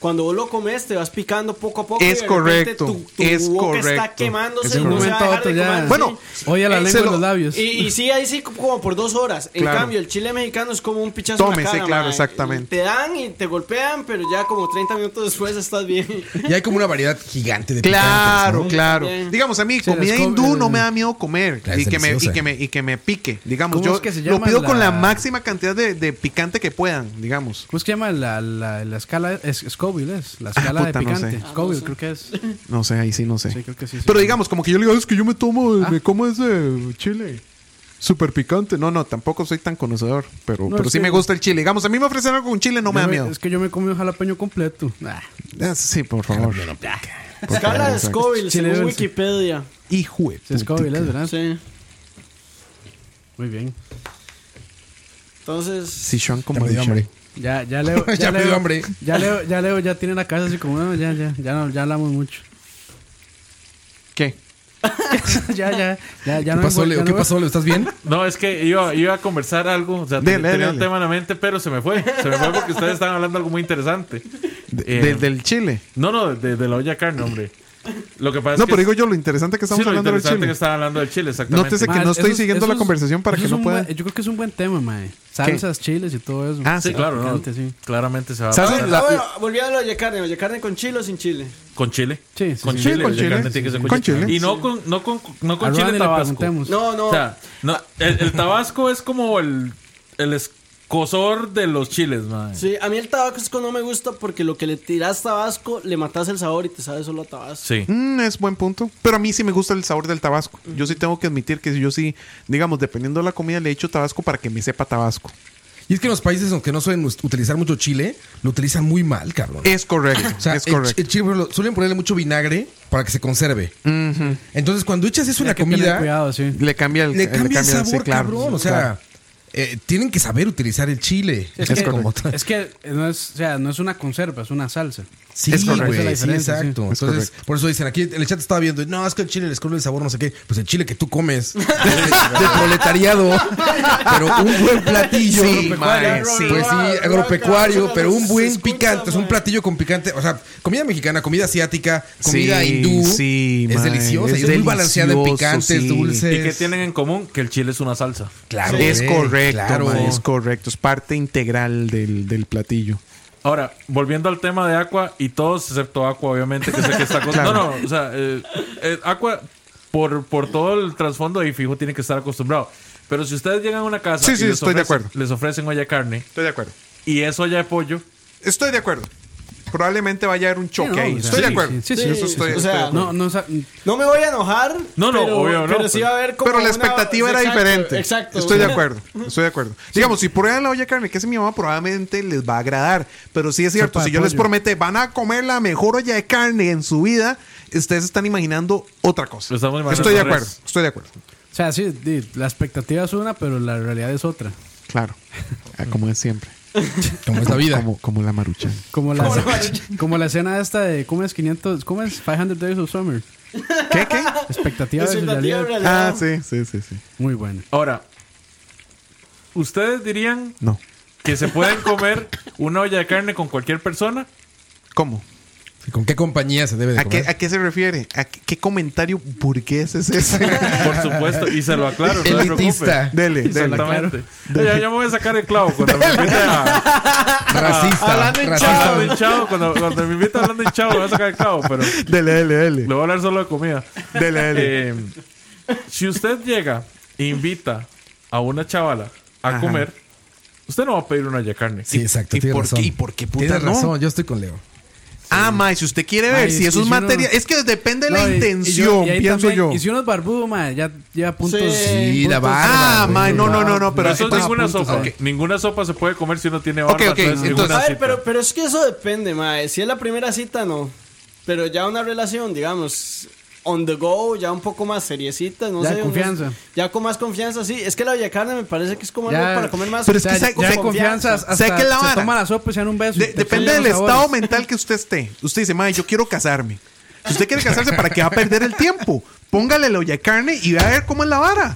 Speaker 7: Cuando vos lo comes, te vas picando poco a poco.
Speaker 6: Es
Speaker 7: y de repente
Speaker 6: correcto,
Speaker 7: Tu, tu
Speaker 6: es
Speaker 7: boca
Speaker 6: correcto.
Speaker 7: está quemándose.
Speaker 3: De
Speaker 7: y
Speaker 3: un
Speaker 7: no se
Speaker 3: momento
Speaker 7: va a
Speaker 3: a
Speaker 7: dejar
Speaker 3: otro
Speaker 7: de comer
Speaker 3: ya.
Speaker 7: así.
Speaker 6: Bueno,
Speaker 3: Oye, la
Speaker 6: eh,
Speaker 3: lengua
Speaker 6: se
Speaker 3: en
Speaker 6: lo-
Speaker 3: los labios.
Speaker 7: Y, y sí, ahí sí como por dos horas. En
Speaker 6: Claro.
Speaker 7: cambio, el chile mexicano es como un pichazo en la
Speaker 6: Tómese,
Speaker 7: cara,
Speaker 6: claro,
Speaker 7: mae.
Speaker 6: exactamente.
Speaker 7: Te dan y te golpean, pero ya como 30 minutos después estás bien.
Speaker 4: Y hay como una variedad gigante de picantes,
Speaker 6: Claro,
Speaker 4: ¿no?
Speaker 6: claro.
Speaker 7: Bien.
Speaker 6: Digamos, a mí
Speaker 3: Sí,
Speaker 6: comida
Speaker 3: las co-
Speaker 6: hindú
Speaker 3: eh,
Speaker 6: no me da miedo comer
Speaker 4: Claro,
Speaker 6: y
Speaker 4: es
Speaker 6: que, me, y,
Speaker 4: deliciosa.
Speaker 6: que me, y que me pique. Digamos,
Speaker 3: ¿Cómo
Speaker 6: yo
Speaker 3: es que se
Speaker 6: lo
Speaker 3: llama
Speaker 6: pido con la
Speaker 3: la-
Speaker 6: máxima cantidad de, de picante que puedan, digamos.
Speaker 3: ¿Cómo se llama la, la, la escala? Es, Scoville es. La escala
Speaker 6: Ah, puta,
Speaker 3: de
Speaker 6: no
Speaker 3: picante.
Speaker 6: sé.
Speaker 3: Scoville, creo que es.
Speaker 6: No sé, ahí sí no sé.
Speaker 3: Sí, creo que sí, Ah. sí.
Speaker 6: Pero digamos, como que yo le digo, es que yo me tomo, me como ese chile. Súper picante. No, no, tampoco soy tan conocedor. Pero,
Speaker 3: No,
Speaker 6: pero
Speaker 3: es
Speaker 6: sí
Speaker 3: que-
Speaker 6: me gusta el chile. Digamos, a mí me ofrecen algo con chile, no me da
Speaker 3: Yo
Speaker 6: miedo.
Speaker 3: Es que yo me comí un jalapeño completo. Ah,
Speaker 6: Ah, sí, por favor.
Speaker 7: Escala de Scoville,
Speaker 3: Chile
Speaker 7: Pues
Speaker 3: dulce.
Speaker 7: según
Speaker 3: Ah.
Speaker 7: Wikipedia.
Speaker 6: Hijo de
Speaker 3: sí, Scoville es, ¿verdad?
Speaker 7: Sí.
Speaker 3: Muy bien.
Speaker 7: Entonces,
Speaker 6: Sichuan como
Speaker 4: me dio
Speaker 6: Sichuan.
Speaker 4: hambre.
Speaker 3: Ya, ya Leo. Ya,
Speaker 4: Ya me dio
Speaker 3: Leo,
Speaker 4: hambre.
Speaker 3: Ya Leo, ya Leo, ya tiene la casa así como, no, ya, ya, ya, no, ya hablamos mucho.
Speaker 6: ¿Qué?
Speaker 3: ya, ya, ya, ya
Speaker 4: ¿Qué
Speaker 3: no
Speaker 4: pasó,
Speaker 3: me
Speaker 4: Leo?
Speaker 3: encuentro,
Speaker 4: ¿Qué
Speaker 3: ¿no?
Speaker 4: pasó, Leo? ¿Estás bien?
Speaker 2: No, es que iba, iba a conversar algo. O sea, te-
Speaker 6: Dele,
Speaker 2: tenía un
Speaker 6: dele.
Speaker 2: tema en la mente, pero se me fue. Se me fue porque ustedes estaban hablando algo muy interesante. Eh,
Speaker 6: De- del Chile.
Speaker 2: No, no, de, de la olla carne, hombre. Lo que pasa
Speaker 6: No,
Speaker 2: es que.
Speaker 6: pero digo yo, lo interesante que estamos
Speaker 2: sí, lo
Speaker 6: hablando del
Speaker 2: interesante
Speaker 6: Chile.
Speaker 2: que estaban hablando del Chile, exactamente.
Speaker 6: Nótese que
Speaker 3: Mae,
Speaker 6: no estoy
Speaker 3: eso es-
Speaker 6: siguiendo
Speaker 3: eso
Speaker 6: la
Speaker 3: es-
Speaker 6: conversación para
Speaker 3: eso
Speaker 6: que
Speaker 3: es
Speaker 6: no
Speaker 3: un
Speaker 6: pueda-
Speaker 3: buen- yo creo que es un buen tema, mae. Salsas, chiles y todo eso.
Speaker 6: Ah,
Speaker 2: Sí, claro, no.
Speaker 3: Picante, sí.
Speaker 2: Claramente se va a
Speaker 6: ¿Sabes?
Speaker 2: pasar.
Speaker 6: La-
Speaker 7: Ah, bueno, volví a la olla carne. Olla carne con chile o sin chile.
Speaker 2: Con Chile.
Speaker 3: Sí, sí,
Speaker 2: con
Speaker 3: sí.
Speaker 2: Chile.
Speaker 6: Sí, con
Speaker 2: la
Speaker 6: Chile.
Speaker 2: carne tiene que ser
Speaker 6: Con Chile.
Speaker 2: Y no con, no con, no
Speaker 3: A
Speaker 2: con Chile
Speaker 3: Ronnie le
Speaker 2: Tabasco.
Speaker 3: preguntemos.
Speaker 7: No, no.
Speaker 2: O sea, no, el, el Tabasco es como el, el escosor de los chiles, madre. Sí.
Speaker 7: Sí, a mí el tabasco no me gusta porque lo que le tiras tabasco le matas el sabor y te sabe solo a tabasco.
Speaker 6: Mm, es buen punto. Pero a mí sí me gusta el sabor del tabasco. Yo sí tengo que admitir que yo sí, digamos, dependiendo de la comida, le echo tabasco para que me sepa tabasco.
Speaker 4: Y es que en los países en que no suelen us- utilizar mucho chile, lo utilizan muy mal, cabrón.
Speaker 6: Es correcto.
Speaker 4: O sea, eh,
Speaker 6: es
Speaker 4: el ch-
Speaker 6: correcto.
Speaker 4: el chile, por ejemplo, suelen ponerle mucho vinagre para que se conserve. Entonces, cuando echas eso en la
Speaker 3: Hay que tener
Speaker 4: comida,
Speaker 3: cuidado, sí.
Speaker 6: Le cambia el,
Speaker 4: le cambia el
Speaker 6: sí,
Speaker 4: sabor,
Speaker 6: claro,
Speaker 4: cabrón. O sea,
Speaker 6: claro.
Speaker 4: eh, tienen que saber utilizar el chile.
Speaker 3: Es,
Speaker 4: Es
Speaker 3: que,
Speaker 4: como tal.
Speaker 3: es que no es, o sea, no es una conserva, es una salsa.
Speaker 4: Sí,
Speaker 6: es correcto.
Speaker 4: güey,
Speaker 6: Esa
Speaker 3: es
Speaker 4: sí,
Speaker 3: la diferencia,
Speaker 4: exacto.
Speaker 6: sí. Es
Speaker 4: Entonces,
Speaker 6: correcto.
Speaker 4: por eso dicen aquí, el chat estaba viendo, no, es que el chile les corre el sabor, no sé qué. Pues el chile que tú comes, de, de proletariado, pero un buen platillo.
Speaker 6: Sí,
Speaker 4: mae,
Speaker 6: mae,
Speaker 4: sí.
Speaker 6: sí.
Speaker 4: Pues sí, agropecuario, pero un
Speaker 7: Se
Speaker 4: buen
Speaker 7: escucha,
Speaker 4: picante. Es un
Speaker 7: mae.
Speaker 4: platillo con picante. O sea, comida mexicana, comida asiática, comida
Speaker 6: Sí,
Speaker 4: hindú.
Speaker 6: sí,
Speaker 4: es
Speaker 6: mae,
Speaker 4: deliciosa.
Speaker 6: es
Speaker 4: y Es, muy balanceada en
Speaker 6: delicioso,
Speaker 4: picantes,
Speaker 6: sí.
Speaker 4: dulces.
Speaker 2: ¿Y qué tienen en común? Que el chile es una salsa.
Speaker 4: Claro,
Speaker 6: es
Speaker 4: güey,
Speaker 6: correcto,
Speaker 4: claro.
Speaker 6: mae, es correcto. Es parte integral del, del platillo.
Speaker 2: Ahora, volviendo al tema de Aqua y todos, excepto Aqua, obviamente, que sé que está con... No, no, o sea, eh, eh, Aqua, por, por todo el trasfondo ahí fijo, tiene que estar acostumbrado. Pero si ustedes llegan a una casa
Speaker 6: Sí,
Speaker 2: y
Speaker 6: sí,
Speaker 2: les,
Speaker 6: estoy de
Speaker 2: ofrecen,
Speaker 6: acuerdo.
Speaker 2: les ofrecen olla de carne
Speaker 6: Estoy de acuerdo.
Speaker 2: y es olla de pollo,
Speaker 6: Estoy de acuerdo. Probablemente vaya a haber un choque
Speaker 3: no,
Speaker 6: ahí.
Speaker 3: o sea,
Speaker 6: estoy de
Speaker 3: sí,
Speaker 6: acuerdo.
Speaker 3: sí, sí, sí,
Speaker 6: En
Speaker 3: sí,
Speaker 6: eso
Speaker 7: sí,
Speaker 6: estoy-
Speaker 7: sí.
Speaker 6: estoy
Speaker 7: O
Speaker 6: de
Speaker 7: sea,
Speaker 6: acuerdo.
Speaker 3: No, no, sa-
Speaker 7: No me voy a enojar.
Speaker 2: No, no,
Speaker 7: pero,
Speaker 2: obvio, no, pues.
Speaker 7: Pero sí
Speaker 2: pero-
Speaker 7: va a haber como.
Speaker 6: Pero la
Speaker 7: una-
Speaker 6: expectativa era
Speaker 7: exacto,
Speaker 6: diferente.
Speaker 7: Exacto.
Speaker 6: Estoy de acuerdo. Estoy de acuerdo. Digamos, si prueban la olla de carne que hace mi mamá, probablemente les va a agradar. Pero sí es cierto,
Speaker 3: Sopa de
Speaker 6: si yo les
Speaker 3: pollo.
Speaker 6: promete, van a comer la mejor olla de carne en su vida, ustedes están imaginando otra cosa.
Speaker 2: Estamos imaginando
Speaker 6: Estoy de
Speaker 2: res.
Speaker 6: acuerdo. Estoy de acuerdo.
Speaker 3: o sea, sí, di, la expectativa es una, pero la realidad es otra.
Speaker 6: Claro. Ah, Como es siempre.
Speaker 4: Como es la vida.
Speaker 6: Como, como la marucha.
Speaker 3: Como la, como la escena esta de, ¿cómo es 500? ¿Cómo es 500 Days of Summer?
Speaker 6: ¿Qué, qué?
Speaker 3: Expectativa versus
Speaker 7: Expectativa
Speaker 3: realidad.
Speaker 7: realidad.
Speaker 6: Ah, sí, sí, sí, sí.
Speaker 3: Muy buena.
Speaker 2: Ahora, ¿ustedes dirían
Speaker 6: No.
Speaker 2: que se pueden comer una olla de carne con cualquier persona?
Speaker 6: ¿Cómo?
Speaker 4: ¿Con qué compañía se debe de
Speaker 6: ¿A qué,
Speaker 4: comer?
Speaker 6: ¿A qué se refiere? ¿A qué, qué comentario burgués es ese?
Speaker 2: Por supuesto, y se lo aclaro, no se preocupen.
Speaker 4: Elitista,
Speaker 6: dele, dele.
Speaker 2: Exactamente. Ya, ya me voy a sacar el clavo cuando me invite a...
Speaker 4: racista,
Speaker 6: Ah, Hablando en
Speaker 4: racista.
Speaker 2: Hablando en chavo, cuando, cuando me invite hablando en chavo, me voy a sacar el clavo, pero
Speaker 6: Dele, dele, dele.
Speaker 2: le voy a hablar solo de comida.
Speaker 6: Dele, dele.
Speaker 2: Eh, si usted llega e invita a una chavala a
Speaker 6: Ajá.
Speaker 2: comer, usted no va a pedir una olla de carne.
Speaker 4: Sí, exacto.
Speaker 6: ¿Y
Speaker 4: tienes
Speaker 6: por
Speaker 4: razón.
Speaker 6: qué- y por qué puta
Speaker 4: Tienes
Speaker 6: no?
Speaker 4: razón, yo estoy con Leo.
Speaker 6: Ah, mae, si usted quiere ver
Speaker 3: Mae,
Speaker 6: si
Speaker 3: y-
Speaker 6: eso
Speaker 3: y
Speaker 6: es
Speaker 3: si
Speaker 6: materia.
Speaker 3: uno-
Speaker 6: Es que depende de
Speaker 3: No,
Speaker 6: la
Speaker 3: y- y
Speaker 6: intención,
Speaker 3: yo- y ahí
Speaker 6: pienso
Speaker 3: también-
Speaker 6: yo.
Speaker 3: Y si uno es barbudo, madre, ya lleva puntos.
Speaker 7: Sí,
Speaker 4: la
Speaker 3: puntos-
Speaker 4: barba.
Speaker 6: Ah,
Speaker 4: Ah,
Speaker 6: mae, no, no, no, no, pero
Speaker 2: Pero eso es
Speaker 6: entonces-
Speaker 2: ninguna sopa.
Speaker 6: Ok.
Speaker 2: Ninguna sopa se puede comer si uno tiene barba.
Speaker 6: Ok, ok,
Speaker 2: entonces ninguna
Speaker 6: entonces-
Speaker 7: A ver,
Speaker 2: cita.
Speaker 7: pero, pero es que eso depende, mae. Si es la primera cita, no. Pero ya una relación, digamos, on the go, ya un poco más seriecita, no
Speaker 3: Ya
Speaker 7: sé.
Speaker 3: de
Speaker 7: unos-
Speaker 3: confianza.
Speaker 7: ya con más confianza, sí. Es que la olla carne me parece que es como
Speaker 3: Ya-
Speaker 7: algo para comer más.
Speaker 6: Pero es
Speaker 3: O sea,
Speaker 6: que sabe-
Speaker 3: ya
Speaker 6: sabe-
Speaker 3: hay confianza. Hasta
Speaker 6: sabe que la
Speaker 3: se
Speaker 6: vara.
Speaker 3: toma la sopa y se dan un beso. y
Speaker 6: De-
Speaker 3: te
Speaker 6: depende
Speaker 3: cambian
Speaker 6: del
Speaker 3: los sabores.
Speaker 6: estado mental que usted esté. Usted dice, mae, yo quiero casarme. Si usted quiere casarse, ¿para qué va a perder el tiempo? Póngale la olla de carne y vea a ver cómo es la vara.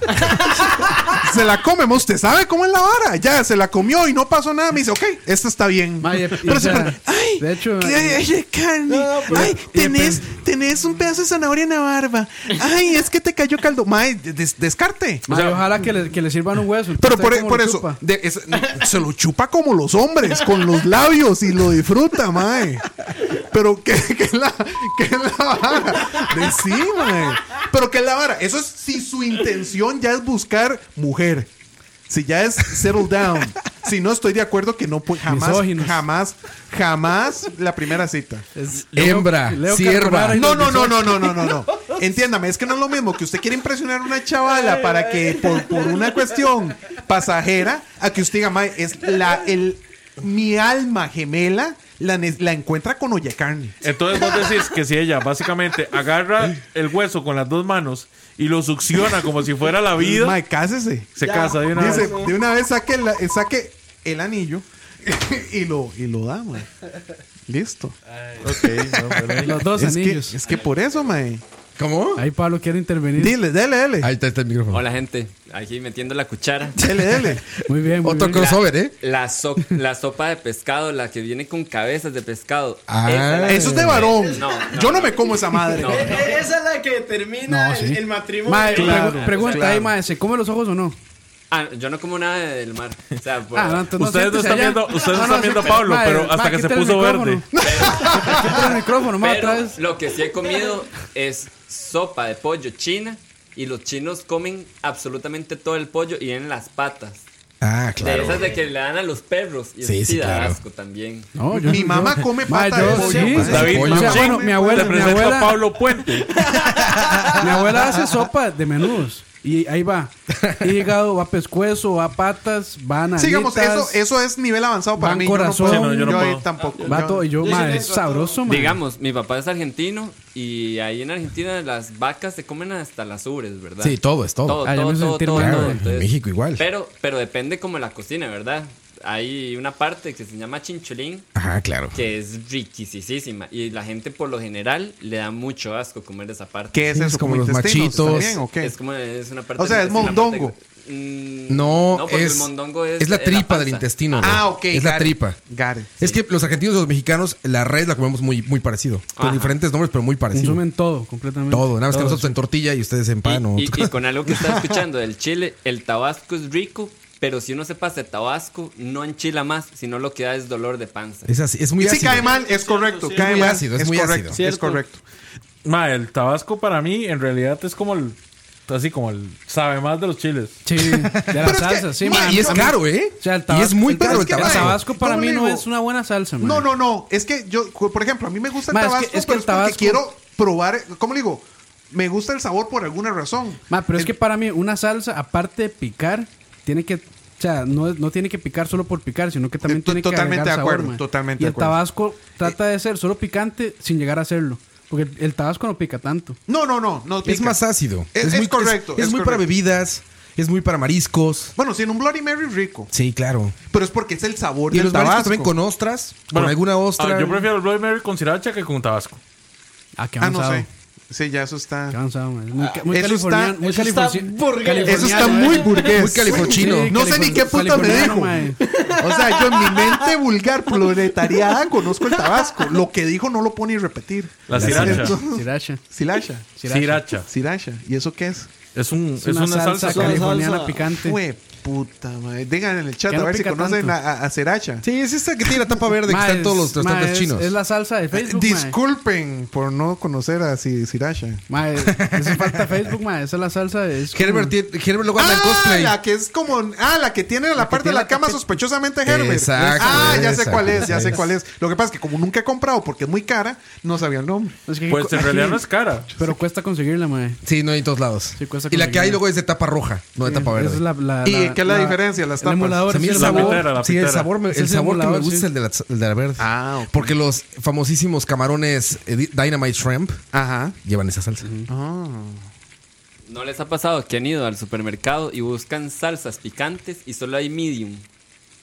Speaker 6: se la come, ma, usted sabe cómo es la vara. Ya, se la comió y no pasó nada. Me dice, ok, esta está bien.
Speaker 3: Mae, y-
Speaker 6: Pero
Speaker 3: o
Speaker 6: se
Speaker 3: sea,
Speaker 6: pone, ay,
Speaker 3: de hecho,
Speaker 6: qué
Speaker 3: mae,
Speaker 6: olla de carne.
Speaker 7: No, no, pero-
Speaker 6: ay,
Speaker 3: y
Speaker 6: tenés, tenés un pedazo de zanahoria en la barba. Ay, es que te cayó caldo. Mae, des- descarte.
Speaker 3: Mae, ojalá que le, que le sirvan un hueso.
Speaker 6: Pero
Speaker 3: usted
Speaker 6: por,
Speaker 3: como
Speaker 6: por
Speaker 3: lo
Speaker 6: eso,
Speaker 3: chupa.
Speaker 6: de- es- se lo chupa como los hombres, con los labios y lo disfruta, mae. Pero que, que la, que la vara. De sí, mae. Pero que la vara. Eso es si su intención ya es buscar mujer. Si ya es settle down. Si no estoy de acuerdo que no puede jamás,
Speaker 3: Misóginos.
Speaker 6: jamás, jamás la primera cita.
Speaker 4: Hembra,
Speaker 3: Leo
Speaker 4: sierva.
Speaker 3: Carbonara y-
Speaker 6: No, no, no, no, no, no, no, no. Entiéndame, es que no es lo mismo que usted quiere impresionar a una chavala para que por, por una cuestión pasajera a que usted diga, "Mae, es la el mi alma gemela la, ne- la encuentra con olla de carne.
Speaker 2: Entonces vos decís que si ella básicamente agarra el hueso con las dos manos y lo succiona como si fuera la vida,
Speaker 6: Mae, cásese.
Speaker 2: se
Speaker 7: Ya.
Speaker 2: casa de una
Speaker 6: Dice,
Speaker 2: vez.
Speaker 6: de una vez saque, la- eh, saque el anillo y, lo, y lo da, mae. Listo.
Speaker 3: Los dos
Speaker 6: es, que,
Speaker 3: anillos.
Speaker 6: es que por eso, mae.
Speaker 4: ¿Cómo?
Speaker 3: Ahí Pablo quiere intervenir.
Speaker 6: Dile, dele, dele.
Speaker 4: Ahí está, está el micrófono.
Speaker 8: Hola gente, aquí metiendo la cuchara.
Speaker 6: Dele, dele.
Speaker 3: Muy bien, muy
Speaker 4: Otro
Speaker 3: bien.
Speaker 4: crossover, ¿eh?
Speaker 8: La, so- la sopa de pescado, la que viene con cabezas de pescado.
Speaker 4: Ah.
Speaker 8: Esa la que-
Speaker 6: Eso es de varón.
Speaker 8: No, no,
Speaker 6: Yo no me como esa madre.
Speaker 8: No.
Speaker 7: E- Esa es la que determina
Speaker 3: No,
Speaker 7: el-
Speaker 3: sí.
Speaker 7: el, matrimonio.
Speaker 3: Mae, pregu-
Speaker 6: Claro,
Speaker 3: pregunta
Speaker 6: claro.
Speaker 3: ahí, mae, ¿se come los ojos o no?
Speaker 8: Ah, yo no como nada del mar. O sea, por-
Speaker 3: Ah, no, entonces
Speaker 2: Ustedes no
Speaker 3: siéntese
Speaker 2: están
Speaker 3: allá.
Speaker 2: viendo- ustedes no están
Speaker 3: sí,
Speaker 2: viendo a
Speaker 3: pero-
Speaker 2: Pablo,
Speaker 3: mae,
Speaker 2: pero hasta
Speaker 3: mae,
Speaker 2: que se
Speaker 3: quita el
Speaker 2: puso
Speaker 3: micrófono.
Speaker 2: verde.
Speaker 3: Quita el micrófono, mae, otra
Speaker 8: pero
Speaker 3: vez.
Speaker 8: lo que sí he comido es sopa de pollo china y los chinos comen absolutamente todo el pollo y en las patas.
Speaker 4: Ah,
Speaker 8: De
Speaker 4: claro.
Speaker 8: esas de que le dan a los perros y
Speaker 4: Sí,
Speaker 8: sí,
Speaker 4: sí,
Speaker 8: da
Speaker 4: claro.
Speaker 8: asco también.
Speaker 3: No, yo-
Speaker 6: Mi
Speaker 3: yo-
Speaker 6: mamá come
Speaker 3: Mae,
Speaker 6: pata de
Speaker 3: yo-
Speaker 6: pollo,
Speaker 3: sí,
Speaker 6: mae.
Speaker 3: sí,
Speaker 2: David,
Speaker 3: sí. O sea,
Speaker 4: mamá.
Speaker 3: bueno, mi abuela,
Speaker 2: Te
Speaker 3: mi
Speaker 2: presento a
Speaker 3: abuela-
Speaker 2: Pablo Puente.
Speaker 3: mi abuela hace sopa de menudos. Y ahí va. Hígado, va pescuezo, va patas, van a
Speaker 6: Sigamos, eso, eso es nivel avanzado para
Speaker 3: Van
Speaker 6: mí.
Speaker 3: corazón.
Speaker 6: Yo no puedo.
Speaker 2: Sí, no, yo no
Speaker 6: yo ahí
Speaker 2: puedo.
Speaker 6: tampoco.
Speaker 3: Va
Speaker 6: Yo-
Speaker 3: todo. Y yo,
Speaker 7: Yo
Speaker 3: mae,
Speaker 7: sí
Speaker 3: es
Speaker 7: tengo
Speaker 3: sabroso, mae.
Speaker 8: Digamos, mi papá es argentino y ahí en Argentina las vacas se comen hasta las ubres, ¿verdad?
Speaker 4: Sí, todo es todo.
Speaker 8: Todo,
Speaker 3: Ah, ya
Speaker 8: todo,
Speaker 3: me
Speaker 8: todo,
Speaker 3: sentí
Speaker 8: todo,
Speaker 3: mal.
Speaker 8: todo,
Speaker 4: Claro, en
Speaker 8: entonces-
Speaker 4: México igual.
Speaker 8: Pero, pero depende como la cocina, ¿verdad? Hay una parte que se llama chincholín
Speaker 4: Ajá, claro.
Speaker 8: que es riquisísima y la gente por lo general le da mucho asco comer esa parte.
Speaker 6: ¿Qué es
Speaker 4: Sí,
Speaker 6: eso?
Speaker 4: es como los
Speaker 6: intestinos
Speaker 4: machitos.
Speaker 6: también o qué?
Speaker 8: Es como es una parte
Speaker 6: O sea,
Speaker 8: del-
Speaker 6: es
Speaker 8: una parte-
Speaker 6: mondongo.
Speaker 8: Mm,
Speaker 4: No,
Speaker 8: porque
Speaker 4: es,
Speaker 8: el mondongo es
Speaker 4: la
Speaker 8: es
Speaker 4: tripa del
Speaker 8: panza.
Speaker 4: intestino.
Speaker 6: Ah,
Speaker 4: ¿no?
Speaker 6: ok.
Speaker 4: Es la
Speaker 6: got it.
Speaker 4: tripa.
Speaker 6: Got it.
Speaker 4: Es que los argentinos y los mexicanos, la red la comemos muy, muy parecido. Con
Speaker 8: Ajá.
Speaker 4: diferentes nombres, pero muy parecido.
Speaker 3: Consumen todo, completamente.
Speaker 4: Todo. Nada más que
Speaker 3: Todo,
Speaker 4: nosotros en tortilla y ustedes en pan. o-
Speaker 8: Y, y- y con algo que estaba escuchando del chile, el tabasco es rico, pero si uno se pasa el tabasco, no enchila más, sino lo que da es dolor de panza.
Speaker 4: Es así. Es muy
Speaker 6: sí,
Speaker 4: ácido.
Speaker 6: cae mal, es correcto. cae
Speaker 4: muy
Speaker 6: mal,
Speaker 4: ácido, es muy
Speaker 6: correcto,
Speaker 4: ácido.
Speaker 6: Es correcto.
Speaker 2: Ma, el tabasco para mí en realidad es como el. Así como el. Sabe más de los chiles.
Speaker 3: Sí, de la
Speaker 4: Pero es que-
Speaker 3: salsa, sí,
Speaker 4: ma,
Speaker 3: mae.
Speaker 4: Y es caro, ¿eh?
Speaker 3: O sea, el
Speaker 4: y
Speaker 3: tabasco-
Speaker 4: es muy caro el
Speaker 3: tabasco-
Speaker 4: tabasco.
Speaker 3: El tabasco para
Speaker 6: ¿Cómo
Speaker 3: mí
Speaker 6: le
Speaker 3: no
Speaker 6: digo?
Speaker 3: es una buena salsa, mae.
Speaker 6: No, no, no. Es que yo, por ejemplo, a mí me gusta el
Speaker 3: Ma, es que-
Speaker 6: tabasco,
Speaker 3: es que
Speaker 6: pero
Speaker 3: el
Speaker 6: es porque
Speaker 3: tabasco-
Speaker 6: quiero probar. ¿Cómo le digo? Me gusta el sabor por alguna razón.
Speaker 3: Ma, pero es
Speaker 6: El-
Speaker 3: que para mí una salsa, aparte de picar, tiene que... O sea, no, no tiene que picar solo por picar, sino que también
Speaker 6: Eh, to-
Speaker 3: tiene que
Speaker 6: totalmente
Speaker 3: agregar
Speaker 6: de acuerdo,
Speaker 3: sabor, ma.
Speaker 6: totalmente
Speaker 3: Y
Speaker 6: de
Speaker 3: el
Speaker 6: acuerdo.
Speaker 3: tabasco trata de ser solo picante sin llegar a serlo. Porque el, el tabasco no pica tanto.
Speaker 6: No, no, no. no
Speaker 4: Es
Speaker 6: pica.
Speaker 4: más ácido.
Speaker 6: Es- es
Speaker 4: muy,
Speaker 6: correcto,
Speaker 4: Es,
Speaker 6: es
Speaker 4: muy para
Speaker 6: correcto.
Speaker 4: bebidas. Es muy para mariscos.
Speaker 6: Bueno, sí, en un Bloody Mary rico.
Speaker 4: Sí, claro.
Speaker 6: Pero es porque es el sabor
Speaker 4: Y
Speaker 6: del
Speaker 4: los mariscos
Speaker 6: tabasco.
Speaker 4: también con ostras.
Speaker 2: Bueno,
Speaker 4: con alguna ostra.
Speaker 2: Ah, yo prefiero el Bloody Mary con sriracha que con tabasco.
Speaker 3: Ah, qué
Speaker 6: Ah, no
Speaker 3: avanzado.
Speaker 6: sé. Sí, ya eso está.
Speaker 3: Qué avanzado, ma. Muy, ca- muy
Speaker 6: eso está-
Speaker 3: californiano. muy
Speaker 7: eso está
Speaker 3: califorci-
Speaker 7: burgués.
Speaker 6: Eso
Speaker 3: californiano, eh.
Speaker 6: está
Speaker 3: ma.
Speaker 6: muy burgués.
Speaker 4: Muy califorchino.
Speaker 3: Sí,
Speaker 6: no sé ni
Speaker 3: californi-
Speaker 6: qué puta me
Speaker 3: californiano,
Speaker 6: dijo.
Speaker 3: mae.
Speaker 6: O sea, yo en mi mente vulgar, proletariada, conozco el tabasco. Lo que dijo no lo puedo ni repetir.
Speaker 2: La sriracha.
Speaker 3: Sriracha.
Speaker 6: Silacha.
Speaker 2: Sriracha.
Speaker 6: Sriracha. ¿Y eso qué es?
Speaker 2: Es, un, es,
Speaker 3: Es una, salsa,
Speaker 7: una
Speaker 3: californiana
Speaker 7: salsa.
Speaker 3: picante.
Speaker 6: Fue puta madre. Digan en el chat
Speaker 3: Ya
Speaker 6: a
Speaker 3: no
Speaker 6: ver si
Speaker 3: pica
Speaker 6: conocen
Speaker 3: tanto.
Speaker 6: a, a- a Sriracha.
Speaker 4: Sí, es esta que tiene la tapa verde que
Speaker 3: Ma,
Speaker 4: está en todos los
Speaker 3: es- ma,
Speaker 4: restaurantes
Speaker 3: es-
Speaker 4: chinos.
Speaker 3: Es la salsa
Speaker 6: Eh,
Speaker 3: de Facebook, ma.
Speaker 6: Disculpen por no conocer a Si- Sriracha.
Speaker 3: Mae, eso falta Facebook, mae. Esa es la salsa. Es como-
Speaker 4: Herbert, tiene- Herbert luego anda en
Speaker 6: Ah,
Speaker 4: cosplay.
Speaker 6: la que es como. Ah, la que tiene a la, parte de
Speaker 3: tiene
Speaker 6: la
Speaker 3: la
Speaker 6: cama
Speaker 3: tapete.
Speaker 6: sospechosamente Herbert.
Speaker 4: Exacto,
Speaker 6: Ah, ya sé
Speaker 4: esa,
Speaker 6: cuál es, ya
Speaker 4: esa
Speaker 6: sé
Speaker 4: es.
Speaker 6: cuál es. Lo que pasa es que como nunca he comprado porque es muy cara, no sabía el nombre.
Speaker 3: es que-
Speaker 2: Pues en realidad no es cara.
Speaker 3: Pero cuesta conseguirla, mae.
Speaker 4: Sí, no hay en todos lados.
Speaker 3: Sí, cuesta
Speaker 4: y la que hay
Speaker 3: conseguir.
Speaker 4: luego es de tapa roja, no de tapa verde.
Speaker 3: Esa es la, la-
Speaker 6: ¿Y qué es la diferencia? Las
Speaker 3: el
Speaker 6: tapas.
Speaker 4: O
Speaker 3: emulador,
Speaker 4: sea, a mí
Speaker 3: sí,
Speaker 4: el
Speaker 3: el
Speaker 4: sabor,
Speaker 3: emulador.
Speaker 2: pitera, la
Speaker 4: sí, el
Speaker 2: pitera.
Speaker 4: sabor, me-
Speaker 3: Es
Speaker 4: el
Speaker 3: el
Speaker 4: sabor que me
Speaker 3: emulador,
Speaker 4: gusta es
Speaker 3: sí.
Speaker 4: el de la, el de la verde.
Speaker 6: Ah, ok.
Speaker 4: Porque los famosísimos camarones eh, di- Dynamite Shrimp
Speaker 6: Ajá.
Speaker 4: llevan esa salsa.
Speaker 8: ¿No les ha pasado que han ido al supermercado y buscan salsas picantes y solo hay medium?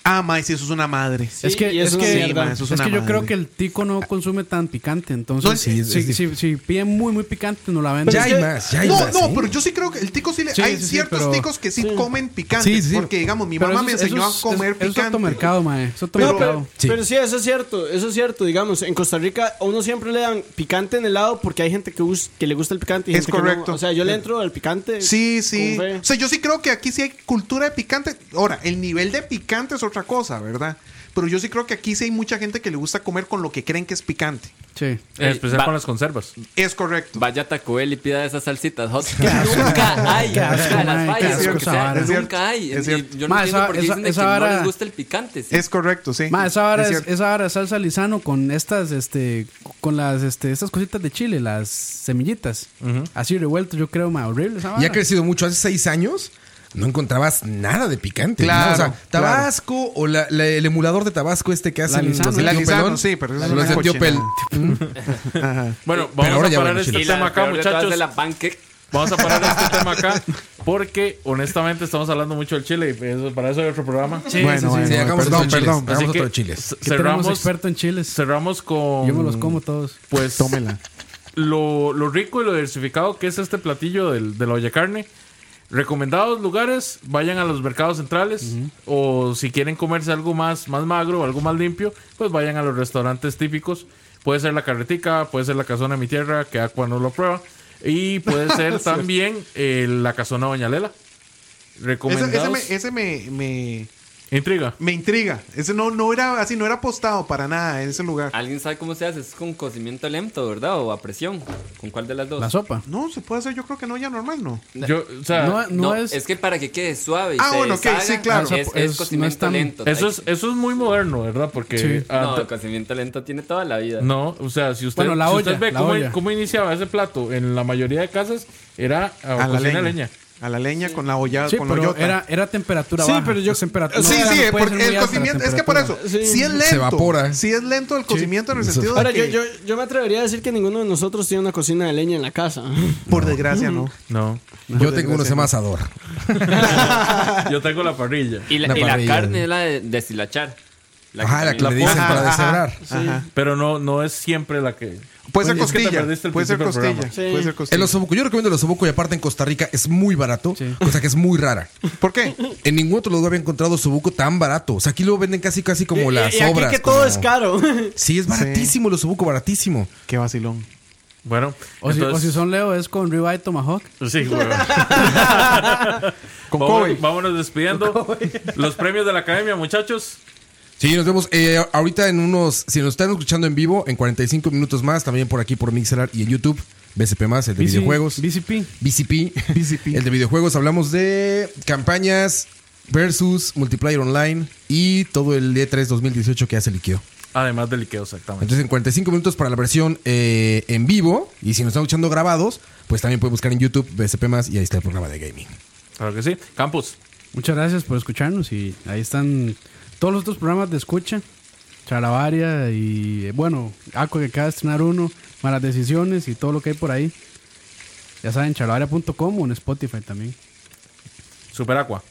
Speaker 6: Ah, mae, sí, eso es una madre.
Speaker 3: Es que,
Speaker 7: y
Speaker 3: es,
Speaker 7: es una
Speaker 3: que,
Speaker 7: mierda,
Speaker 6: eso
Speaker 3: es,
Speaker 6: es una
Speaker 3: que yo
Speaker 6: madre.
Speaker 3: creo que el tico no consume tan picante. Entonces,
Speaker 4: No, es-
Speaker 3: si,
Speaker 4: es-
Speaker 3: si,
Speaker 4: es-
Speaker 3: si- si piden muy, muy picante, no la venden.
Speaker 4: Ya hay más, ya hay
Speaker 6: No,
Speaker 4: más.
Speaker 6: no,
Speaker 4: ¿eh?
Speaker 6: pero yo sí creo que el tico sí le.
Speaker 3: Sí,
Speaker 6: hay
Speaker 3: sí, sí,
Speaker 6: ciertos
Speaker 3: pero-
Speaker 6: ticos que sí, comen picante.
Speaker 4: Sí, sí, sí.
Speaker 6: Porque, digamos, mi
Speaker 3: Pero
Speaker 6: mamá
Speaker 3: eso
Speaker 6: me
Speaker 3: es-
Speaker 6: enseñó
Speaker 3: eso
Speaker 6: a
Speaker 3: es-
Speaker 6: comer
Speaker 3: eso Es
Speaker 6: picante.
Speaker 3: otro mercado, mae. Es otro
Speaker 7: Pero-
Speaker 3: mercado.
Speaker 4: Sí.
Speaker 7: Pero sí, eso es cierto, eso es cierto, digamos, en Costa Rica a uno siempre le dan picante en el helado porque hay gente que, us- que le gusta el picante y
Speaker 6: Es
Speaker 7: gente que no.
Speaker 6: correcto.
Speaker 7: O sea, yo le entro al picante.
Speaker 6: Sí, sí.
Speaker 7: con fe.
Speaker 6: O sea, yo sí creo que aquí sí hay cultura de picante. Ahora, el nivel de picante es otra cosa, ¿verdad? Pero yo sí creo que aquí sí hay mucha gente que le gusta comer con lo que creen que es picante.
Speaker 3: Sí.
Speaker 2: En
Speaker 8: Ey,
Speaker 2: especial
Speaker 8: va-
Speaker 2: Eh, pues, con las conservas.
Speaker 6: Es correcto.
Speaker 8: Vaya a Taco Bell y pida esas salsitas hot que nunca hay.
Speaker 3: Qué asco,
Speaker 8: nunca
Speaker 3: mae,
Speaker 8: las
Speaker 3: qué
Speaker 8: fallas,
Speaker 3: asco
Speaker 8: porque
Speaker 3: esa
Speaker 8: sea,
Speaker 3: vara.
Speaker 8: nunca hay.
Speaker 6: Es
Speaker 8: Y
Speaker 6: cierto.
Speaker 8: Yo no
Speaker 3: Ma,
Speaker 8: entiendo
Speaker 3: esa-
Speaker 8: por qué
Speaker 3: esa-
Speaker 8: dicen de
Speaker 3: esa
Speaker 8: que
Speaker 3: vara-
Speaker 8: no les gusta el picante. sí.
Speaker 6: Es correcto, sí.
Speaker 3: Ma, esa vara
Speaker 6: eh, Es
Speaker 3: es,
Speaker 6: cierto.
Speaker 3: esa vara es salsa lisano con estas, este, con las, este, estas cositas de chile, las semillitas. Así revuelto, yo creo, ma, horrible esa
Speaker 4: Y
Speaker 3: vara.
Speaker 4: ha crecido mucho. Hace seis años no encontrabas nada de picante.
Speaker 6: Claro,
Speaker 4: ¿no? O sea,
Speaker 6: claro.
Speaker 4: Tabasco o la- la- el emulador de Tabasco este que hacen
Speaker 3: Lalizano.
Speaker 4: los del
Speaker 6: La
Speaker 4: tío
Speaker 6: Lizano,
Speaker 4: Pelón.
Speaker 6: sí, pero eso es
Speaker 4: Los
Speaker 6: una
Speaker 4: del tío Pel-
Speaker 6: cochinada. Mm. Ajá.
Speaker 2: Bueno,
Speaker 4: pero
Speaker 2: vamos
Speaker 4: ahora
Speaker 2: a
Speaker 4: ya
Speaker 2: parar
Speaker 4: van
Speaker 2: este
Speaker 4: chiles.
Speaker 8: Y la
Speaker 2: tema acá,
Speaker 8: peor de todas
Speaker 2: muchachos.
Speaker 8: de la panque
Speaker 2: Vamos a parar este tema acá porque honestamente estamos hablando mucho del chile y pues, eso- para eso hay otro programa.
Speaker 6: bueno, bueno,
Speaker 4: Sí, hagamos
Speaker 6: perdón,
Speaker 4: otro de chiles.
Speaker 6: perdón.
Speaker 4: Hagamos
Speaker 2: Así
Speaker 4: otro
Speaker 2: que
Speaker 4: de chiles.
Speaker 2: c-
Speaker 3: Que tenemos
Speaker 2: cerramos,
Speaker 3: experto en chiles.
Speaker 2: cerramos con
Speaker 3: Yo me los como todos.
Speaker 2: pues
Speaker 6: Tómela.
Speaker 2: lo, lo rico y lo diversificado que es este platillo del, de la olla carne. Recomendados lugares, vayan a los mercados centrales o si quieren comerse algo más, más magro, algo más limpio, pues vayan a los restaurantes típicos. Puede ser la carretica, puede ser la casona de mi tierra, que Aqua no lo prueba. Y puede ser también eh, la casona Doña Lela.
Speaker 6: Ese, ese
Speaker 2: Recomendados.
Speaker 6: me, ese me, me,
Speaker 2: Intriga.
Speaker 6: me intriga. Ese no, no era así, no era apostado para nada en ese lugar.
Speaker 7: Ah.
Speaker 8: ¿Alguien sabe cómo se hace? Es con cocimiento lento, ¿verdad? O a presión. ¿Con cuál de las dos?
Speaker 3: La sopa.
Speaker 6: No, se puede hacer, yo creo que no, ya normal, no.
Speaker 2: Yo, o sea,
Speaker 3: No, no,
Speaker 8: No,
Speaker 3: es,
Speaker 8: es... que para que quede suave. y
Speaker 6: Ah,
Speaker 8: se
Speaker 6: bueno, ok,
Speaker 8: deshaga,
Speaker 6: sí, claro.
Speaker 8: Es,
Speaker 3: Ah, o sea, es-
Speaker 8: es
Speaker 3: no
Speaker 8: cocimiento
Speaker 3: es tan-
Speaker 8: lento.
Speaker 2: eso,
Speaker 8: hay-
Speaker 2: es, eso es muy moderno, ¿verdad? Porque
Speaker 3: Sí.
Speaker 8: No,
Speaker 2: ante-
Speaker 8: el cocimiento lento tiene toda la vida.
Speaker 2: No, o sea, si usted,
Speaker 3: Bueno, la
Speaker 2: si
Speaker 3: olla,
Speaker 2: usted ve
Speaker 3: la
Speaker 2: cómo,
Speaker 3: olla.
Speaker 2: cómo iniciaba ese plato en la mayoría de casas, era a,
Speaker 6: A la
Speaker 2: cocina
Speaker 6: leña.
Speaker 2: leña.
Speaker 6: A la leña con la olla,
Speaker 3: sí,
Speaker 6: con la
Speaker 3: pero
Speaker 6: ollota.
Speaker 3: era, era temperatura
Speaker 7: Sí,
Speaker 3: baja.
Speaker 7: pero yo-
Speaker 3: Es temperatura
Speaker 6: Sí,
Speaker 3: baja,
Speaker 6: sí,
Speaker 3: no puede
Speaker 6: porque
Speaker 3: ser muy
Speaker 6: el
Speaker 3: alta la
Speaker 6: cocimiento, es que por eso,
Speaker 3: temperatura.
Speaker 7: Sí.
Speaker 6: si es lento,
Speaker 4: evapora.
Speaker 6: si es lento el cocimiento en el sentido de
Speaker 7: Ahora, yo,
Speaker 6: que,
Speaker 7: yo, yo me atrevería a decir que ninguno de nosotros tiene una cocina de leña en la casa.
Speaker 6: por desgracia, no.
Speaker 2: No,
Speaker 4: Yo tengo uno que se llama asador.
Speaker 2: yo tengo la parrilla.
Speaker 8: Y la,
Speaker 4: Una
Speaker 8: y la
Speaker 4: parrilla.
Speaker 8: carne es la de deshilachar. La que
Speaker 4: Ajá, la que
Speaker 8: también-
Speaker 4: le dicen
Speaker 6: Ajá,
Speaker 4: para
Speaker 6: ajá. Ah,
Speaker 4: deshebrar.
Speaker 6: Ajá.
Speaker 2: Pero no, no es siempre la que.
Speaker 6: Puede ser
Speaker 2: Es que te
Speaker 6: costilla,
Speaker 2: perdiste el
Speaker 6: puede ser
Speaker 2: principio del
Speaker 6: costilla,
Speaker 7: programa.
Speaker 6: puede
Speaker 7: Sí.
Speaker 6: ser
Speaker 4: El
Speaker 6: costilla.
Speaker 4: osobuco, yo recomiendo el osobuco y aparte en Costa Rica es muy barato, cosa que es muy rara.
Speaker 6: ¿Por qué?
Speaker 4: En ningún otro lugar había encontrado osobuco tan barato. O sea, aquí lo venden casi casi como
Speaker 7: Y- y-
Speaker 4: las
Speaker 7: y,
Speaker 4: obras.
Speaker 7: aquí que todo
Speaker 4: como-
Speaker 7: es caro.
Speaker 4: Sí, es baratísimo el osobuco, baratísimo.
Speaker 6: Qué vacilón.
Speaker 2: Bueno,
Speaker 3: O, si- o si,
Speaker 2: entonces.
Speaker 3: son Leo es con ribeye tomahawk.
Speaker 2: Sí, güey.
Speaker 6: Con
Speaker 2: Vámonos-
Speaker 6: Kobe.
Speaker 2: Vámonos despidiendo. Los premios de la academia, muchachos.
Speaker 4: Sí, nos vemos eh, ahorita en unos. Si nos están escuchando en vivo, en 45 minutos más, también por aquí por Mixelar y en YouTube, BCP más, el de videojuegos.
Speaker 3: BCP.
Speaker 4: BCP. El de videojuegos. Hablamos de campañas versus multiplayer online y todo el E E3 2018 que hace Liqueo.
Speaker 2: Además del Ikeo, exactamente.
Speaker 4: Entonces, en 45 minutos para la versión eh, en vivo. Y si nos están escuchando grabados, pues también pueden buscar en YouTube BCP más y ahí está el programa de gaming.
Speaker 2: Claro que sí. Campus.
Speaker 3: Muchas gracias por escucharnos y ahí están todos los otros programas de escucha. Charlavaria y eh, bueno, Aqua que acaba de estrenar uno, Malas Decisiones y todo lo que hay por ahí. Ya saben, charlavaria.com o en Spotify también.
Speaker 2: Superagua.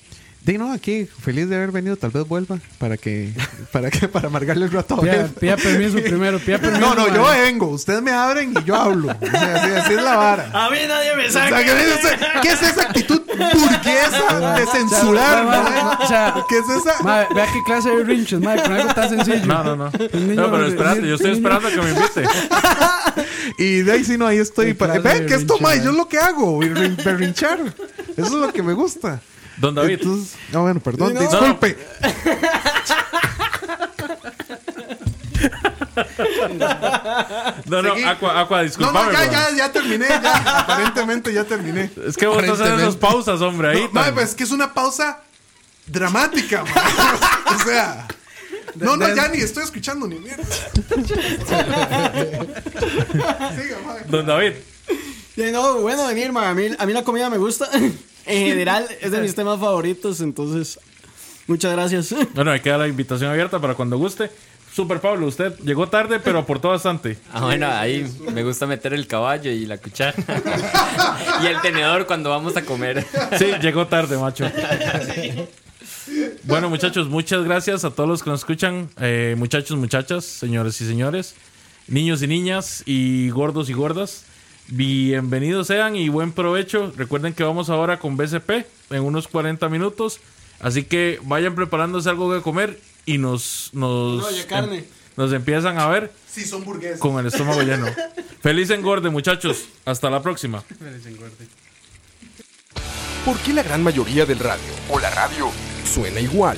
Speaker 6: Dino aquí, feliz de haber venido, tal vez vuelva para que para que para amargarle el rato. a
Speaker 3: Pida,
Speaker 6: él.
Speaker 3: pida permiso primero, pida permiso.
Speaker 6: No, no, yo
Speaker 3: madre.
Speaker 6: vengo, ustedes me abren y yo hablo. O sea, así, así es la vara.
Speaker 7: a mí nadie me
Speaker 6: O sea,
Speaker 7: saca.
Speaker 6: que me dice, ¿Qué es esa actitud burguesa
Speaker 3: Ah,
Speaker 6: de censurar,
Speaker 3: O sea,
Speaker 6: mae?
Speaker 3: o sea,
Speaker 6: ¿Qué es esa?
Speaker 3: madre, vea qué clase de rinches, madre, con algo tan sencillo.
Speaker 2: No, no, no. No,
Speaker 3: niño-
Speaker 2: pero espérate, yo estoy
Speaker 3: un niño-
Speaker 2: esperando a que me invite.
Speaker 6: Y de ahí sí no, ahí estoy.
Speaker 3: Qué
Speaker 6: Para...
Speaker 3: clase
Speaker 6: Ven,
Speaker 3: de
Speaker 6: que esto,
Speaker 3: berrinche,
Speaker 6: mae, yo
Speaker 3: mae.
Speaker 6: es lo que hago, berrin- berrinchar. Eso es lo que me gusta.
Speaker 2: Don David.
Speaker 6: Entonces, no, bueno, perdón,
Speaker 2: No.
Speaker 6: disculpe.
Speaker 2: No, no,
Speaker 6: Seguí.
Speaker 2: Aqua, Aqua,
Speaker 6: No,
Speaker 2: disculpame.
Speaker 6: no, ya,
Speaker 2: bro.
Speaker 6: ya, ya terminé, ya. Aparentemente ya terminé.
Speaker 2: Es que vos estás haciendo esas
Speaker 4: Aparentemente.
Speaker 2: pausas, hombre, ahí.
Speaker 6: No, mae,
Speaker 2: tan-
Speaker 6: pues es que es una pausa dramática, mae. O sea. No, no, ya ni estoy escuchando ni mierda. Siga, mae.
Speaker 2: Don David.
Speaker 7: Sí, No, bueno, venir, man. A mí, a mí la comida me gusta. En general, es de mis temas favoritos. Entonces, muchas gracias.
Speaker 2: Bueno, me queda la invitación abierta para cuando guste. Super Pablo, usted llegó tarde, pero aportó bastante.
Speaker 8: Ah, bueno, ahí me gusta meter el caballo y la cuchara. y el tenedor cuando vamos a comer.
Speaker 2: Sí, llegó tarde, macho. Bueno, muchachos, muchas gracias a todos los que nos escuchan. Eh, muchachos, muchachas, señores y señores, niños y niñas y gordos y gordas. Bienvenidos sean y buen provecho. Recuerden que vamos ahora con BCP en unos 40 minutos. Así que vayan preparándose algo que comer y nos, nos, em,
Speaker 7: Oye, carne.
Speaker 2: nos empiezan a ver
Speaker 6: Sí, son burgueses.
Speaker 2: con el estómago lleno. Feliz engorde, muchachos. Hasta la próxima.
Speaker 5: ¿Por qué la gran mayoría del radio o la radio suena igual?